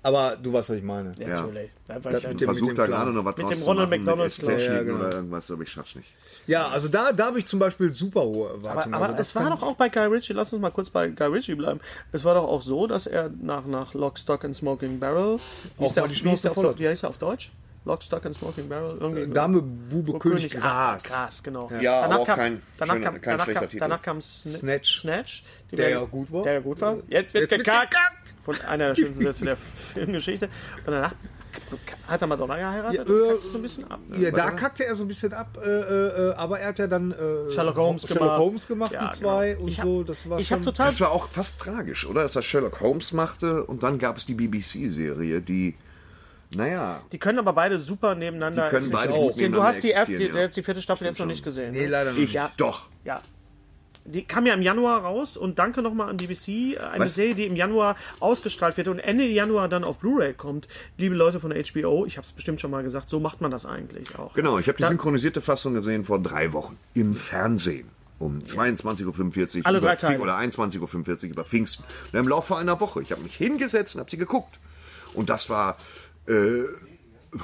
B: Aber du weißt, was ich meine.
A: ja,
C: Ja.
A: too late. Da war ich halt
B: mit
A: ein-
B: dem-
C: versucht da
B: Clown.
C: gerade noch was
A: Mit
C: draus
A: dem
C: zu
A: Ronald
C: machen,
A: McDonald
C: mit
A: Clown.
C: SZ-Schnitt
B: Ja, genau.
C: oder irgendwas, aber ich schaff's nicht.
B: Ja, also da, da habe ich zum Beispiel super hohe
A: aber
B: Erwartungen.
A: aber
B: also das
A: es war
B: fand
A: doch auch bei Guy Ritchie, lass uns mal kurz bei Guy Ritchie bleiben. Es war doch auch so, dass er nach, nach Lock, Stock and Smoking Barrel. hieß
B: Auch
A: der
B: mal
A: auf-
B: die
A: hieß
B: Schnauze
A: der auf,
B: voll
A: Deu-
B: hat.
A: Wie heißt er auf Deutsch? Lock, Stock and Smoking Barrel. Irgendwie
B: Äh, Dame, Bube, König, Gras.
A: Gras, genau.
C: Ja, auch kein
A: danach
C: schöner-
A: kam,
C: kein
A: danach
C: schlechter
A: kam,
C: Titel.
A: Danach kam Sn
B: Snatch.
A: Snatch die
B: Der
A: werden-
B: ja gut war.
A: Der ja gut war. Jetzt wird
B: Jetzt wird
A: gekackt. Von einer der schönsten Sätze der Filmgeschichte. Und danach hat er Madonna geheiratet.
B: Ja,
A: und
B: äh,
A: kackt so ein bisschen ab. ne?
B: Ja, da kackte er so ein bisschen ab, äh, äh, äh, aber er hat ja dann äh,
A: Sherlock Holmes
B: Sherlock
A: gemacht.
B: Holmes gemacht
A: Ja,
B: die zwei
A: genau.
B: und
A: Ich hab-
B: so. Das war
A: ich
B: schon.
A: habe total
C: Das war auch fast tragisch, oder? Dass das Sherlock Holmes machte und dann gab es die BBC-Serie, die, naja,
A: Die können aber beide super nebeneinander.
C: Die können beide
A: existieren.
C: gut nebeneinander
A: Du hast die, erste, die,
C: existieren, ja.
A: die vierte Staffel jetzt noch nicht gesehen.
B: nee,
A: ne?
B: leider noch
C: ich
B: nicht.
A: Ja.
C: doch.
A: Ja. Die kam ja im Januar raus und danke nochmal an BBC. Eine
C: Was?
A: Serie, die im Januar ausgestrahlt wird und Ende Januar dann auf Blu-ray kommt. Liebe Leute von HBO, ich habe es bestimmt schon mal gesagt, so macht man das eigentlich auch.
C: Genau, ich habe die synchronisierte Fassung gesehen vor drei Wochen im Fernsehen. Um 22.45 Uhr
A: Alle
C: über
A: drei Tage.
C: Pfing- oder 21.45 Uhr über Pfingsten. Und Im Laufe einer Woche. Ich habe mich hingesetzt und habe sie geguckt. Und das war äh,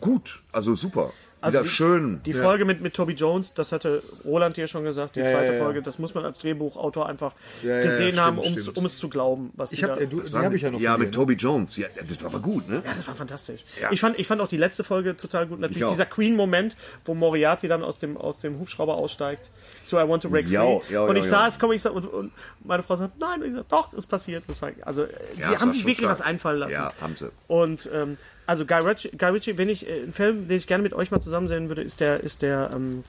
C: gut, also super. Wieder schön.
A: Die Folge mit, mit Toby Jones, das hatte Roland hier schon gesagt, die zweite Folge, das muss man als Drehbuchautor einfach
B: ja,
A: gesehen
B: stimmt,
A: haben, um,
B: stimmt.
A: zu- um es zu glauben. Was
B: Ich
A: die
B: hab,
A: da-
B: äh, du, die
C: Das war-
B: habe ich ja noch.
C: ja,
B: von
C: mit
B: dir, ne?
C: Toby Jones. Ja, das war aber gut, ne?
A: Ja, das war fantastisch.
C: Ja.
A: Ich, fand, ich fand auch die letzte Folge total gut. Natürlich
C: auch.
A: dieser Queen-Moment, wo Moriarty dann aus dem, aus dem Hubschrauber aussteigt. So, I want to break
C: Ja,
A: free.
C: ja,
A: und
C: ja,
A: ich
C: ja.
A: sah es kommen, ich sah, und, und meine Frau sagt, nein, und ich sag, doch, ist passiert. Das war, also, äh,
C: Ja,
A: sie
C: das
A: haben
C: war
A: sich
C: schon
A: wirklich
C: stark.
A: was einfallen lassen.
C: Ja, haben sie.
A: Und, ähm, also Guy Ritchie, Guy Ritchie wenn ich, äh, ein Film, den ich gerne mit euch mal zusammen sehen würde, ist der, ist der, ähm,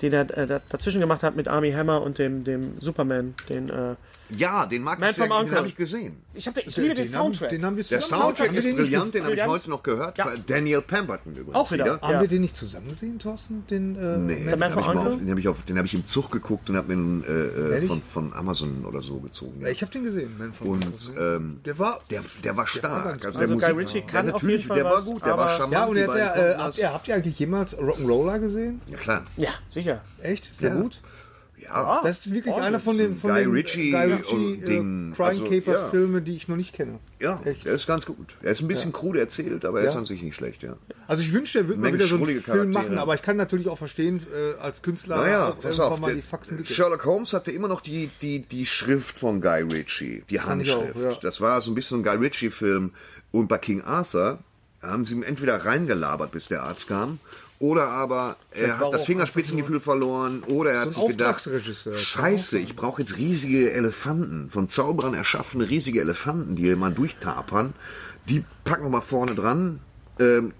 A: den er äh, da- dazwischen gemacht hat mit Army Hammer und dem, dem Superman, den, äh,
C: Ja, den mag
A: Man
C: ich sehr,
A: from
C: den
A: Uncle.
C: habe ich gesehen.
A: ich, hab, den- ich liebe den,
B: Den haben,
A: Soundtrack.
B: den haben wir
C: Der
B: zusammen-
C: Soundtrack
B: haben wir
C: ist
B: den nicht-
C: brillant, den habe ich
A: brillant.
C: heute noch gehört.
A: Ja.
C: Daniel Pemberton übrigens.
A: Auch wieder.
B: Haben
A: Ja.
B: wir den nicht zusammen gesehen, Thorsten? Den, äh,
C: Nee,
B: Man
C: den
A: Man
C: habe
A: from
C: ich, mal auf-
A: Uncle?
C: den hab ich, auf- den hab ich im Zug geguckt und habe mir äh, äh,
B: Ehrlich?
C: von, von Amazon oder so gezogen. Ja.
B: Ich habe den gesehen, Man from
C: und
B: Uncle.
C: ähm,
B: Der war.
C: der, der war stark.
B: ganz
C: also der
A: Also Guy
C: Musik,
A: Ritchie
C: der
A: kann auf
C: natürlich,
A: jeden Fall
C: Der war
A: was,
C: gut, der war
A: aber-
C: charmant.
B: ja, und
C: die
B: jetzt,
C: beiden
B: äh,
C: konnten
B: habt,
C: das.
B: ihr, habt ihr eigentlich jemals Rock'n'Roller gesehen?
C: ja, klar.
A: Ja, sicher.
B: Echt? Sehr
C: Ja.
B: gut.
C: Ja,
A: Ah.
B: Das ist wirklich einer von den, von
C: Guy
B: den äh,
C: Ritchie
B: Guy
C: und
B: Ritchie äh,
C: Ding.
B: Crime
C: Also,
B: Capers
C: ja.
B: Filme, die ich noch nicht kenne.
C: ja der ist ganz gut. Er ist ein bisschen krude erzählt, aber er ist an sich nicht schlecht. Ja.
B: Also ich wünschte, er würde mal
C: Menge
B: wieder so einen
C: schrullige
B: Film
C: Charaktere.
B: machen, aber ich kann natürlich auch verstehen, äh, als Künstler
C: Naja,
B: auch
C: pass auf.
B: mal die
C: der-
B: Faxen dicke.
C: Sherlock Holmes hatte immer noch die, die, die Schrift von Guy Ritchie, die
B: ich auch,
C: Handschrift.
B: ja.
C: Das war so ein bisschen ein Guy Ritchie-Film. Und bei King Arthur haben sie ihn entweder reingelabert, bis der Arzt kam, oder aber er
B: war
C: hat das
B: auch
C: Fingerspitzengefühl verloren, oder er hat
B: so ein
C: sich gedacht,
B: Auftragsregisseur.
C: scheiße, ich brauche jetzt riesige Elefanten, von Zauberern erschaffene riesige Elefanten, die immer durchtapern. Die packen wir mal vorne dran. Ähm,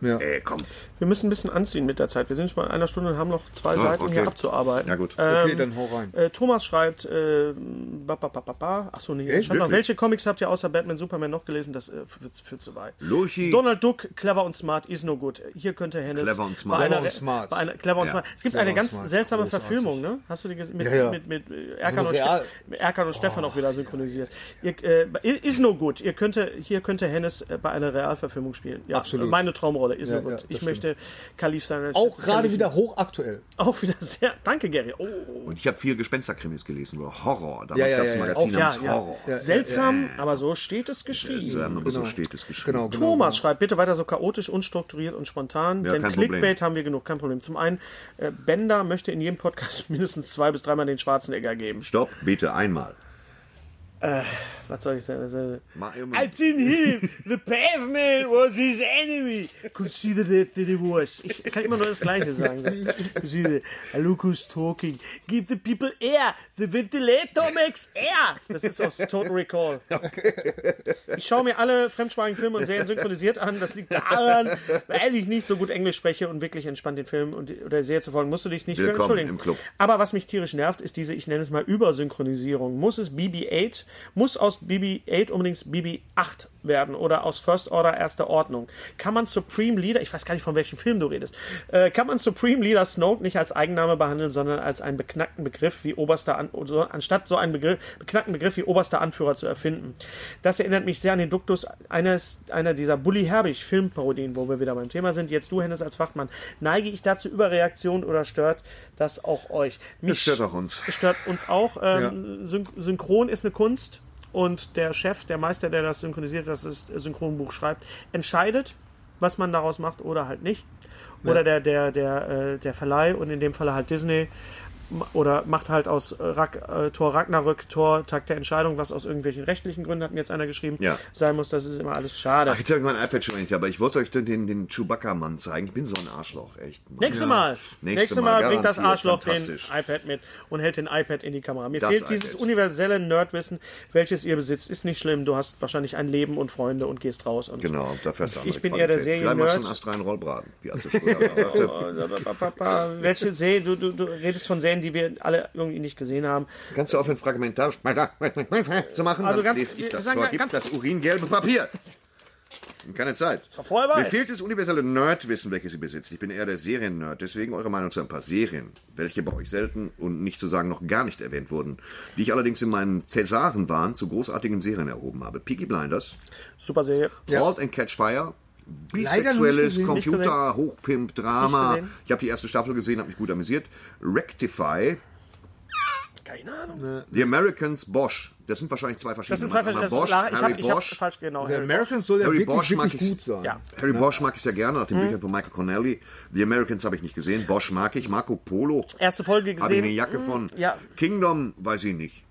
B: Ja.
C: ey, komm.
A: Wir müssen ein bisschen anziehen mit der Zeit. Wir sind schon bei einer Stunde und haben noch
B: Ah,
A: zwei Seiten
C: okay.
A: hier abzuarbeiten.
C: Ja, gut.
A: Ähm,
B: Okay, dann hau rein.
A: Äh, Thomas schreibt, äh, ba, ba, ba, ba, ba. achso, nee,
B: Echt?
A: schreibt noch,
C: Wirklich?
A: welche Comics habt ihr außer Batman, Superman noch gelesen? Das äh, führt, führt zu weit.
C: Lurchi.
A: Donald Duck, clever und smart, is no good. Hier könnte Hennes.
C: Clever und smart.
A: Bei einer,
B: Clever und smart.
A: Bei einer, clever und
C: Ja.
A: smart. Es gibt
B: Clever
A: eine
B: und
A: ganz
B: smart.
A: seltsame
B: Großartig.
A: Verfilmung, ne? Hast du die gesehen? Mit,
B: Ja, Oh. ja.
A: mit, mit, äh, Erkan,
B: Also
A: und
B: real.
A: Ste- Erkan und Stefan auch wieder synchronisiert. Ihr, äh, is no good. Ihr könnte, hier könnte Hennes äh, bei einer Realverfilmung spielen. Ja,
B: Absolut.
A: Meine Traumrolle is no
B: Ja, ja,
A: good.
B: das
A: ich
B: stimmt.
A: möchte Kalif sein. als
B: Auch
A: letztes
B: gerade
A: Kalifen.
B: wieder hochaktuell.
A: Auch wieder sehr. Danke, Gary. Oh, Oh,
C: Und ich habe viel Gespensterkrimis gelesen oder Horror. Damals
B: Ja, ja,
C: gab es ein
B: ja, ja.
C: Magazin
A: Auch,
C: namens
A: ja, ja.
C: Horror.
B: Ja,
A: seltsam, aber so steht es geschrieben.
C: Sagen, aber so steht es geschrieben.
B: Genau, genau.
A: Thomas schreibt bitte weiter so chaotisch, unstrukturiert und spontan,
C: Ja,
A: denn
C: kein
A: Clickbait
C: Problem.
A: haben wir genug, kein Problem. Zum einen, äh, Bender möchte in jedem Podcast mindestens zwei bis dreimal den Schwarzenegger geben.
C: Stopp, bitte einmal.
A: Was soll ich sagen?
C: Mal eben-
A: I didn't him. The pavement was his enemy. Consider that the divorce. Ich kann immer nur das Gleiche sagen. Consider Lucas talking. Give the people air. The ventilator makes air. Das ist aus Total Recall. Ich schaue mir alle fremdsprachigen Filme und Serien synchronisiert an. Das liegt daran, weil ich nicht so gut Englisch spreche und wirklich entspannt den Film und, oder Serie zu folgen. Musst du dich nicht für
C: Willkommen
A: entschuldigen.
C: im Club.
A: Aber was mich tierisch nervt, ist diese, ich nenne es mal Übersynchronisierung. Muss es BB-8, muss aus BB-8 unbedingt BB-8 werden oder aus First Order Erster Ordnung? Kann man Supreme Leader, ich weiß gar nicht, von welchem Film du redest, äh, kann man Supreme Leader Snoke nicht als Eigenname behandeln, sondern als einen beknackten Begriff wie oberster, An so- anstatt so einen Begriff, beknackten Begriff wie oberster Anführer zu erfinden. Das erinnert mich sehr an den Duktus eines, einer dieser Bully Herbig Filmparodien, wo wir wieder beim Thema sind. Jetzt du, Hennes, als Fachmann. Neige ich dazu Überreaktion oder stört das auch euch? Mich
C: Das stört auch uns.
A: stört uns auch. Ähm, Syn Synchron ist eine Kunst und der Chef, der Meister, der das synchronisiert, das ist äh, Synchronbuch schreibt, entscheidet, was man daraus macht oder halt nicht. Oder der, der, der, äh, der Verleih und in dem Falle halt Disney oder macht halt aus äh, Rack, äh, Tor Ragnarök, Tor Tag der Entscheidung, was aus irgendwelchen rechtlichen Gründen, hat mir jetzt einer geschrieben,
C: Ja.
A: sein muss. Das ist immer alles schade.
C: Ach, jetzt habe ich mein iPad schon nicht, aber ich wollte euch den, den, den Chewbacca-Mann zeigen. Ich bin so ein Arschloch, echt. Mann.
A: Nächstes Mal. Nächstes
C: Mal,
A: Mal bringt das
C: garantiert,
A: Arschloch den
C: fantastisch.
A: iPad mit und hält den iPad in die Kamera. Mir
C: Das
A: fehlt dieses
C: iPad.
A: universelle Nerdwissen, welches ihr besitzt. Ist nicht schlimm. Du hast wahrscheinlich ein Leben und Freunde und gehst raus. Und
C: Genau, dafür hast du andere
A: Ich bin eher
C: Qualität.
A: der
C: Vielleicht machst du einen
A: Serien-Nerd. Oh,
C: astreinen Rollbraten, wie Atze Schröder mal sagte.
A: Welche See? Du, du, du redest von Serien, die wir alle irgendwie nicht gesehen haben.
C: Kannst du aufhören, fragmentarisch zu
A: Also
C: machen? Also dann
A: ganz-
C: lese ich das
A: sagen
C: vor.
A: wir
C: Gib
A: ganz-
C: das uringelbe Papier. Keine Zeit.
A: war vorher weiß.
C: Mir fehlt das universelle Nerdwissen, welches ihr besitzt. Ich bin eher der Serien-Nerd. Deswegen eure Meinung zu ein paar Serien, welche bei euch selten und nicht zu sagen noch gar nicht erwähnt wurden, die ich allerdings in meinen Cäsaren waren zu großartigen Serien erhoben habe. Peaky Blinders,
A: Super Serie.
C: Halt and Catch Fire,
B: Leider
C: bisexuelles
B: nicht gesehen, nicht
C: Computer, Hochpimp,
A: Nicht
C: Drama.
A: gesehen.
C: Ich habe die erste Staffel gesehen, habe mich gut amüsiert. Rectify,
A: Keine Ahnung.
C: The Americans, Bosch. Das sind wahrscheinlich zwei verschiedene.
A: Das sind zwei verschiedene.
C: Meinst du,
A: das-
C: Bosch,
A: Lara, Ich
C: Äh, Harry
A: habe ich hab
C: Bosch.
A: falsch genau.
B: Der
A: Harry.
B: Americans soll ja
C: Harry
B: wirklich,
C: Bosch Äh, mag
B: wirklich
C: ich-
B: gut sein.
A: Ja. Mhm.
C: Harry Bosch mag ich sehr gerne, nach den Büchern von Michael Connelly. The Americans habe ich nicht gesehen. Bosch mag ich. Marco Polo.
A: Erste Folge
C: Habe ich
A: gesehen.
C: eine Jacke von.
A: Mhm, ja.
C: Kingdom, weiß ich nicht.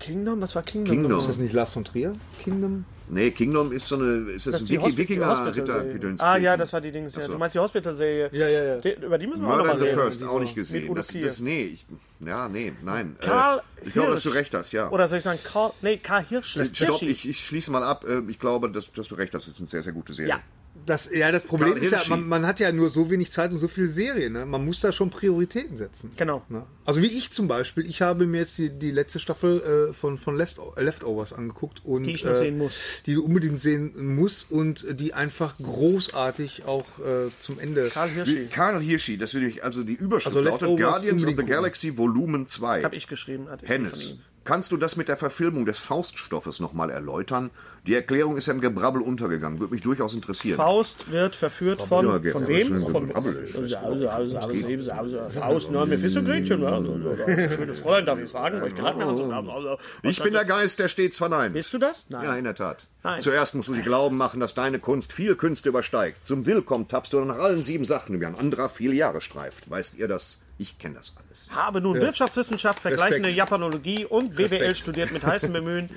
A: Kingdom? Was war Kingdom?
C: Kingdom.
B: Ist das nicht Lars von Trier? Kingdom?
C: Nee, Kingdom ist so eine. Ist das,
A: Das
C: ein
A: ist die
C: Wiki,
A: Hospi-
C: Wikinger Ritter
A: Hospital-Serie.
C: gedöns
A: Ah ja, das war die Dings. Ja.
C: Achso.
A: Du meinst die Hospital-Serie?
B: Ja, ja, ja.
A: Die- Über die müssen wir auch
C: Murder
A: nochmal
C: in the
A: reden.
C: First, auch nicht
A: Mit
C: gesehen.
A: Udo
C: Das,
A: Kier.
C: das, nee, ich, ja, nee, nein.
A: Karl
C: äh, ich glaube, dass du
A: Hirsch.
C: recht hast, ja. Äh,
A: Oder soll ich sagen, Karl, nee, Karl Hirsch. Das ist
C: Stopp,
A: Hirschi.
C: ich, ich schließe mal ab. Äh, Ich glaube, dass, dass du recht hast. Das ist eine sehr, sehr gute Serie.
A: Ja.
B: Das, ja, das Problem
C: Karl
B: ist ja,
C: Hirschi.
B: man, man hat ja nur so wenig Zeit und so viele Serien. Ne? Man muss da schon Prioritäten setzen.
A: Genau.
B: Ne? Also wie ich zum Beispiel, ich habe mir jetzt die, die letzte Staffel äh, von, von Left, Leftovers angeguckt. Und,
A: Die ich noch
B: äh,
A: sehen muss.
B: Die du unbedingt sehen musst und äh, die einfach großartig auch äh, zum Ende...
A: Karl
C: Wie-
A: Hirschi.
C: Karl Hirschi, das würde ich, also die Überschrift
B: Also
C: lautet
B: Leftovers
C: Guardians of the
B: unbedingt
C: Galaxy Volumen 2.
A: Hab ich geschrieben. Hat ich
C: Hennes, kannst du das mit der Verfilmung des Fauststoffes nochmal erläutern? Die Erklärung ist ja im Gebrabbel untergegangen. Würde mich durchaus interessieren.
A: Faust wird verführt von,
C: ja, geht
A: von
C: aber
A: wem?
C: schön so
A: Von
C: gebrabbel, ich weiß
A: Also, also, also, also, also, Faust, ne, Mephisto Gretchen, ne? Also, also, Schönes Fräulein, darf ich fragen? Euch geladen haben zu haben. Also,
C: ich bin der Geist, der stets verneint.
A: Bist du das? Nein.
C: Ja, in der Tat.
A: Nein.
C: Zuerst musst du sie glauben machen, dass deine Kunst viel Künste übersteigt. Zum Willkommen tappst du nach allen sieben Sachen, über ein anderer viele Jahre streift. Weißt ihr das? Ich kenne das alles.
A: Habe nun Wirtschaftswissenschaft, vergleichende
B: Respekt.
A: Japanologie und BWL studiert mit heißem Bemühen.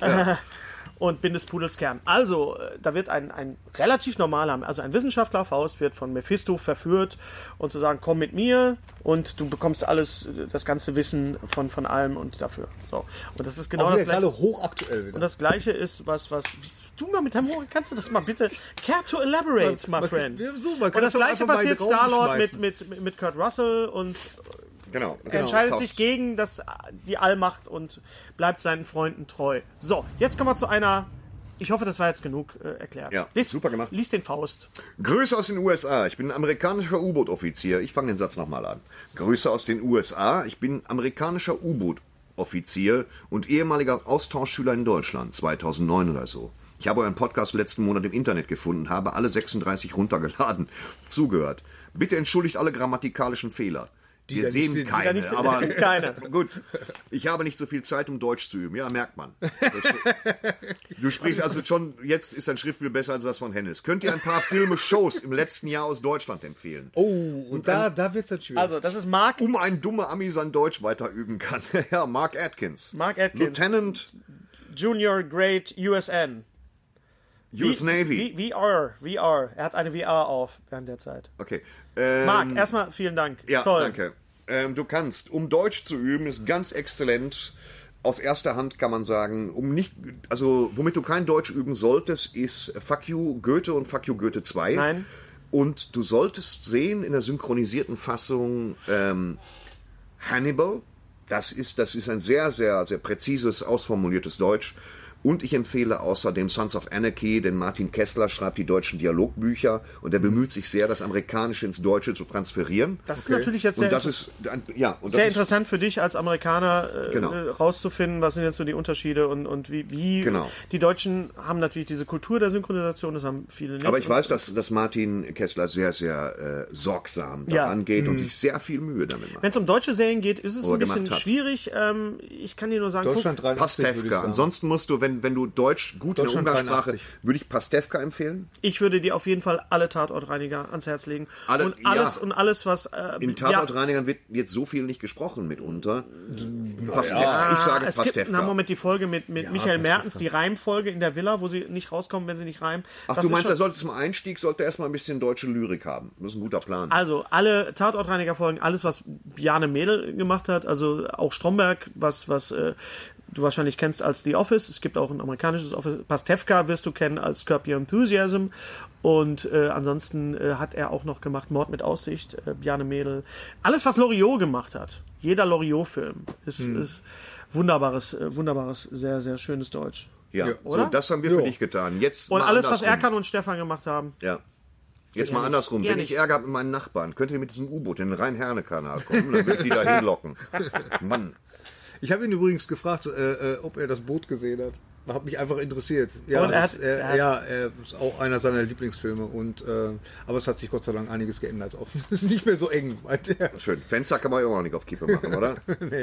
A: Äh, Und bin des Pudels Kern. Also, äh, da wird ein, ein relativ normaler, also ein Wissenschaftler auf Haus wird von Mephisto verführt und zu sagen, komm mit mir und du bekommst alles, äh, das ganze Wissen von, von allem und dafür. So. Und das ist genau
B: Auch
A: das
B: wieder
A: gleiche.
B: gerade hochaktuell wieder.
A: Und das gleiche ist, was, was, du mal mit deinem Humor, kannst du das mal bitte, care to elaborate, my
B: man-
A: friend.
B: ja, so, man
A: und
B: kann
A: das
B: das doch
A: gleiche
B: einfach mal in den
A: passiert
B: Raum
A: Star-Lord mit,
B: schmeißen.
A: mit, mit Kurt Russell und
C: Genau.
A: er
C: genau.
A: entscheidet
C: Faust.
A: sich gegen das, die Allmacht und bleibt seinen Freunden treu. So, jetzt kommen wir zu einer, ich hoffe, das war jetzt genug äh, erklärt.
C: Ja, super gemacht.
A: Lies den Faust.
C: Grüße aus den USA. Ich bin ein amerikanischer U-Boot-Offizier. Ich fange den Satz nochmal an. Grüße aus den USA. Ich bin amerikanischer U-Boot-Offizier und ehemaliger Austauschschüler in Deutschland, 2009 oder so. Ich habe euren Podcast letzten Monat im Internet gefunden, habe alle 36 runtergeladen, zugehört. Bitte entschuldigt alle grammatikalischen Fehler. Wir
B: da nicht
C: sehen
B: sind, die da
C: keine,
A: nicht sind,
C: aber
A: das sind keine.
C: gut. Ich habe nicht so viel Zeit, um Deutsch zu üben. Ja, merkt man. Das, Du sprichst also schon, jetzt ist dein Schriftbild besser als das von Hennes. Könnt ihr ein paar Filme, Shows im letzten Jahr aus Deutschland empfehlen?
B: oh, und, da, da wird's dann schwierig.
A: Also, das ist Mark,
C: Um ein dummer Ami sein Deutsch weiter üben kann. ja, Mark Atkins.
A: Mark Atkins.
C: Lieutenant
A: Junior Grade USN.
C: US Navy.
A: V, VR, VR. Er hat eine VR auf während der Zeit.
C: Okay. Ähm,
A: Marc, erstmal vielen Dank.
C: Ja,
A: Toll.
C: danke. Ähm, du kannst, um Deutsch zu üben, ist ganz exzellent. Aus erster Hand kann man sagen, um nicht, also womit du kein Deutsch üben solltest, ist Fuck You Goethe und Fuck You Goethe 2.
A: Nein.
C: Und du solltest sehen in der synchronisierten Fassung ähm, Hannibal. Das ist, das ist ein sehr, sehr, sehr präzises, ausformuliertes Deutsch. Und ich empfehle außerdem Sons of Anarchy, denn Martin Kessler schreibt die deutschen Dialogbücher und er bemüht sich sehr, das Amerikanische ins Deutsche zu transferieren.
A: Das ist natürlich jetzt sehr
C: Und das ist ein- ja und
A: Sehr
C: das ist,
A: interessant für dich als Amerikaner äh,
C: Genau.
A: äh, rauszufinden, was sind jetzt so die Unterschiede und, und wie, wie
C: Genau.
A: die Deutschen haben natürlich diese Kultur der Synchronisation, das haben viele nicht.
C: aber ich weiß, dass, dass Martin Kessler sehr, sehr äh, sorgsam
A: Ja. Mhm.
C: daran geht und sich sehr viel Mühe damit macht.
A: Wenn es um deutsche Serien geht, ist es
C: Oder
A: ein bisschen
C: gemacht hat.
A: schwierig. Ähm, ich kann dir nur sagen,
B: Deutschland 83, würde ich
C: Pastewka.
B: sagen.
C: Ansonsten musst du, wenn, wenn du Deutsch gut in der
B: Deutschland
C: Umgangssprache,
B: 83.
C: würde ich Pastewka empfehlen.
A: Ich würde dir auf jeden Fall alle Tatortreiniger ans Herz legen.
C: Alle-
A: und alles
C: ja.
A: und alles, was äh,
C: In
A: ja,
C: Tatortreinigern wird jetzt so viel nicht gesprochen mitunter. Pastewka, ich sage
A: Ah, es
C: Pastewka.
A: gibt, na Moment, die Folge mit, mit Michael Mertens, die Reimfolge in der Villa, wo sie nicht rauskommen, wenn sie nicht reimen.
C: Ach,
A: Das
C: du
A: ist
C: meinst,
A: schon-
C: er sollte zum Einstieg sollte er erstmal ein bisschen deutsche Lyrik haben. Das ist ein guter Plan.
A: Also, alle Tatortreiniger-Folgen, alles, was Bjarne Mädel gemacht hat, also auch Stromberg, was, was äh, du wahrscheinlich kennst als The Office. Es gibt auch ein amerikanisches Office. Pastewka wirst du kennen als Curb Your Enthusiasm. Und äh, ansonsten äh, hat er auch noch gemacht Mord mit Aussicht, äh, Bjarne Mädel. Alles, was Loriot gemacht hat. Jeder Loriot-Film ist,
C: Hm.
A: ist wunderbares, äh, wunderbares, sehr, sehr schönes Deutsch.
C: ja, so,
A: oder?
C: das haben wir für dich getan. Jetzt
A: Und
C: mal
A: alles, was
C: andersrum.
A: Erkan und Stefan gemacht haben.
C: Ja. Jetzt mal andersrum.
A: Ja,
C: Wenn ich
A: nicht.
C: Ärger habe mit meinen Nachbarn, könnt ihr mit diesem U-Boot in den Rhein-Herne-Kanal kommen, dann würde ich die da hinlocken. Mann.
B: Ich habe ihn übrigens gefragt, äh, äh, ob er das Boot gesehen hat. Hat mich einfach interessiert. Ja,
A: Und er
B: das,
A: hat-
B: äh,
A: er hat-
B: ja, äh, ist auch einer seiner Lieblingsfilme. Und äh, aber es hat sich Gott sei Dank einiges geändert. Auch- Es ist nicht mehr so eng, meint er.
C: Schön. Fenster kann man ja auch nicht auf Kippe machen, oder?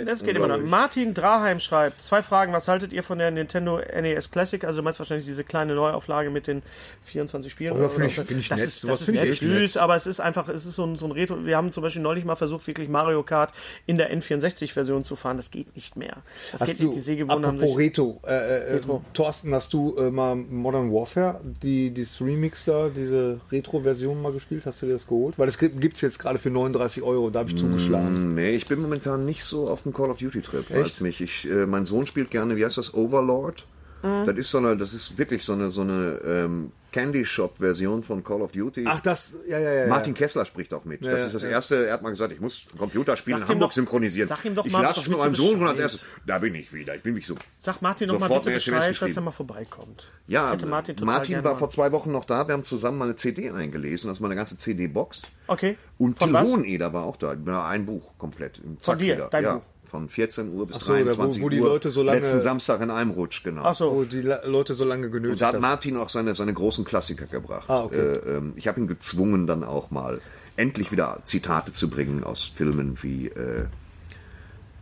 A: Das geht immer noch. Martin Draheim schreibt, zwei Fragen. Was haltet ihr von der Nintendo NES Classic? Also du meinst wahrscheinlich diese kleine Neuauflage mit den 24 Spielen.
B: Oh, finde ich-
A: oder- ne?
B: finde ich
A: das
B: nett.
A: ist,
B: Sowas
A: das ist
B: finde ich
A: nett,
B: echt nett.
A: süß, aber es ist einfach, es ist so ein, so ein Retro. Wir haben zum Beispiel neulich mal versucht, wirklich Mario Kart in der N64-Version zu fahren. Das geht nicht mehr. Das geht nicht. Die Sehgewohnheiten haben
B: apropos
A: sich...
B: Reto, äh, äh, äh, Thorsten, hast du äh, mal Modern Warfare, die, dieses Remix da, diese Retro-Version mal gespielt? Hast du dir das geholt? Weil das gibt es jetzt gerade für 39 Euro, da habe ich zugeschlagen.
C: Nee, ich bin momentan nicht so auf dem Call of Duty Trip, weiß nicht. Ich, äh, mein Sohn spielt gerne, wie heißt das, Overlord?
A: Mhm.
C: Das ist so eine, das ist wirklich so eine, so eine ähm, Candy Shop Version von Call of Duty.
B: Ach, das, ja, ja, ja.
C: Martin Kessler spricht auch mit. das
B: ja,
C: ist das
B: ja.
C: erste. Er hat mal gesagt, ich muss ein Computerspiel
A: Sag
C: in
A: ihm
C: Hamburg
A: doch-
C: synchronisieren.
A: sag ihm doch
C: ich
A: mal,
C: lasse
A: was
C: es mit
A: du
C: meinem Sohn und als
A: beschreibst.
C: erstes, da bin ich wieder. Ich bin mich so.
A: Sag Martin nochmal
C: Sofort
A: bitte
C: eine SMS
A: Bescheid, dass er
C: geschrieben.
A: mal vorbeikommt.
C: Ja,
A: Hätte Martin
C: Martin,
A: total gerne
C: war
A: mal.
C: vor zwei Wochen noch da. Wir haben zusammen mal eine CD eingelesen. Das war eine ganze CD-Box.
A: Okay.
C: Und
A: Von
C: Till
A: was?
C: Hoheneder war auch da. Na, ein Buch komplett. Im Zack
A: dir,
C: wieder.
A: dein
C: ja,
A: Buch.
C: Von 14 Uhr bis
B: so, da wo-
C: 23
B: wo die
C: Uhr.
B: Leute so lange-
C: Letzten Samstag in einem Rutsch, genau.
A: Ach so.
B: Wo die La- Leute so lange genötigt
C: Da hat
B: haben.
C: Martin auch seine, seine großen Klassiker gebracht.
B: Ah, okay.
C: äh, ähm, ich habe ihn gezwungen, dann auch mal endlich wieder Zitate zu bringen aus Filmen wie äh,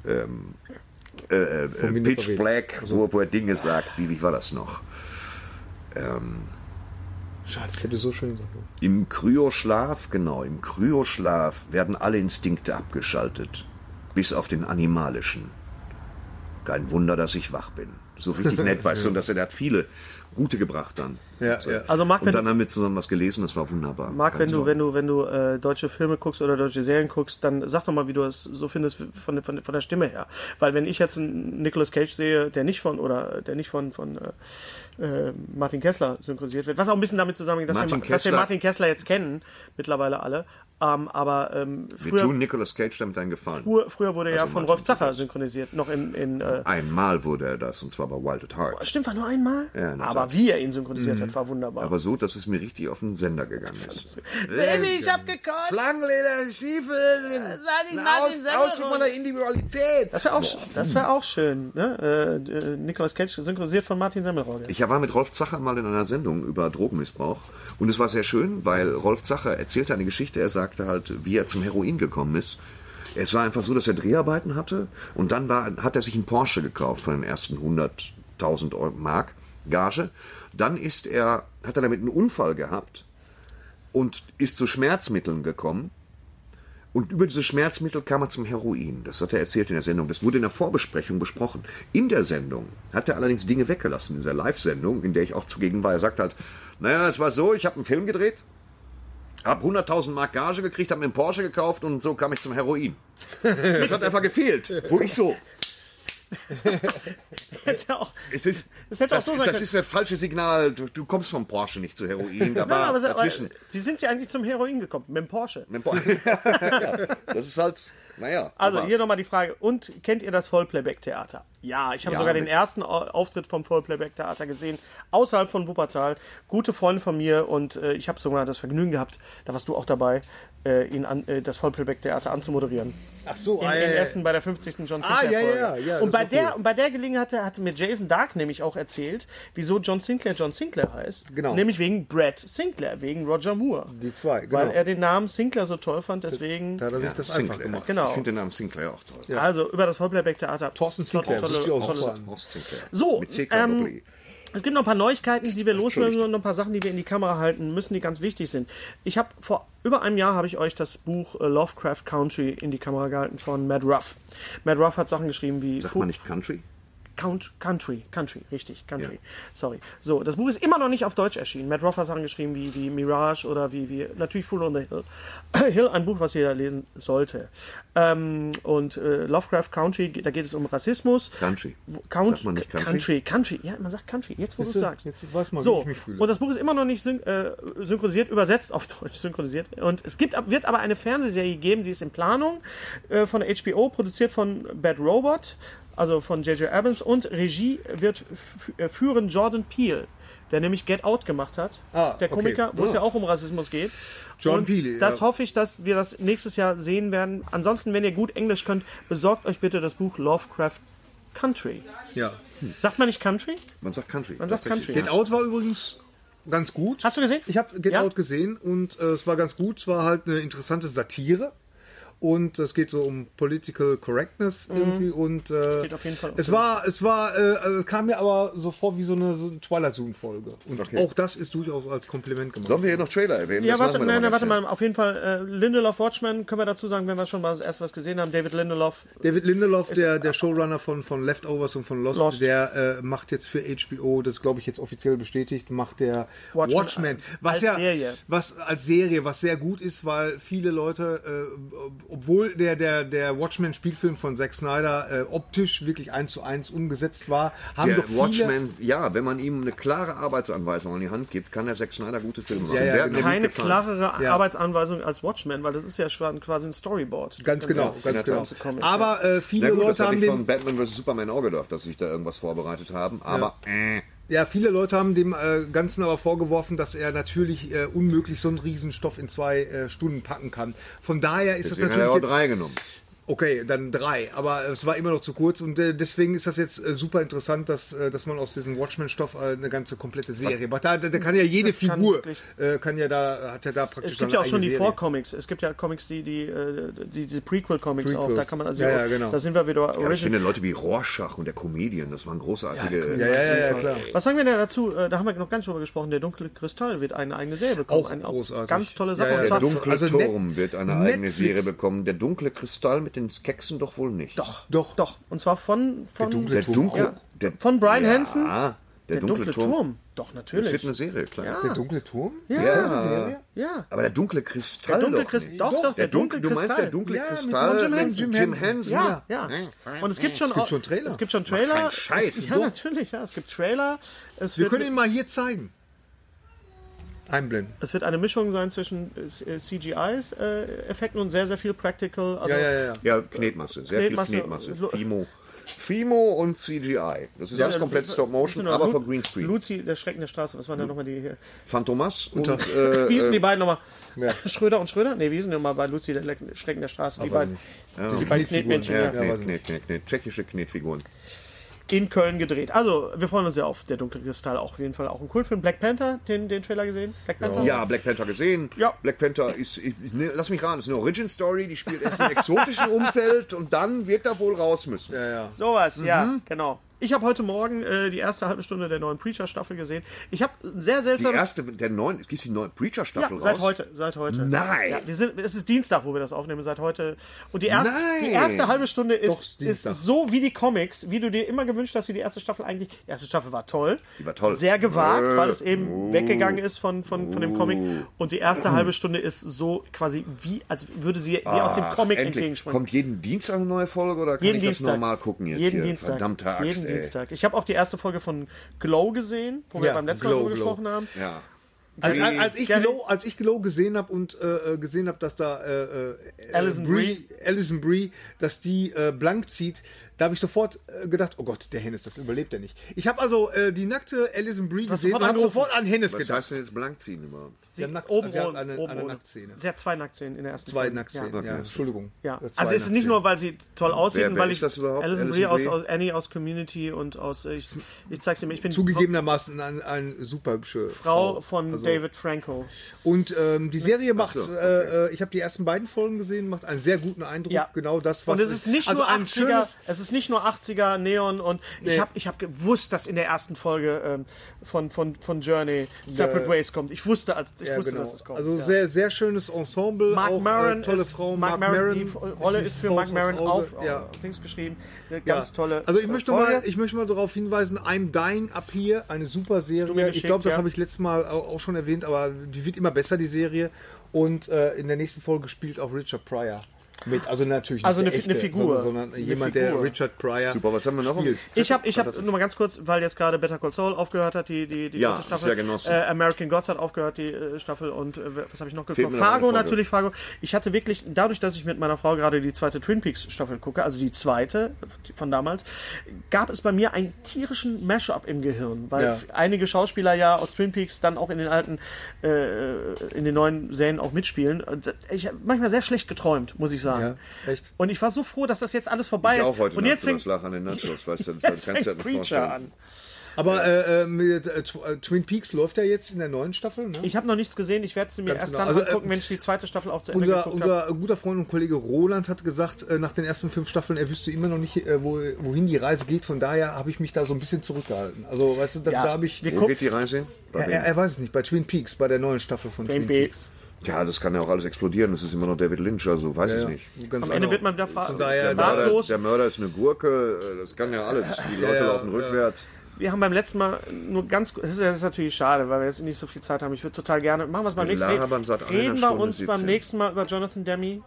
C: ähm, äh, äh, äh,
B: Winde
C: Pitch
B: verweht.
C: Black,
B: Also
C: wo, wo er Dinge sagt, wie, wie war das noch?
B: Schade, das hätte so schön sein können.
C: Im Kryoschlaf, genau, im Kryoschlaf werden alle Instinkte abgeschaltet, bis auf den animalischen. Kein Wunder, dass ich wach bin. So richtig nett, weißt du, und dass er, der hat viele gute gebracht dann.
B: Ja,
C: so.
B: ja.
A: Also, Marc,
C: und
A: wenn-
C: dann haben wir zusammen was gelesen, das war wunderbar.
A: Marc, wenn
C: Ganz
A: du,
C: toll.
A: wenn du, wenn du äh, deutsche Filme guckst oder deutsche Serien guckst, dann sag doch mal, wie du es so findest von, von, von der Stimme her. Weil wenn ich jetzt einen Nicolas Cage sehe, der nicht von oder äh, der nicht von, von äh, äh, Martin Kessler synchronisiert wird, was auch ein bisschen damit zusammenhängt, dass, wir,
C: Martin
A: Ma- dass wir
C: Kessler-
A: Martin Kessler jetzt kennen, mittlerweile alle. Ähm, aber ähm,
C: Wir tun
A: früher,
C: Nicolas Cage damit einen Gefallen.
A: früher, früher wurde ja
C: Also
A: von
C: Martin Ah.
A: Rolf Zacher synchronisiert, noch in, in äh,
C: Einmal wurde er das, und zwar bei Wild at Heart.
A: stimmt, war nur einmal.
C: Ja, in der
A: aber
C: Tat.
A: wie er ihn synchronisiert hat, war wunderbar.
C: Aber so, dass es mir richtig auf den Sender gegangen ist.
E: Baby, ich hab gekotzt.
C: Schlangenleder, Stiefel sind das
E: war nicht Martin Semmelrogge.
C: Individualität.
A: das wäre auch, sch- das
C: hm.
A: wär auch schön, ne? Äh, äh, Nicolas Cage synchronisiert von Martin Semmelrogge.
C: Ich war mit Rolf Zacher mal in einer Sendung über Drogenmissbrauch und es war sehr schön, weil Rolf Zacher erzählte eine Geschichte, er sagte halt, wie er zum Heroin gekommen ist. Es war einfach so, dass er Dreharbeiten hatte und dann war, hat er sich einen Porsche gekauft von den ersten 100.000 Euro Mark Gage. Dann ist er, hat er damit einen Unfall gehabt und ist zu Schmerzmitteln gekommen. Und über diese Schmerzmittel kam er zum Heroin. Das hat er erzählt in der Sendung. Das wurde in der Vorbesprechung besprochen. In der Sendung hat er allerdings Dinge weggelassen, in dieser Live-Sendung, in der ich auch zugegen war. Er sagt halt, naja, es war so, ich habe einen Film gedreht, habe 100.000 Mark Gage gekriegt, habe mir einen Porsche gekauft und so kam ich zum Heroin. Das hat einfach gefehlt. Wo ich so,
A: hätte auch.
C: es ist,
A: Das hätte auch so sein
C: das
A: können.
C: ist das falsche Signal. Du, du kommst vom Porsche nicht zu Heroin. Da
A: Nein,
C: war
A: aber, aber
C: dazwischen.
A: wie sind Sie eigentlich zum Heroin gekommen? Mit dem Porsche.
C: Mit dem Porsche. ja, das ist halt, naja. so
A: Also
C: war's.
A: hier nochmal die Frage. Und kennt ihr das Vollplayback-Theater? Ja, ich habe
C: Ja,
A: sogar den
C: mit-
A: ersten Au- Auftritt vom Vollplayback-Theater gesehen, außerhalb von Wuppertal. Gute Freunde von mir und äh, ich habe sogar das Vergnügen gehabt, da warst du auch dabei, äh, ihn an, äh, das Vollplayback-Theater anzumoderieren.
B: Ach so,
A: In,
B: ah, ja,
A: in
B: ja.
A: Essen bei der 50. John
B: Ah,
A: Sinclair Folge.
B: ja, ja, ja,
A: und
B: das
A: bei
B: war
A: der
B: cool.
A: und bei der Gelegenheit hatte, hatte mir Jason Dark nämlich auch erzählt, wieso John Sinclair John Sinclair heißt.
B: Genau.
A: Nämlich wegen Brad Sinclair, wegen Roger Moore.
B: Die zwei, genau.
A: Weil er den Namen Sinclair so toll fand, deswegen.
B: Da hat er sich das einfach gemacht.
A: Genau.
C: Ich finde den Namen Sinclair auch toll.
A: Also über das Vollplayback Theater.
B: Thorsten Sinclair,
A: Tolle,
B: das ist ja
A: tolle,
B: auch
A: tolle,
B: super.
C: Horst Sinclair.
A: So,
C: Mit CK
A: ähm,
C: Doppel E.
A: es gibt noch ein paar Neuigkeiten, die wir loswerden
C: Entschuldigt.
A: und noch ein paar Sachen, die wir in die Kamera halten müssen, die ganz wichtig sind. Ich habe vor über einem Jahr habe ich euch das Buch äh, Lovecraft Country in die Kamera gehalten von Matt Ruff. Matt Ruff hat Sachen geschrieben wie
C: Sagt
A: Fu-
C: man nicht Country?
A: Count, Country, Country, richtig, Country.
C: Ja.
A: Sorry. So, das Buch ist immer noch nicht auf Deutsch erschienen. Matt Ruff hat Sachen geschrieben wie, wie Mirage oder wie, wie natürlich Fool on the Hill. Hill, ein Buch, was jeder lesen sollte. Ähm, und äh, Lovecraft Country, da geht es um Rassismus.
C: Country.
A: Wo- Count,
C: Sagt man nicht
A: Country?
C: Country?
A: Country. Ja, man sagt Country. Jetzt, wo du es
B: du,
A: sagst.
B: jetzt weiß man, wie
A: so.
B: ich mich fühle.
A: Und das Buch ist immer noch nicht syn äh, synchronisiert, übersetzt auf Deutsch synchronisiert. Und es gibt, ab- wird aber eine Fernsehserie geben, die ist in Planung äh, von HBO, produziert von Bad Robot, also von J.J. Abrams. Und Regie wird f- äh, führen Jordan Peele. Der nämlich Get Out gemacht hat.
B: Ah,
A: der
B: okay.
A: Komiker, wo es
B: Ah.
A: ja auch um Rassismus geht.
B: Jordan
A: Und
B: Peele,
A: Das
B: ja.
A: hoffe ich, dass wir das nächstes Jahr sehen werden. Ansonsten, wenn ihr gut Englisch könnt, besorgt euch bitte das Buch Lovecraft Country.
B: Ja.
A: Sagt man nicht Country?
C: Man sagt Country.
A: Man sagt
C: tatsächlich.
A: Country.
B: Get Out war übrigens ganz gut.
A: Hast du gesehen?
B: Ich habe Get
A: Ja?
B: Out gesehen und äh, es war ganz gut. Es war halt eine interessante Satire. Und es geht so um Political Correctness irgendwie und äh,
A: Mhm. Steht auf jeden Fall auf
B: es
A: der
B: war es war äh, äh, kam mir aber so vor wie so eine, so eine Twilight Zone Folge und auch das ist durchaus als Kompliment gemacht.
C: Sollen wir hier noch Trailer erwähnen?
A: Ja,
C: Das
A: warte,
C: machen wir
A: nein, nein,
C: doch
A: warte
C: ganz
A: mal. Auf jeden Fall, äh, Lindelof Watchmen können wir dazu sagen, wenn wir schon mal das erste was gesehen haben. David Lindelof.
B: David Lindelof, der, der Showrunner von, von Leftovers und von Lost,
A: Lost.
B: der äh, macht jetzt für HBO, das glaube ich jetzt offiziell bestätigt, macht der
A: Watchmen
B: Watchmen,
A: als-
B: was
A: als
B: ja
A: Serie.
B: was als Serie, was sehr gut ist, weil viele Leute, äh, obwohl der der der Watchmen Spielfilm von Zack Snyder äh, optisch wirklich eins zu eins umgesetzt war, haben
C: Der
B: doch viele,
C: Watchman, ja, wenn man ihm eine klare Arbeitsanweisung in die Hand gibt, kann der Zack Snyder gute Filme machen.
B: ja,
C: Der hat
B: genau.
C: mir gut
A: Keine
C: gefallen.
A: klarere
B: Ja.
A: Arbeitsanweisung als Watchmen, weil das ist ja schon quasi ein Storyboard. Das
B: Ganz
A: Ganze.
B: genau, ganz genau.
A: ganze Comic,
B: Aber äh,
C: Na
B: viele
C: gut, das
B: Leute
C: habe
B: haben
C: ich
B: den
C: von Batman vs. Superman auch gedacht, dass sich da irgendwas vorbereitet haben. Aber äh,
B: Ja, viele Leute haben dem äh, Ganzen aber vorgeworfen, dass er natürlich äh, unmöglich so einen Riesenstoff in zwei äh, Stunden packen kann. Von daher ist
C: deswegen
B: das
C: hat er
B: natürlich
C: auch
B: jetzt,
C: drei genommen.
B: okay, dann drei, aber es war immer noch zu kurz und äh, deswegen ist das jetzt äh, super interessant, dass äh, dass man aus diesem Watchmen-Stoff äh, eine ganze komplette Serie macht. Da, da, da kann ja jede
A: kann
B: Figur
A: wirklich-
B: äh, kann ja da hat ja da praktisch
A: Es gibt
B: seine
A: ja auch schon
B: eigene
A: die
B: Serie.
A: Vorcomics. Es gibt ja Comics, die die, äh, die, die Prequel-Comics auch.
B: Prequels.
A: Da kann man also
B: Ja, ja, genau.
A: da sind wir wieder
C: Aber ich
A: original.
C: finde Leute wie Rorschach und der Comedian, das waren großartige.
B: Ja, ja, ja, ja, klar.
A: Was sagen wir denn dazu? Äh, Da haben wir noch gar nicht drüber gesprochen. Der dunkle Kristall wird eine eigene Serie bekommen.
B: Auch
A: eine,
B: großartig.
A: Ganz tolle
B: Ja,
A: Sache.
B: ja,
A: Und
C: Der
A: zwar-
C: dunkle
B: also
A: ne-
B: Net-
C: Turm wird eine eigene
B: Netflix-
C: Serie bekommen. Der dunkle Kristall mit den Skeksen doch wohl nicht.
B: Doch, doch,
A: Doch. Und zwar von, von
C: Der dunkle,
A: Ja.
C: der,
A: Von Brian
C: ja,
A: Hansen?
C: Der,
A: Der
C: dunkle, Turm.
A: Doch, natürlich.
C: Das wird eine Serie, klar.
B: Der dunkle Turm?
C: Ja.
A: Ah. Ja.
C: Aber der dunkle Kristall.
A: Der dunkle
C: doch
A: Krist-
C: nicht.
A: doch, doch, der
C: der
A: dunkle
C: dunkle, Du meinst der
A: Kristall.
C: dunkle
B: Ja, mit
C: Kristall
B: Jim
C: mit
B: Henson.
C: Jim Henson?
A: Ja, ja. Und es gibt schon, auch-
B: schon Trailer.
A: Es gibt schon Trailer.
C: keinen Scheiß.
A: Es, ja, natürlich, ja. Es gibt Trailer. Es
B: Wir
A: wird,
B: können ihn mal hier zeigen. Einblenden.
A: es wird eine Mischung sein zwischen äh, CGIs, äh, Effekten und sehr, sehr viel Practical. Also
B: Ja, ja, ja. ja.
C: Ja, Knetmasse, sehr
A: Knetmasse.
C: viel Knetmasse.
A: Lo-
C: Fimo. Fimo und CGI. Das ist
A: also
C: alles komplett Stop Motion,
A: genau,
C: aber vor Greenscreen.
A: Luzi, ne, der Schrecken der Straße. Was waren da nochmal die hier?
C: Phantomas und äh,
A: Wie hießen die
C: äh,
A: beiden nochmal? Schröder und Schröder? Ne, wie hießen die nochmal bei Luzi, der Leck- Schrecken der Straße? Die beiden, diese beiden
B: Knetfiguren,
A: Knetmännchen.
C: ja,
A: Ja.
C: Knet, Knet, Knet, Knet, tschechische Knetfiguren.
A: in Köln gedreht. Also, wir freuen uns sehr auf Der dunkle Kristall. Auch auf jeden Fall auch ein Kultfilm. Black Panther, den, den Trailer gesehen? Black Panther?
C: Ja, Black Panther gesehen.
A: Ja.
C: Black Panther ist, ich, ich- ne, lass mich raten, ist eine Origin Story, die spielt erst im exotischen Umfeld und dann wird er wohl raus müssen.
A: Sowas,
C: Mhm.
A: ja, genau. Ich habe heute Morgen äh, die erste halbe Stunde der neuen Preacher-Staffel gesehen. Ich habe ein sehr
C: Die
A: seltsames...
C: erste, der neuen, es gibt die neue
A: ja,
C: Preacher-Staffel
A: seit
C: raus.
A: heute, seit heute.
C: Nein.
A: Ja, wir sind, es ist Dienstag, wo wir das aufnehmen, seit heute. Und die, erst,
C: Nein.
A: die erste halbe Stunde
B: Doch,
A: ist,
B: ist
A: ist
B: Dienstag.
A: so wie die Comics, wie du dir immer gewünscht hast, wie die erste Staffel eigentlich... Die erste Staffel war toll. Die
C: war toll.
A: Sehr gewagt,
C: Äh. Uh.
A: weil es eben weggegangen ist von, von, von dem Comic. Und die erste halbe Stunde ist so quasi wie, als würde sie wie aus dem
C: Ach,
A: Comic
C: endlich.
A: entgegenspringen.
C: Kommt jeden Dienstag eine neue Folge oder kann
A: Jeden
C: ich
A: Dienstag.
C: das normal gucken jetzt
A: Jeden
C: hier?
A: Dienstag.
C: Verdammte Axt,
A: Jeden
C: ey.
A: Dienstag. Ich habe auch die erste Folge von Glow gesehen, wo wir
B: Ja,
A: beim letzten Mal
B: Glow,
A: drüber
B: Glow.
A: gesprochen haben.
C: Ja. Also
B: Als, als, als, ich
A: Ja,
B: Glow, als ich Glow gesehen habe und äh, äh, gesehen habe, dass da äh, äh,
A: Alison
B: Brie, Alison Brie, dass die äh, blank zieht, da Da habe ich sofort äh, gedacht, oh Gott, der Hennes, das überlebt er nicht. Ich habe also äh, die nackte Alison Brie gesehen
A: sofort
B: und habe
A: angerufen.
B: sofort an Hennes
C: Was
B: gedacht.
C: heißt denn jetzt blank ziehen überhaupt?
B: Sie haben nackt,
A: oben
B: sie hat
A: ohne,
B: eine,
A: oben
B: eine
A: ohne.
B: Nacktszene.
A: Sie hat zwei Nacktszenen in der ersten
B: Zwei
A: Folge.
B: Nacktszenen,
A: Ja.
B: ja. Entschuldigung. Äh,
A: Ja,
B: Zwei
A: also es ist nicht
B: Nacktszenen.
A: nur, weil sie toll aussieht,
C: Wer-
A: und
C: wer
A: weil
C: ist
A: ich
C: das überhaupt?
A: Alison
C: Alison
A: Brie aus,
C: Brie?
A: aus Annie aus Community und aus ich, ich zeig's dir, mir, ich bin
B: Zugegebenermaßen ein, ein super hübsche
A: Frau Hm? von
B: Also-
A: David Franco.
B: Und ähm, die Serie macht,
C: so, okay.
B: äh, äh, ich habe die ersten beiden Folgen gesehen, macht einen sehr guten Eindruck.
A: Ja.
B: Genau das, was
A: Und es ist nicht
B: also
A: nur
B: ein
A: 80er,
B: schönes.
A: es ist nicht nur 80er Neon und ich habe ich hab gewusst, dass in der ersten Folge ähm, von, von, von Journey Separate Ways kommt. Ich wusste, als ich
B: Ja,
A: wusste,
B: genau.
A: dass es kommt.
B: Also
A: ja.
B: sehr, sehr schönes Ensemble.
A: Mark
B: auch,
A: Maron
B: äh, tolle
A: ist,
B: Frau.
A: Mark Maron, die
B: Maron
A: Rolle ist für
B: Faust
A: Mark
B: aufs
A: Maron auf, äh,
B: Auge.
A: auf
B: Ja.
A: Dings geschrieben. Eine
B: Ja.
A: ganz tolle.
B: Also ich
A: äh,
B: möchte
A: Folge.
B: mal, ich möchte mal darauf hinweisen, I'm Dying ab hier, eine super
A: du mir
B: Serie. Ich
A: geschickt,
B: glaube, das
A: ja.
B: habe ich letztes Mal au- auch schon erwähnt, aber die wird immer besser die Serie. Und äh, in der nächsten Folge spielt auch Richard Pryor mit. Also natürlich nicht
A: Also
B: der
A: eine Fi- eine
B: echte,
A: Figur.
B: sondern, sondern
A: Eine
B: jemand, der
A: Figur.
B: Richard Pryor.
C: Super, was haben wir noch?
B: Spielt.
A: Ich habe, ich habe nur mal ganz kurz, weil jetzt gerade Better Call Saul aufgehört hat, die die die
C: Ja,
A: dritte Staffel.
C: sehr genossen.
A: Äh, American Gods hat aufgehört die äh, Staffel und äh, was habe ich noch
C: Fehlt
A: geguckt?
C: mir noch eine
A: Fargo
C: Folge.
A: natürlich Fargo. Ich hatte wirklich dadurch, dass ich mit meiner Frau gerade die zweite Twin Peaks Staffel gucke, also die zweite von damals, gab es bei mir einen tierischen Mashup im Gehirn, weil
B: Ja.
A: einige Schauspieler ja aus Twin Peaks dann auch in den alten äh, in den neuen Serien auch mitspielen. Und äh, Ich habe manchmal sehr schlecht geträumt, muss ich sagen.
B: Ja, echt?
A: Und ich war so froh, dass das jetzt alles vorbei
C: Ich
A: ist.
C: auch heute
A: und
C: Nacht
A: jetzt
C: so
A: fängt
C: das Lachen an den Nachos, weißt du, das
A: Jetzt
C: kannst du
A: fängt
C: dir nicht
A: Preacher
C: vorstellen.
A: an.
B: Aber äh, äh, mit, äh, Tw- äh, Twin Peaks läuft ja jetzt in der neuen Staffel. Ne?
A: Ich habe noch nichts gesehen. Ich werde sie mir
B: Ganz
A: erst
B: genau.
A: dann
B: Also,
A: angucken,
B: äh,
A: wenn ich die zweite Staffel auch zu Ende
B: Unser,
A: geguckt habe.
B: unser guter Freund und Kollege Roland hat gesagt, äh, nach den ersten fünf Staffeln, er wüsste immer noch nicht, äh, wo, wohin die Reise geht. Von daher habe ich mich da so ein bisschen zurückgehalten. Also, weißt du, da,
A: Ja.
B: da habe ich.
A: Wir
C: Wo
A: Guck-
C: geht die Reise hin? Bei
B: Er,
C: wem?
B: er, er weiß es nicht, bei Twin Peaks, bei der neuen Staffel von
A: Twin
B: Twin,
A: Peaks.
B: Peaks.
C: Ja, das kann ja auch alles explodieren. Das ist immer noch David Lynch, also weiß ich nicht.
B: Ganz
A: Am Ende
B: genau.
A: wird man wieder fra-
B: daher-
C: Der
B: Ja,
C: Mörder,
A: ratlos.
C: der Mörder ist eine Gurke, äh, das kann ja alles. Die Leute laufen rückwärts.
A: Wir haben beim letzten Mal nur ganz. Das ist, das ist natürlich schade, weil wir jetzt nicht so viel Zeit haben. Ich würde total gerne. Machen wir es beim
C: Wir
A: nächsten Mal.
C: labern seit einer
A: Reden wir
C: Stunde
A: uns beim
C: 17.
A: nächsten Mal über Jonathan Demi.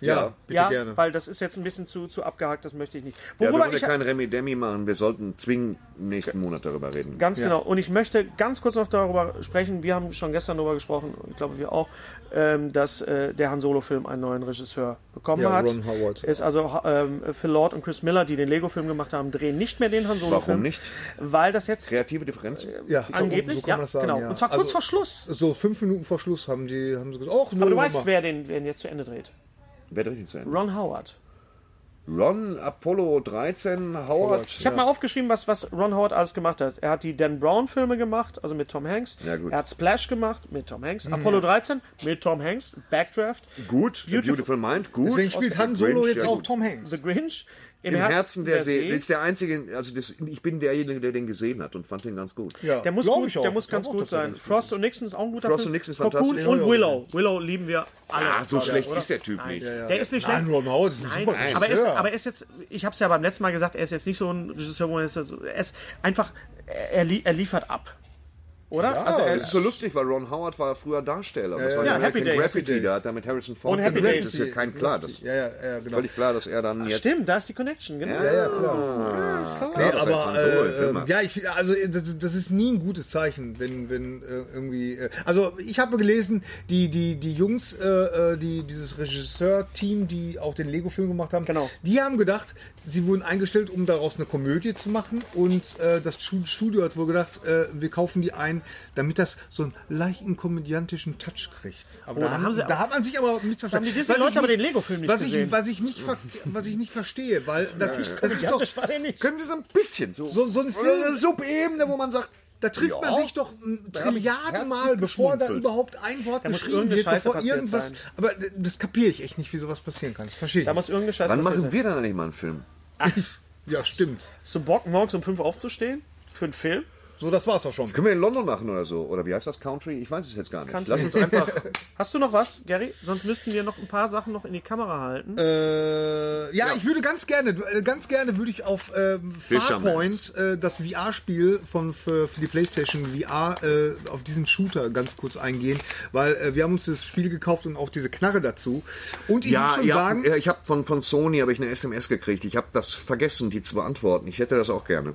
B: Ja, bitte
A: ja,
B: gerne.
A: weil das ist jetzt ein bisschen zu, zu abgehakt, das möchte ich nicht.
C: Ja, wir
A: Worüber
C: wollen ja
A: ich
C: kein Remi Demi machen. Wir sollten zwingend nächsten Monat darüber reden.
A: Ganz
B: Ja.
A: genau. Und ich möchte ganz kurz noch darüber sprechen. Wir haben schon gestern darüber gesprochen, ich glaube wir auch, ähm, dass äh, der Han Solo-Film einen neuen Regisseur bekommen
B: Ja,
A: hat.
B: Ron Howard.
A: Ist also ha- ähm, Phil Lord und Chris Miller, die den Lego-Film gemacht haben, drehen nicht mehr den Han Solo-Film.
C: Warum nicht?
A: Weil das jetzt
C: Kreative Differenz?
B: ja,
A: angeblich,
B: so kann
A: ja,
B: man das sagen,
A: genau.
B: ja.
A: Und zwar kurz
B: also,
A: vor Schluss.
B: So fünf Minuten vor Schluss haben die haben sie gesagt, ach,
A: Aber
B: nur
A: du weißt,
B: mal.
A: wer den, den jetzt zu Ende dreht.
C: Wer dreht ihn zu Ende?
A: Ron Howard.
C: Ron, Apollo 13, Howard.
A: Ich habe mal aufgeschrieben, was, was Ron Howard alles gemacht hat. Er hat die Dan Brown-Filme gemacht, also mit Tom Hanks.
C: Ja, gut.
A: Er hat Splash gemacht mit Tom Hanks. Apollo 13 mit Tom Hanks. Backdraft.
C: Gut, Beautiful,
A: Beautiful
C: Mind, gut.
B: Deswegen spielt Han
C: Grinch,
B: Solo jetzt
C: ja,
B: auch
C: gut.
B: Tom Hanks.
A: The Grinch.
C: Im Herzen der, See. Das ist der einzige, also das, ich bin derjenige, der den gesehen hat und fand den ganz gut.
B: Ja,
A: Der muss,
B: glaub
A: gut,
B: ich auch.
A: der muss
B: Glaub
A: ganz
B: auch,
A: gut
B: dass er
A: sein. Frost und Nixon ist auch ein guter
C: Frost
A: Film.
C: und Nixon ist
A: Cocoon
C: fantastisch.
A: Und Willow. Willow lieben wir alle.
C: Ah, so
A: glaube ich,
C: schlecht
A: oder?
C: ist der Typ nicht.
A: Der ist nicht schlecht.
B: Nein, Ron Howard ist ein super
A: Nein,
B: Regisseur.
A: aber, er ist, aber er ist jetzt, ich habe es ja beim letzten Mal gesagt, er ist jetzt nicht so ein Regisseur, wo er ist, also, er ist einfach, er, lie- er liefert ab. Oder? also er,
C: Das ist so lustig, weil Ron Howard war früher Darsteller. Das war
A: Ja,
C: der
A: Happy
C: American
A: Days.
C: Graffiti, da hat er mit Harrison Ford
A: Und Happy
C: gedreht.
A: Days.
C: Das ist ja kein klar. Das ist
B: ja, ja, ja, genau.
C: völlig klar, dass er dann jetzt.
A: stimmt, da ist die Connection, genau.
C: Ja, ja, klar.
B: Nee,
C: das heißt,
B: aber
C: Han Solo im
B: äh,
C: Film
B: ähm,
C: hat.
B: ja, ich, also äh, das, das ist nie ein gutes Zeichen, wenn wenn äh, irgendwie. Äh, also ich habe gelesen, die die die Jungs, äh, äh, die dieses Regisseur-Team, die auch den Lego-Film gemacht haben,
A: Genau.
B: die haben gedacht, sie wurden eingestellt, um daraus eine Komödie zu machen und äh, das Schu- Studio hat wohl gedacht, äh, wir kaufen die ein, damit das so einen leichten komödiantischen Touch kriegt. Aber
A: Oh,
B: da,
A: da
B: haben,
A: haben sie
B: da
A: auch-
B: hat man sich aber missverstanden.
A: Haben die Disney-Leute
B: Was ich
A: aber den Lego-Film nicht
B: was ich,
A: gesehen?
B: was ich nicht ver- was ich nicht verstehe, weil das, ist- das ist doch
A: Das war der nicht.
C: Können Sie so ein bisschen so,
B: So- so ein
C: oder
B: Film-
C: eine Subebene, wo man sagt,
B: Da trifft man
C: Ja.
B: sich doch m,
C: Da hab ich
B: Trilliarden Mal,
C: herzlich
B: bevor da
C: geschmunzelt.
B: überhaupt ein Wort
A: muss
B: geschrieben
A: irgendeine
B: wird,
A: Scheiße
B: bevor
A: passiert
B: irgendwas.
A: sein.
B: Aber d- das kapiere ich echt nicht, wie sowas passieren kann. Das verstehe ich.
A: Da
B: nicht.
A: muss irgendeine Scheiße
C: wann
A: passiert
C: machen
A: sein.
C: wir dann eigentlich mal einen Film?
B: ja, stimmt.
A: So Bock morgens um 5 aufzustehen? Für einen Film?
B: So, das war's auch schon.
C: Können wir in London machen oder so? Oder wie heißt das? Country? Ich weiß es jetzt gar nicht. Lass uns einfach.
A: Hast du noch was, Gary? Sonst müssten wir noch ein paar Sachen noch in die Kamera halten.
B: Äh, ja, ich würde ganz gerne, äh, ganz gerne würde ich auf ähm,
C: Fisherman's.
B: Farpoint äh, das VR-Spiel von für, für die PlayStation VR äh, auf diesen Shooter ganz kurz eingehen, weil äh, wir haben uns das Spiel gekauft und auch diese Knarre dazu. Und ich muss
C: Ja,
B: schon
C: ja,
B: sagen,
C: ja, ich habe von, von Sony habe ich eine SMS gekriegt. Ich habe das vergessen, die zu beantworten. Ich hätte das auch gerne.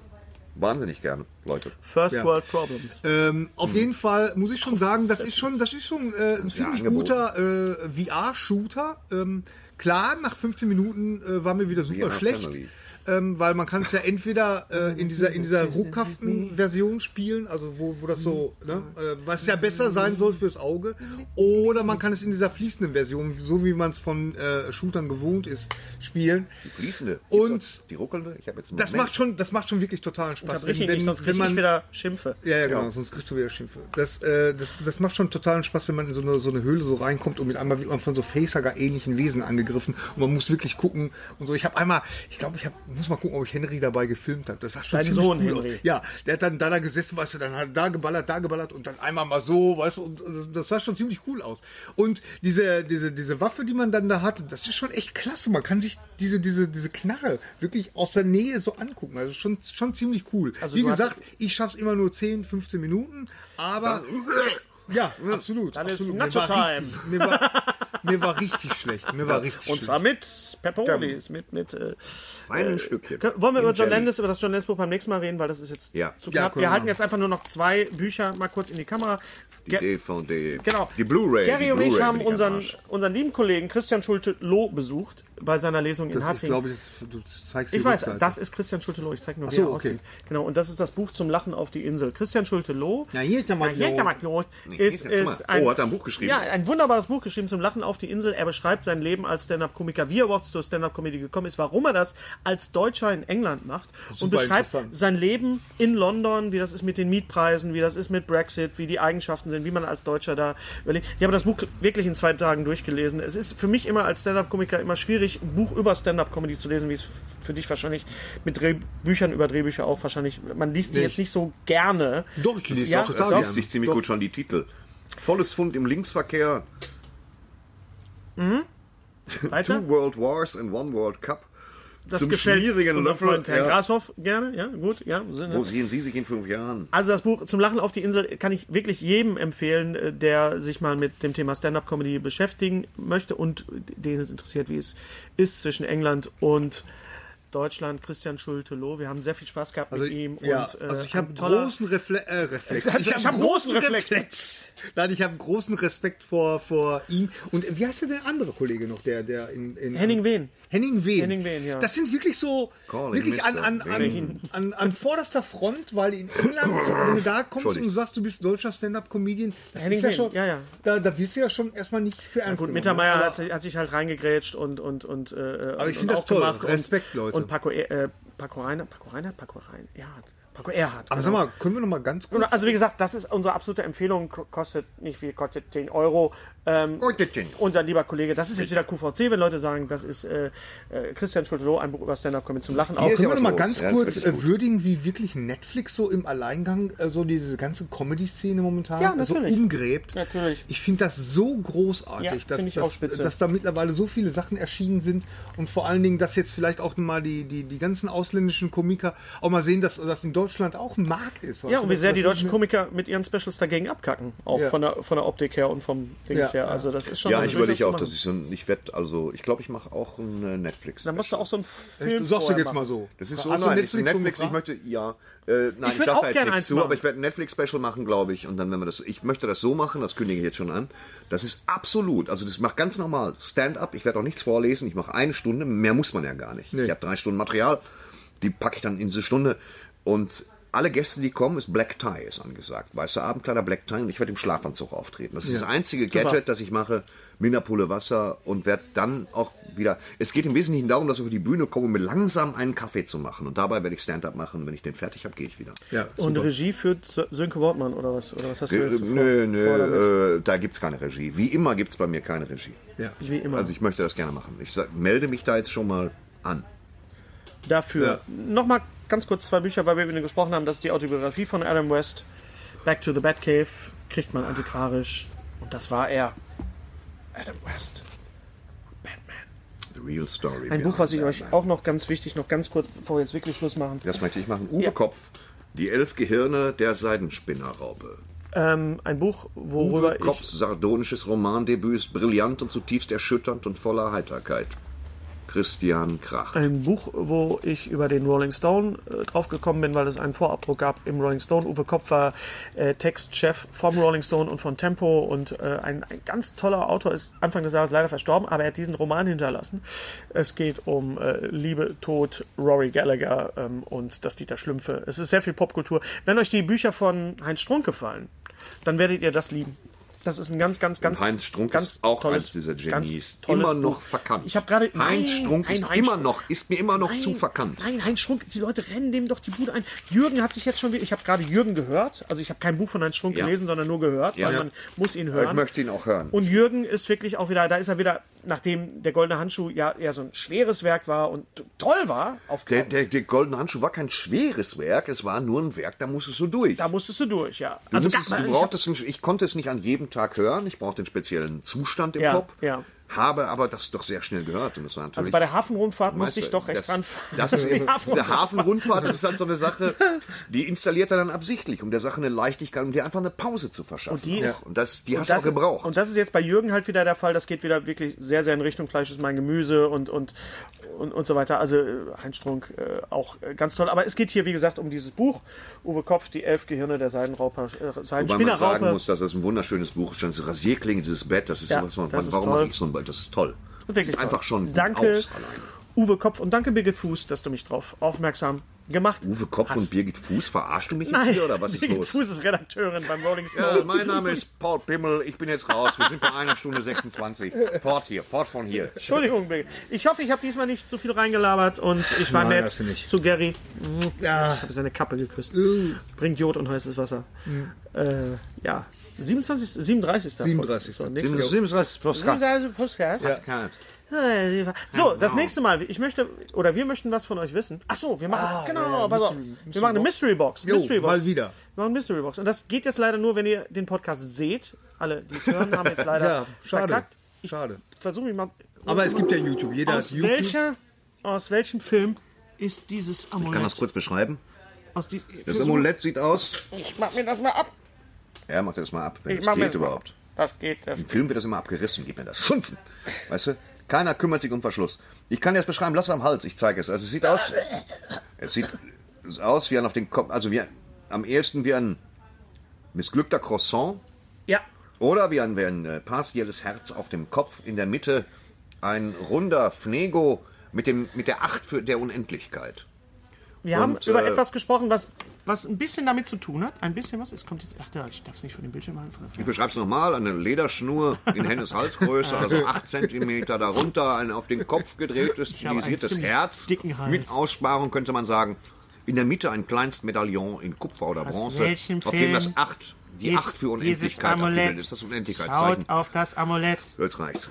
C: Wahnsinnig gerne, Leute.
A: First
B: ja.
A: World Problems.
B: Ähm, auf
A: Hm.
B: jeden Fall muss ich schon sagen, das ist schon, das ist schon äh, ein ziemlich
C: angeboten.
B: guter äh, VR-Shooter. Ähm, klar, nach 15 Minuten äh, war mir wieder super
C: VR
B: schlecht.
C: Family.
B: ähm, weil man kann es ja entweder äh, in dieser in dieser ruckhaften Version spielen, also wo, wo das so, ne, äh, was ja besser sein soll fürs Auge, oder man kann es in dieser fließenden Version, so wie man es von äh, Shootern gewohnt ist, spielen.
C: Die fließende.
B: Und-
C: die ruckelnde. Ich habe jetzt einen
B: Das
C: Moment.
B: macht schon, das macht schon wirklich totalen
A: Ich
B: Spaß.
A: hab richtig nicht, sonst krieg ich wieder Schimpfe.
B: Ja, ja, genau, sonst kriegst du wieder Schimpfe. Das, äh, das, das macht schon totalen Spaß, wenn man in so eine, so eine Höhle so reinkommt und mit einmal wird man von so Facehager-ähnlichen Wesen angegriffen und man muss wirklich gucken und so. Ich habe einmal, ich glaube, ich hab, muss mal gucken, ob ich Henry dabei gefilmt habe. Das sah schon
A: Dein
B: ziemlich
A: Sohn,
B: cool aus.
A: Henry.
B: Ja, der hat dann da, da gesessen, weißt du, dann hat er da geballert, da geballert und dann einmal mal so, weißt du, und, und das sah schon ziemlich cool aus. Und diese, diese, diese Waffe, die man dann da hat, das ist schon echt klasse. Man kann sich diese, diese, diese Knarre wirklich aus der Nähe so angucken. Also schon, schon ziemlich cool.
A: Also
B: Wie
A: du hast-
B: gesagt, ich schaff's immer nur 10, 15 Minuten, aber ja, absolut.
A: Dann ist
B: absolut.
A: Nacho
B: war
A: Time.
B: Richtig, mir, war, mir war richtig schlecht. Mir war richtig
A: Und zwar
B: schlecht.
A: mit Pepperonis, mit, mit, äh,
C: ein Stückchen.
A: Kö- Wollen wir über
C: In
A: John
C: Jelly.
A: Landis, über das John Landis Buch beim nächsten Mal reden, weil das ist jetzt
C: Ja.
A: zu
B: Ja,
A: knapp.
B: können
A: wir
B: wir
A: halten
B: machen.
A: jetzt einfach nur noch zwei Bücher mal kurz in die Kamera.
C: Die
A: Ge-
C: DVD.
A: Genau.
C: Die Blu-ray.
A: Gary
C: die
A: und ich
C: Blu-ray
A: haben
C: bin am
A: unseren,
C: Arsch.
A: unseren lieben Kollegen Christian Schulte-Loh besucht bei seiner Lesung in
B: Das ist,
A: Hattingen.
B: glaube ich, das, du zeigst die
A: Ich weiß,
B: Rückseite.
A: das ist Christian Schulte-Loh. Ich zeige nur, wie
B: so,
A: er
B: okay.
A: aussieht. Genau, und das ist das Buch zum Lachen auf die Insel. Christian Schulte-Loh.
B: Na, hier ist der mal
A: Na, hier
B: Loh.
A: der mal Loh. Ist,
C: hier ist der
A: ist
C: mal. Oh, hat er ein Buch geschrieben?
A: Ja, ein wunderbares Buch geschrieben zum Lachen auf die Insel. Er beschreibt sein Leben als Stand-Up-Komiker, wie er überhaupt zur Stand-Up-Comedy gekommen ist, warum er das als Deutscher in England macht und beschreibt
B: interessant.
A: sein Leben in London, wie das ist mit den Mietpreisen, wie das ist mit Brexit, wie die Eigenschaften sind, wie man als Deutscher da überlegt. Ich habe das Buch wirklich in zwei Tagen durchgelesen. Es ist für mich immer als Stand-Up-Komiker immer schwierig, ein Buch über Stand-Up-Comedy zu lesen, wie es für dich wahrscheinlich mit Drehbüchern über Drehbücher auch wahrscheinlich. Man liest die
B: Nee.
A: jetzt nicht so gerne.
B: Doch, ich lese
A: Ja,
B: ja, auch total
C: Das
B: gern.
C: liest sich ziemlich gut schon die Titel. Volles Fund im Linksverkehr,
A: Weiter?
C: Two World Wars and One World Cup.
A: Das
C: zum
A: gefällt
C: schmierigen
A: unserem
C: Löffel,
A: Freund Herr
C: ja.
A: Grashoff gerne. Ja, gut, ja. Sind,
C: Wo sehen Sie sich in fünf Jahren?
A: Also das Buch zum Lachen auf die Insel kann ich wirklich jedem empfehlen, äh, der sich mal mit dem Thema Stand-up-Comedy beschäftigen möchte und den es interessiert, wie es ist zwischen England und Deutschland. Christian Schulte-Loh, wir haben sehr viel Spaß gehabt mit ihm.
B: Also, ja,
A: und, äh,
B: also ich
A: ein
B: habe
A: toller-
B: großen Refle äh, Reflex.
A: ich hab großen Reflex.
B: Nein, ich habe großen Respekt vor, vor ihm. Und äh, wie heißt denn der andere Kollege noch, der, der in, in
A: Henning Wehn.
B: Henning Wehn.
A: Henning Wehn, ja.
B: Das sind wirklich so
C: Calling
B: wirklich an,
C: Mr.
B: an, an,
C: Wehn.
B: an, an vorderster Front, weil in England, wenn du da kommst und du
C: Entschuldigt.
B: sagst, du bist deutscher Stand-up-Comedian, das
A: Henning
B: ist ja
A: Wehn,
B: schon,
A: ja, ja.
B: Da, da wirst du ja schon erstmal nicht für ernst
A: Gut,
B: genommen,
A: Mittermeier
B: ne?
A: hat, sich- hat sich halt reingegrätscht und und und. Äh, aber
B: ich finde das toll. Respekt,
A: und,
B: Leute.
A: Und Paco, äh, Paco Reiner, Paco Reiner, Paco Reiner, ja, Paco genau. Erhardt.
B: Aber sag mal, können wir noch mal ganz kurz...
A: Also wie gesagt, das ist unsere absolute Empfehlung. K- Kostet nicht viel, kostet 10 Euro. Ähm,
C: Kostetchen.
A: unser lieber Kollege, das ist jetzt wieder QVC, wenn Leute sagen, das ist äh, äh, Christian Schulte-Loh, ein Buch über Stand-Up Comedy zum Lachen. Auch.
C: Hier ist
B: Können
C: ja was
B: wir noch mal
C: los.
B: ganz
C: Ja, das
B: kurz
C: wird jetzt
B: äh, würdigen, wie wirklich Netflix so im Alleingang äh, so diese ganze Comedy-Szene momentan
A: Ja,
B: so
A: natürlich.
B: umgräbt?
A: Natürlich.
B: Ich finde das so großartig,
A: Ja,
B: dass,
A: find ich auch
B: dass,
A: spitze.
B: dass da mittlerweile so viele Sachen erschienen sind und vor allen Dingen, dass jetzt vielleicht auch mal die, die, die ganzen ausländischen Komiker auch mal sehen, dass das in Deutschland auch ein Markt ist. weißt
A: Ja,
B: du,
A: und wie
B: dass-
A: sehr
B: dass
A: die
B: das
A: deutschen
B: mit-
A: Komiker mit ihren Specials dagegen abkacken. Auch
B: Ja.
A: von, der, von der Optik her und vom Dings
B: Ja,
A: her.
B: ja.
A: Also das ist schon...
C: Ja,
A: also
C: ich
A: das zu
C: überlege auch,
A: machen.
C: dass ich so ein, ich werde, also ich glaube, ich mache auch ein äh, Netflix.
A: Dann musst du auch so einen Film
B: Du sagst dir
A: vorher
B: jetzt
A: machen.
B: mal so.
C: Das ist so,
B: Hast du
C: nein, Netflix,
B: schon
C: Netflix ich
B: gefragt?
C: möchte, ja, äh, nein,
A: Ich
C: ich,
A: würd
C: sag
A: auch
C: da jetzt
A: gerne
C: nichts
A: eins
C: zu,
A: machen.
C: aber ich werde ein Netflix-Special machen, glaube ich, und dann, wenn wir das, ich möchte das so machen, das kündige ich jetzt schon an, das ist absolut, also das macht ganz normal, Stand-up, ich werde auch nichts vorlesen, ich mache eine Stunde, mehr muss man ja gar nicht. Ich habe drei Stunden Material, die packe ich dann in diese Stunde und alle Gäste, die kommen, ist Black Tie ist angesagt. Weißer Abendkleider, Black Tie und ich werde im Schlafanzug auftreten. Das ist das einzige Gadget, das ich mache. Minderpulle Wasser und werde dann auch wieder. Es geht im Wesentlichen darum, dass ich über die Bühne komme, um mir langsam einen Kaffee zu machen. Und dabei werde ich Stand-up machen. Wenn ich den fertig habe, gehe ich wieder.
B: Ja,
A: Und Regie führt Sö- Sönke Wortmann oder was? Oder was hast du
C: Äh,
A: jetzt
C: nö,
A: vor- vor damit?
C: nö, äh, da gibt's keine Regie. Wie immer gibt's bei mir keine Regie.
B: ja.
A: Wie immer.
C: Also ich möchte das gerne machen. Ich sag, melde mich da jetzt schon mal an.
A: dafür.
B: Ja.
A: Nochmal ganz kurz zwei Bücher, weil wir eben gesprochen haben. Das ist die Autobiografie von Adam West. Back to the Batcave kriegt man antiquarisch. Und das war er. Adam West.
C: The Real Story.
A: Ein
C: Wir
A: Buch, was
C: haben
A: ich
C: da
A: euch
C: einen-
A: auch noch ganz wichtig, noch ganz kurz, bevor wir jetzt wirklich Schluss machen.
C: Das möchte ich machen. Uwe
A: Ja.
C: Kopf. Die elf Gehirne der Seidenspinnerraupe.
A: Ähm, ein Buch, worüber
C: Uwe Kopfs sardonisches Romandebüt ist brillant und zutiefst erschütternd und voller Heiterkeit. Christian Krach.
A: ein Buch, wo ich über den Rolling Stone äh, draufgekommen bin, weil es einen Vorabdruck gab im Rolling Stone. Uwe Kopf war äh, Textchef vom Rolling Stone und von Tempo und äh, ein, ein ganz toller Autor ist Anfang des Jahres leider verstorben, aber er hat diesen Roman hinterlassen. Es geht um äh, Liebe, Tod, Rory Gallagher ähm, und das Dieter Schlümpfe. Es ist sehr viel Popkultur. Wenn euch die Bücher von Heinz Strunk gefallen, dann werdet ihr das lieben. Das ist ein ganz, ganz, ganz.
C: Heinz Strunk
A: ganz
C: ist auch
A: tolles-
C: eines dieser
A: ganz
C: Genies.
A: tolles
C: Immer noch
A: Buch.
C: verkannt.
A: Ich habe gerade.
C: Heinz
A: Nein,
C: Strunk
A: nein,
C: ist
A: Heinz
C: immer
A: Strunk-
C: noch, ist mir immer noch zu verkannt.
A: Nein, Heinz Strunk, die Leute rennen dem doch die Bude ein. Jürgen hat sich jetzt schon wieder, ich habe gerade Jürgen gehört, also ich habe kein Buch von Heinz Strunk
C: Ja.
A: gelesen, sondern nur gehört,
C: Ja.
A: weil man muss ihn hören.
C: Ich möchte ihn auch hören.
A: Und Jürgen ist wirklich auch wieder, da ist er wieder, nachdem der Goldene Handschuh ja eher so ein schweres Werk war und t- toll war, auf
C: Der, der, der Goldene Handschuh war kein schweres Werk, es war nur ein Werk, da musstest du durch.
A: da musstest du durch, ja.
C: Du, musstest,
A: gar-
C: du
A: ich
C: brauchtest, ich, ich konnte es nicht an jedem Tag hören, ich brauchte einen speziellen Zustand im
A: Ja,
C: Kopf,
A: ja.
C: habe aber das doch sehr schnell gehört. Und das war natürlich
A: Also bei der Hafenrundfahrt musste ich
C: Meister,
A: doch recht
C: das,
A: dran
C: Das ist
A: Die
C: eben, diese
A: Hafenrundfahrt.
C: Hafenrundfahrt das ist halt so eine Sache, die installiert er dann absichtlich, um der Sache eine Leichtigkeit, um dir einfach eine Pause zu verschaffen.
A: Und die ist-
C: und das, die hast
A: das
C: du auch gebraucht.
A: Ist, und das ist jetzt bei Jürgen halt wieder der Fall. Das geht wieder wirklich sehr, sehr in Richtung Fleisch ist mein Gemüse und, und, und, und so weiter. Also äh, Heinz Strunk äh, auch äh, ganz toll. Aber es geht hier, wie gesagt, um dieses Buch. Uwe Kopf, die elf Gehirne der Seidenrauper, äh,
C: Wobei man sagen
A: Seidenspinnerraupe.
C: muss, dass das ein wunderschönes Buch ist. Das Rasierklinge, dieses Bett, das ist
A: Ja,
C: sowas, man,
A: das ist
C: warum
A: toll.
C: mag ich so ein Bett? Das ist toll.
A: Wirklich
C: Sieht
A: toll.
C: einfach schon gut
A: Danke,
C: aus allein.
A: Uwe Kopf und danke Birgit Fuß, dass du mich drauf aufmerksam gemacht
C: Uwe Kopf und Birgit Fuß, verarschst du mich jetzt
A: Nein,
C: hier oder was ist
A: Birgit
C: los?
A: Fuß ist Redakteurin beim Rolling Stone.
C: Ja, mein Name ist Paul Pimmel, ich bin jetzt raus. Wir sind bei einer Stunde 26. Fort hier, fort von hier.
A: Entschuldigung, Birgit. Ich hoffe, ich habe diesmal nicht zu viel reingelabert und ich war
B: Nein,
A: nett
B: hast du nicht.
A: zu Gary.
B: Ja. Äh.
A: Ich habe seine Kappe geküsst. Bringt Jod und heißes Wasser.
B: Mhm.
A: Äh, ja. 27. 37.
B: 37..
A: So,
C: Sind
A: nächstes-
C: es 37 plus Kraft?
A: 37 Podcast. Äh,
C: Keiner.
A: So, das nächste Mal. Ich möchte, oder wir möchten was von euch wissen. Ach so, wir machen,
B: Ah,
A: genau, pass auf. wir machen eine Mystery Box. Mystery Box.
B: mal wieder.
A: Wir machen eine Mystery Box. Und das geht jetzt leider nur, wenn ihr den Podcast seht. Alle, die es hören, haben jetzt leider
B: Ja, schade.
A: verkackt. Ich
B: Schade.
A: versuche mich mal
B: Aber es gibt ja YouTube. Jeder hat
A: aus,
B: YouTube.
A: welcher, aus welchem Film ist dieses Amulett?
C: Kann das kurz beschreiben?
A: aus die,
C: Das Amulett sieht aus.
A: ich mach mir das mal ab.
C: Er macht das mal ab, wenn
A: Ich
C: das
A: mach mir
C: geht
A: das mal ab.
C: überhaupt.
A: Das geht. Das
C: Im Film wird das immer abgerissen, gib mir das. Schunzen. Weißt du? Keiner kümmert sich um Verschluss. Ich kann dir das beschreiben, lass am Hals, ich zeige es. Also es sieht aus. Es sieht aus wie ein auf den Kopf. Also wie ein, am ehesten wie ein missglückter Croissant.
A: ja,
C: Oder wie ein, wie ein äh, partielles Herz auf dem Kopf, in der Mitte ein runder Fnego mit, dem, mit der Acht für der Unendlichkeit.
A: wir
C: Und,
A: haben über
C: äh,
A: etwas gesprochen, was, was ein bisschen damit zu tun hat. Ein bisschen was. Es kommt jetzt. Ach, da, ich darf es nicht von dem Bildschirm halten. Von der
C: Ich
A: Ferne.
C: beschreib's nochmal, eine Lederschnur in Hennes Halsgröße, also 8 cm darunter, ein auf den Kopf gedrehtes,
A: habe einen
C: stilisiertes
A: ziemlich
C: Herz.
A: dicken Hals.
C: Mit Aussparung könnte man sagen, in der Mitte ein kleines Medaillon in Kupfer oder Bronze,
A: welchem
C: auf dem das
A: Film
C: 8, die
A: ist
C: 8 für
A: dieses
C: Unendlichkeit
A: Amulett?
C: abgebildet ist, das Unendlichkeitszeichen.
A: auf das Amulett.
C: Jetzt reicht's.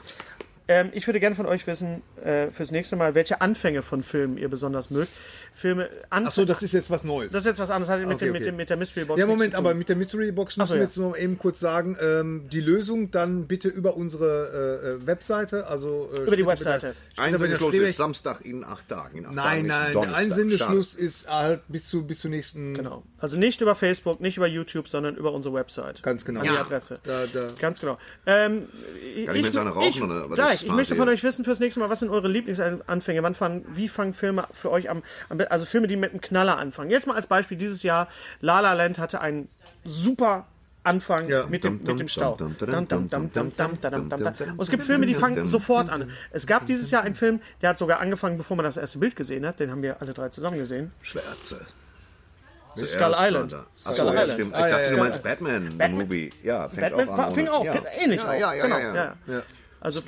A: Ähm, ich würde gerne von euch wissen, äh, fürs nächste Mal, welche Anfänge von Filmen ihr besonders mögt. Filme. Anf
B: Ach so, das ist jetzt was Neues.
A: Das ist jetzt was anderes hat
C: Ah,
A: mit,
B: Okay,
A: dem, mit,
B: okay.
A: dem, mit der Mystery Box.
B: ja,
A: nichts
B: Moment,
A: zu tun.
B: aber mit der Mystery Box müssen
A: so,
B: wir
A: ja.
B: jetzt noch eben kurz sagen, ähm, die Lösung dann bitte über unsere äh, Webseite, also äh,
A: Über die Webseite.
C: Einsendeschluss ist Samstag in 8 Tagen. In acht
B: Nein,
C: Tagen ist
B: nein, der
C: Donnerstag.
B: Einsendeschluss ist halt bis zu bis zur nächsten
A: Genau. Also nicht über Facebook, nicht über YouTube, sondern über unsere Website.
B: ganz genau.
A: An die Adresse.
B: Da, da.
A: Ganz genau. Ähm, ich,
C: ich mir jetzt eine rauchen, oder? Aber das
A: gleich. Ich
C: machen
A: möchte
C: Sie
A: von
C: ja.
A: euch wissen fürs nächste Mal, was sind eure Lieblingsanfänge? Wann fangen, wie fangen Filme für euch am, am be- also Filme, die mit einem Knaller anfangen? Jetzt mal als Beispiel dieses Jahr, La La Land hatte einen super Anfang
B: Ja.
A: mit, dem,
C: Dum, dum,
A: mit dem Stau.
C: dum, dum,
A: Dum, dum, dum, dum, dum, dum, dum, dum. Und es gibt Filme, die fangen
C: dum,
A: sofort an. Es gab dieses Jahr einen Film, der hat sogar angefangen, bevor man das erste Bild gesehen hat. Den haben wir alle drei zusammen gesehen.
C: Schwärze.
A: Skull Island.
C: Achso,
A: Skull
C: ja,
A: Island.
C: stimmt. Ich
B: Ah, ja,
C: dachte,
B: ja,
C: du
B: ja.
C: meinst Batman, the
A: Batman.
C: Movie. Ja, fängt
A: Batman
C: auch an.
A: fing
C: ohne-
A: auch,
C: ja.
A: gen- ähnlich
C: ja,
A: auch.
C: Ja, ja,
A: genau.
C: ja.
A: ja. Also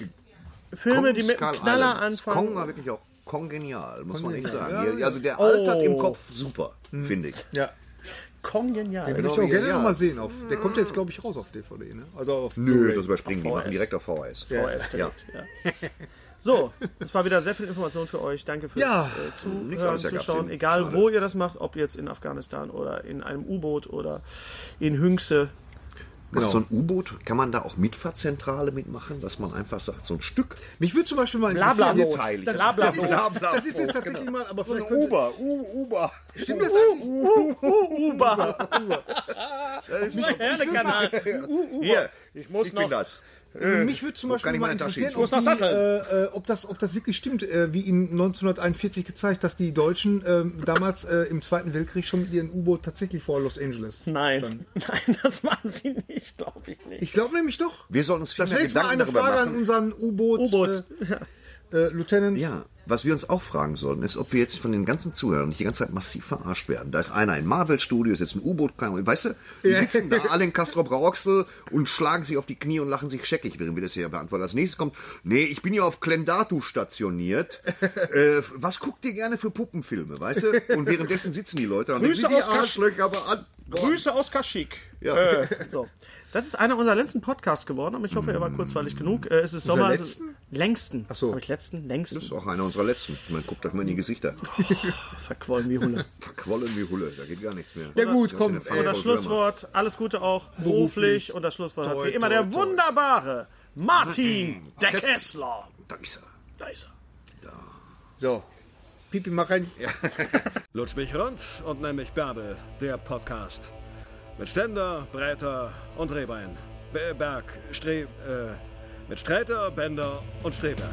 A: Filme,
C: Kong,
A: die mit
C: Skull
A: einem Knaller
C: Island.
A: anfangen.
C: Kong war wirklich auch kongenial, muss man echt sagen. Also der altert
A: Oh.
C: im Kopf super,
A: Hm.
C: finde ich.
B: Ja.
A: Kong genial.
B: Würde
C: Genau,
B: ich auch
C: ja,
B: gerne
C: ja.
B: nochmal sehen. Auf, der kommt jetzt, glaube ich, raus auf DVD, ne? Also auf
C: Nö, das überspringen die,
A: VHS.
C: machen direkt auf VHS.
A: VHS direkt, ja. So, es war wieder sehr viel Information für euch. Danke fürs äh,
B: Ja.
C: Nichts
A: Zuhören,
C: anderes ergab's
A: Zuschauen.
C: eben.
A: Egal
C: Schade.
A: wo ihr das macht, ob jetzt in Afghanistan oder in einem U-Boot oder in Hüngse. Genau.
C: Macht so ein U-Boot, kann man da auch Mitfahrzentrale mitmachen, dass man einfach sagt, so ein Stück.
B: Mich würde zum Beispiel mal
A: Blabla.
B: interessieren,
C: Jetzt heil ich.
B: das,
A: Blabla-
B: das, ist, jetzt- das ist jetzt tatsächlich mal, aber vielleicht könnte,
C: U genau. Uber.
B: Stimmt das oh, eigentlich?
A: Uh, Uber. Herne-Kanal.
C: Hier,
A: Ich muss
C: ich
A: noch.
C: bin das.
B: Mich würde zum
C: kann
B: Beispiel
C: ich
B: mal
C: meine Tasche hin?
B: interessieren, ob,
A: Wo ist
B: die,
A: noch
B: äh, äh, ob, das, ob das wirklich stimmt, äh, wie in 1941 gezeigt, dass die Deutschen ähm, damals äh, im Zweiten Weltkrieg schon mit ihren U-Boot tatsächlich vor Los Angeles standen.
A: Nein.
E: Nein, das machen sie nicht, glaube ich nicht.
B: Ich glaube nämlich doch.
C: Wir sollten uns viel
B: Das
C: mehr
B: wäre jetzt mal
C: Gedanken
B: eine
C: darüber
B: Frage an
C: machen.
B: unseren U-Boot
A: U-Boot.
B: äh, äh, Lieutenant.
C: Ja, was wir uns auch fragen sollten, ist, ob wir jetzt von den ganzen Zuhörern nicht die ganze Zeit massiv verarscht werden. Da ist einer in Marvel-Studios, jetzt ein U-Boot, keine- weißt du, die sitzen da alle in Castro Brauxel und schlagen sich auf die Knie und lachen sich scheckig, während wir das hier beantworten. Als nächstes kommt, nee, ich bin ja auf Klendatu stationiert. äh, was guckt ihr gerne für Puppenfilme, weißt du? Und währenddessen sitzen die Leute da und
A: Grüße
C: denken, die
A: aus Kasch-
C: Arschlöcher, aber an.
A: Grüße aus Kaschik.
C: Ja.
A: Äh, so. Das ist einer unserer letzten Podcasts geworden, aber ich hoffe, er war kurzweilig genug. Äh, es ist Sommer. also-
B: letzten?
A: Längsten. Ach
B: so.
A: Hab ich letzten? Längsten.
C: Das ist auch einer unserer letzten. Man guckt euch mal in die Gesichter.
A: Verquollen wie Hunde.
C: Verquollen wie Hulle, da geht gar nichts mehr.
B: Ja gut, komm.
C: Ja,
B: äh,
A: Und das Schlusswort, alles Gute auch beruflich. Und das Schlusswort hat wie
B: Toi,
A: immer
B: toi,
A: der
B: toi.
A: wunderbare Martin der Kessler.
C: Da ist er.
A: Da ist er.
B: So. Pipi, mach rein.
F: Lutsch mich rund und nenn mich Bärbel, der Podcast. Mit Ständer, Breiter und Rehbein. Be- Berg, Stre... Äh, mit Streiter, Bender und Streberg.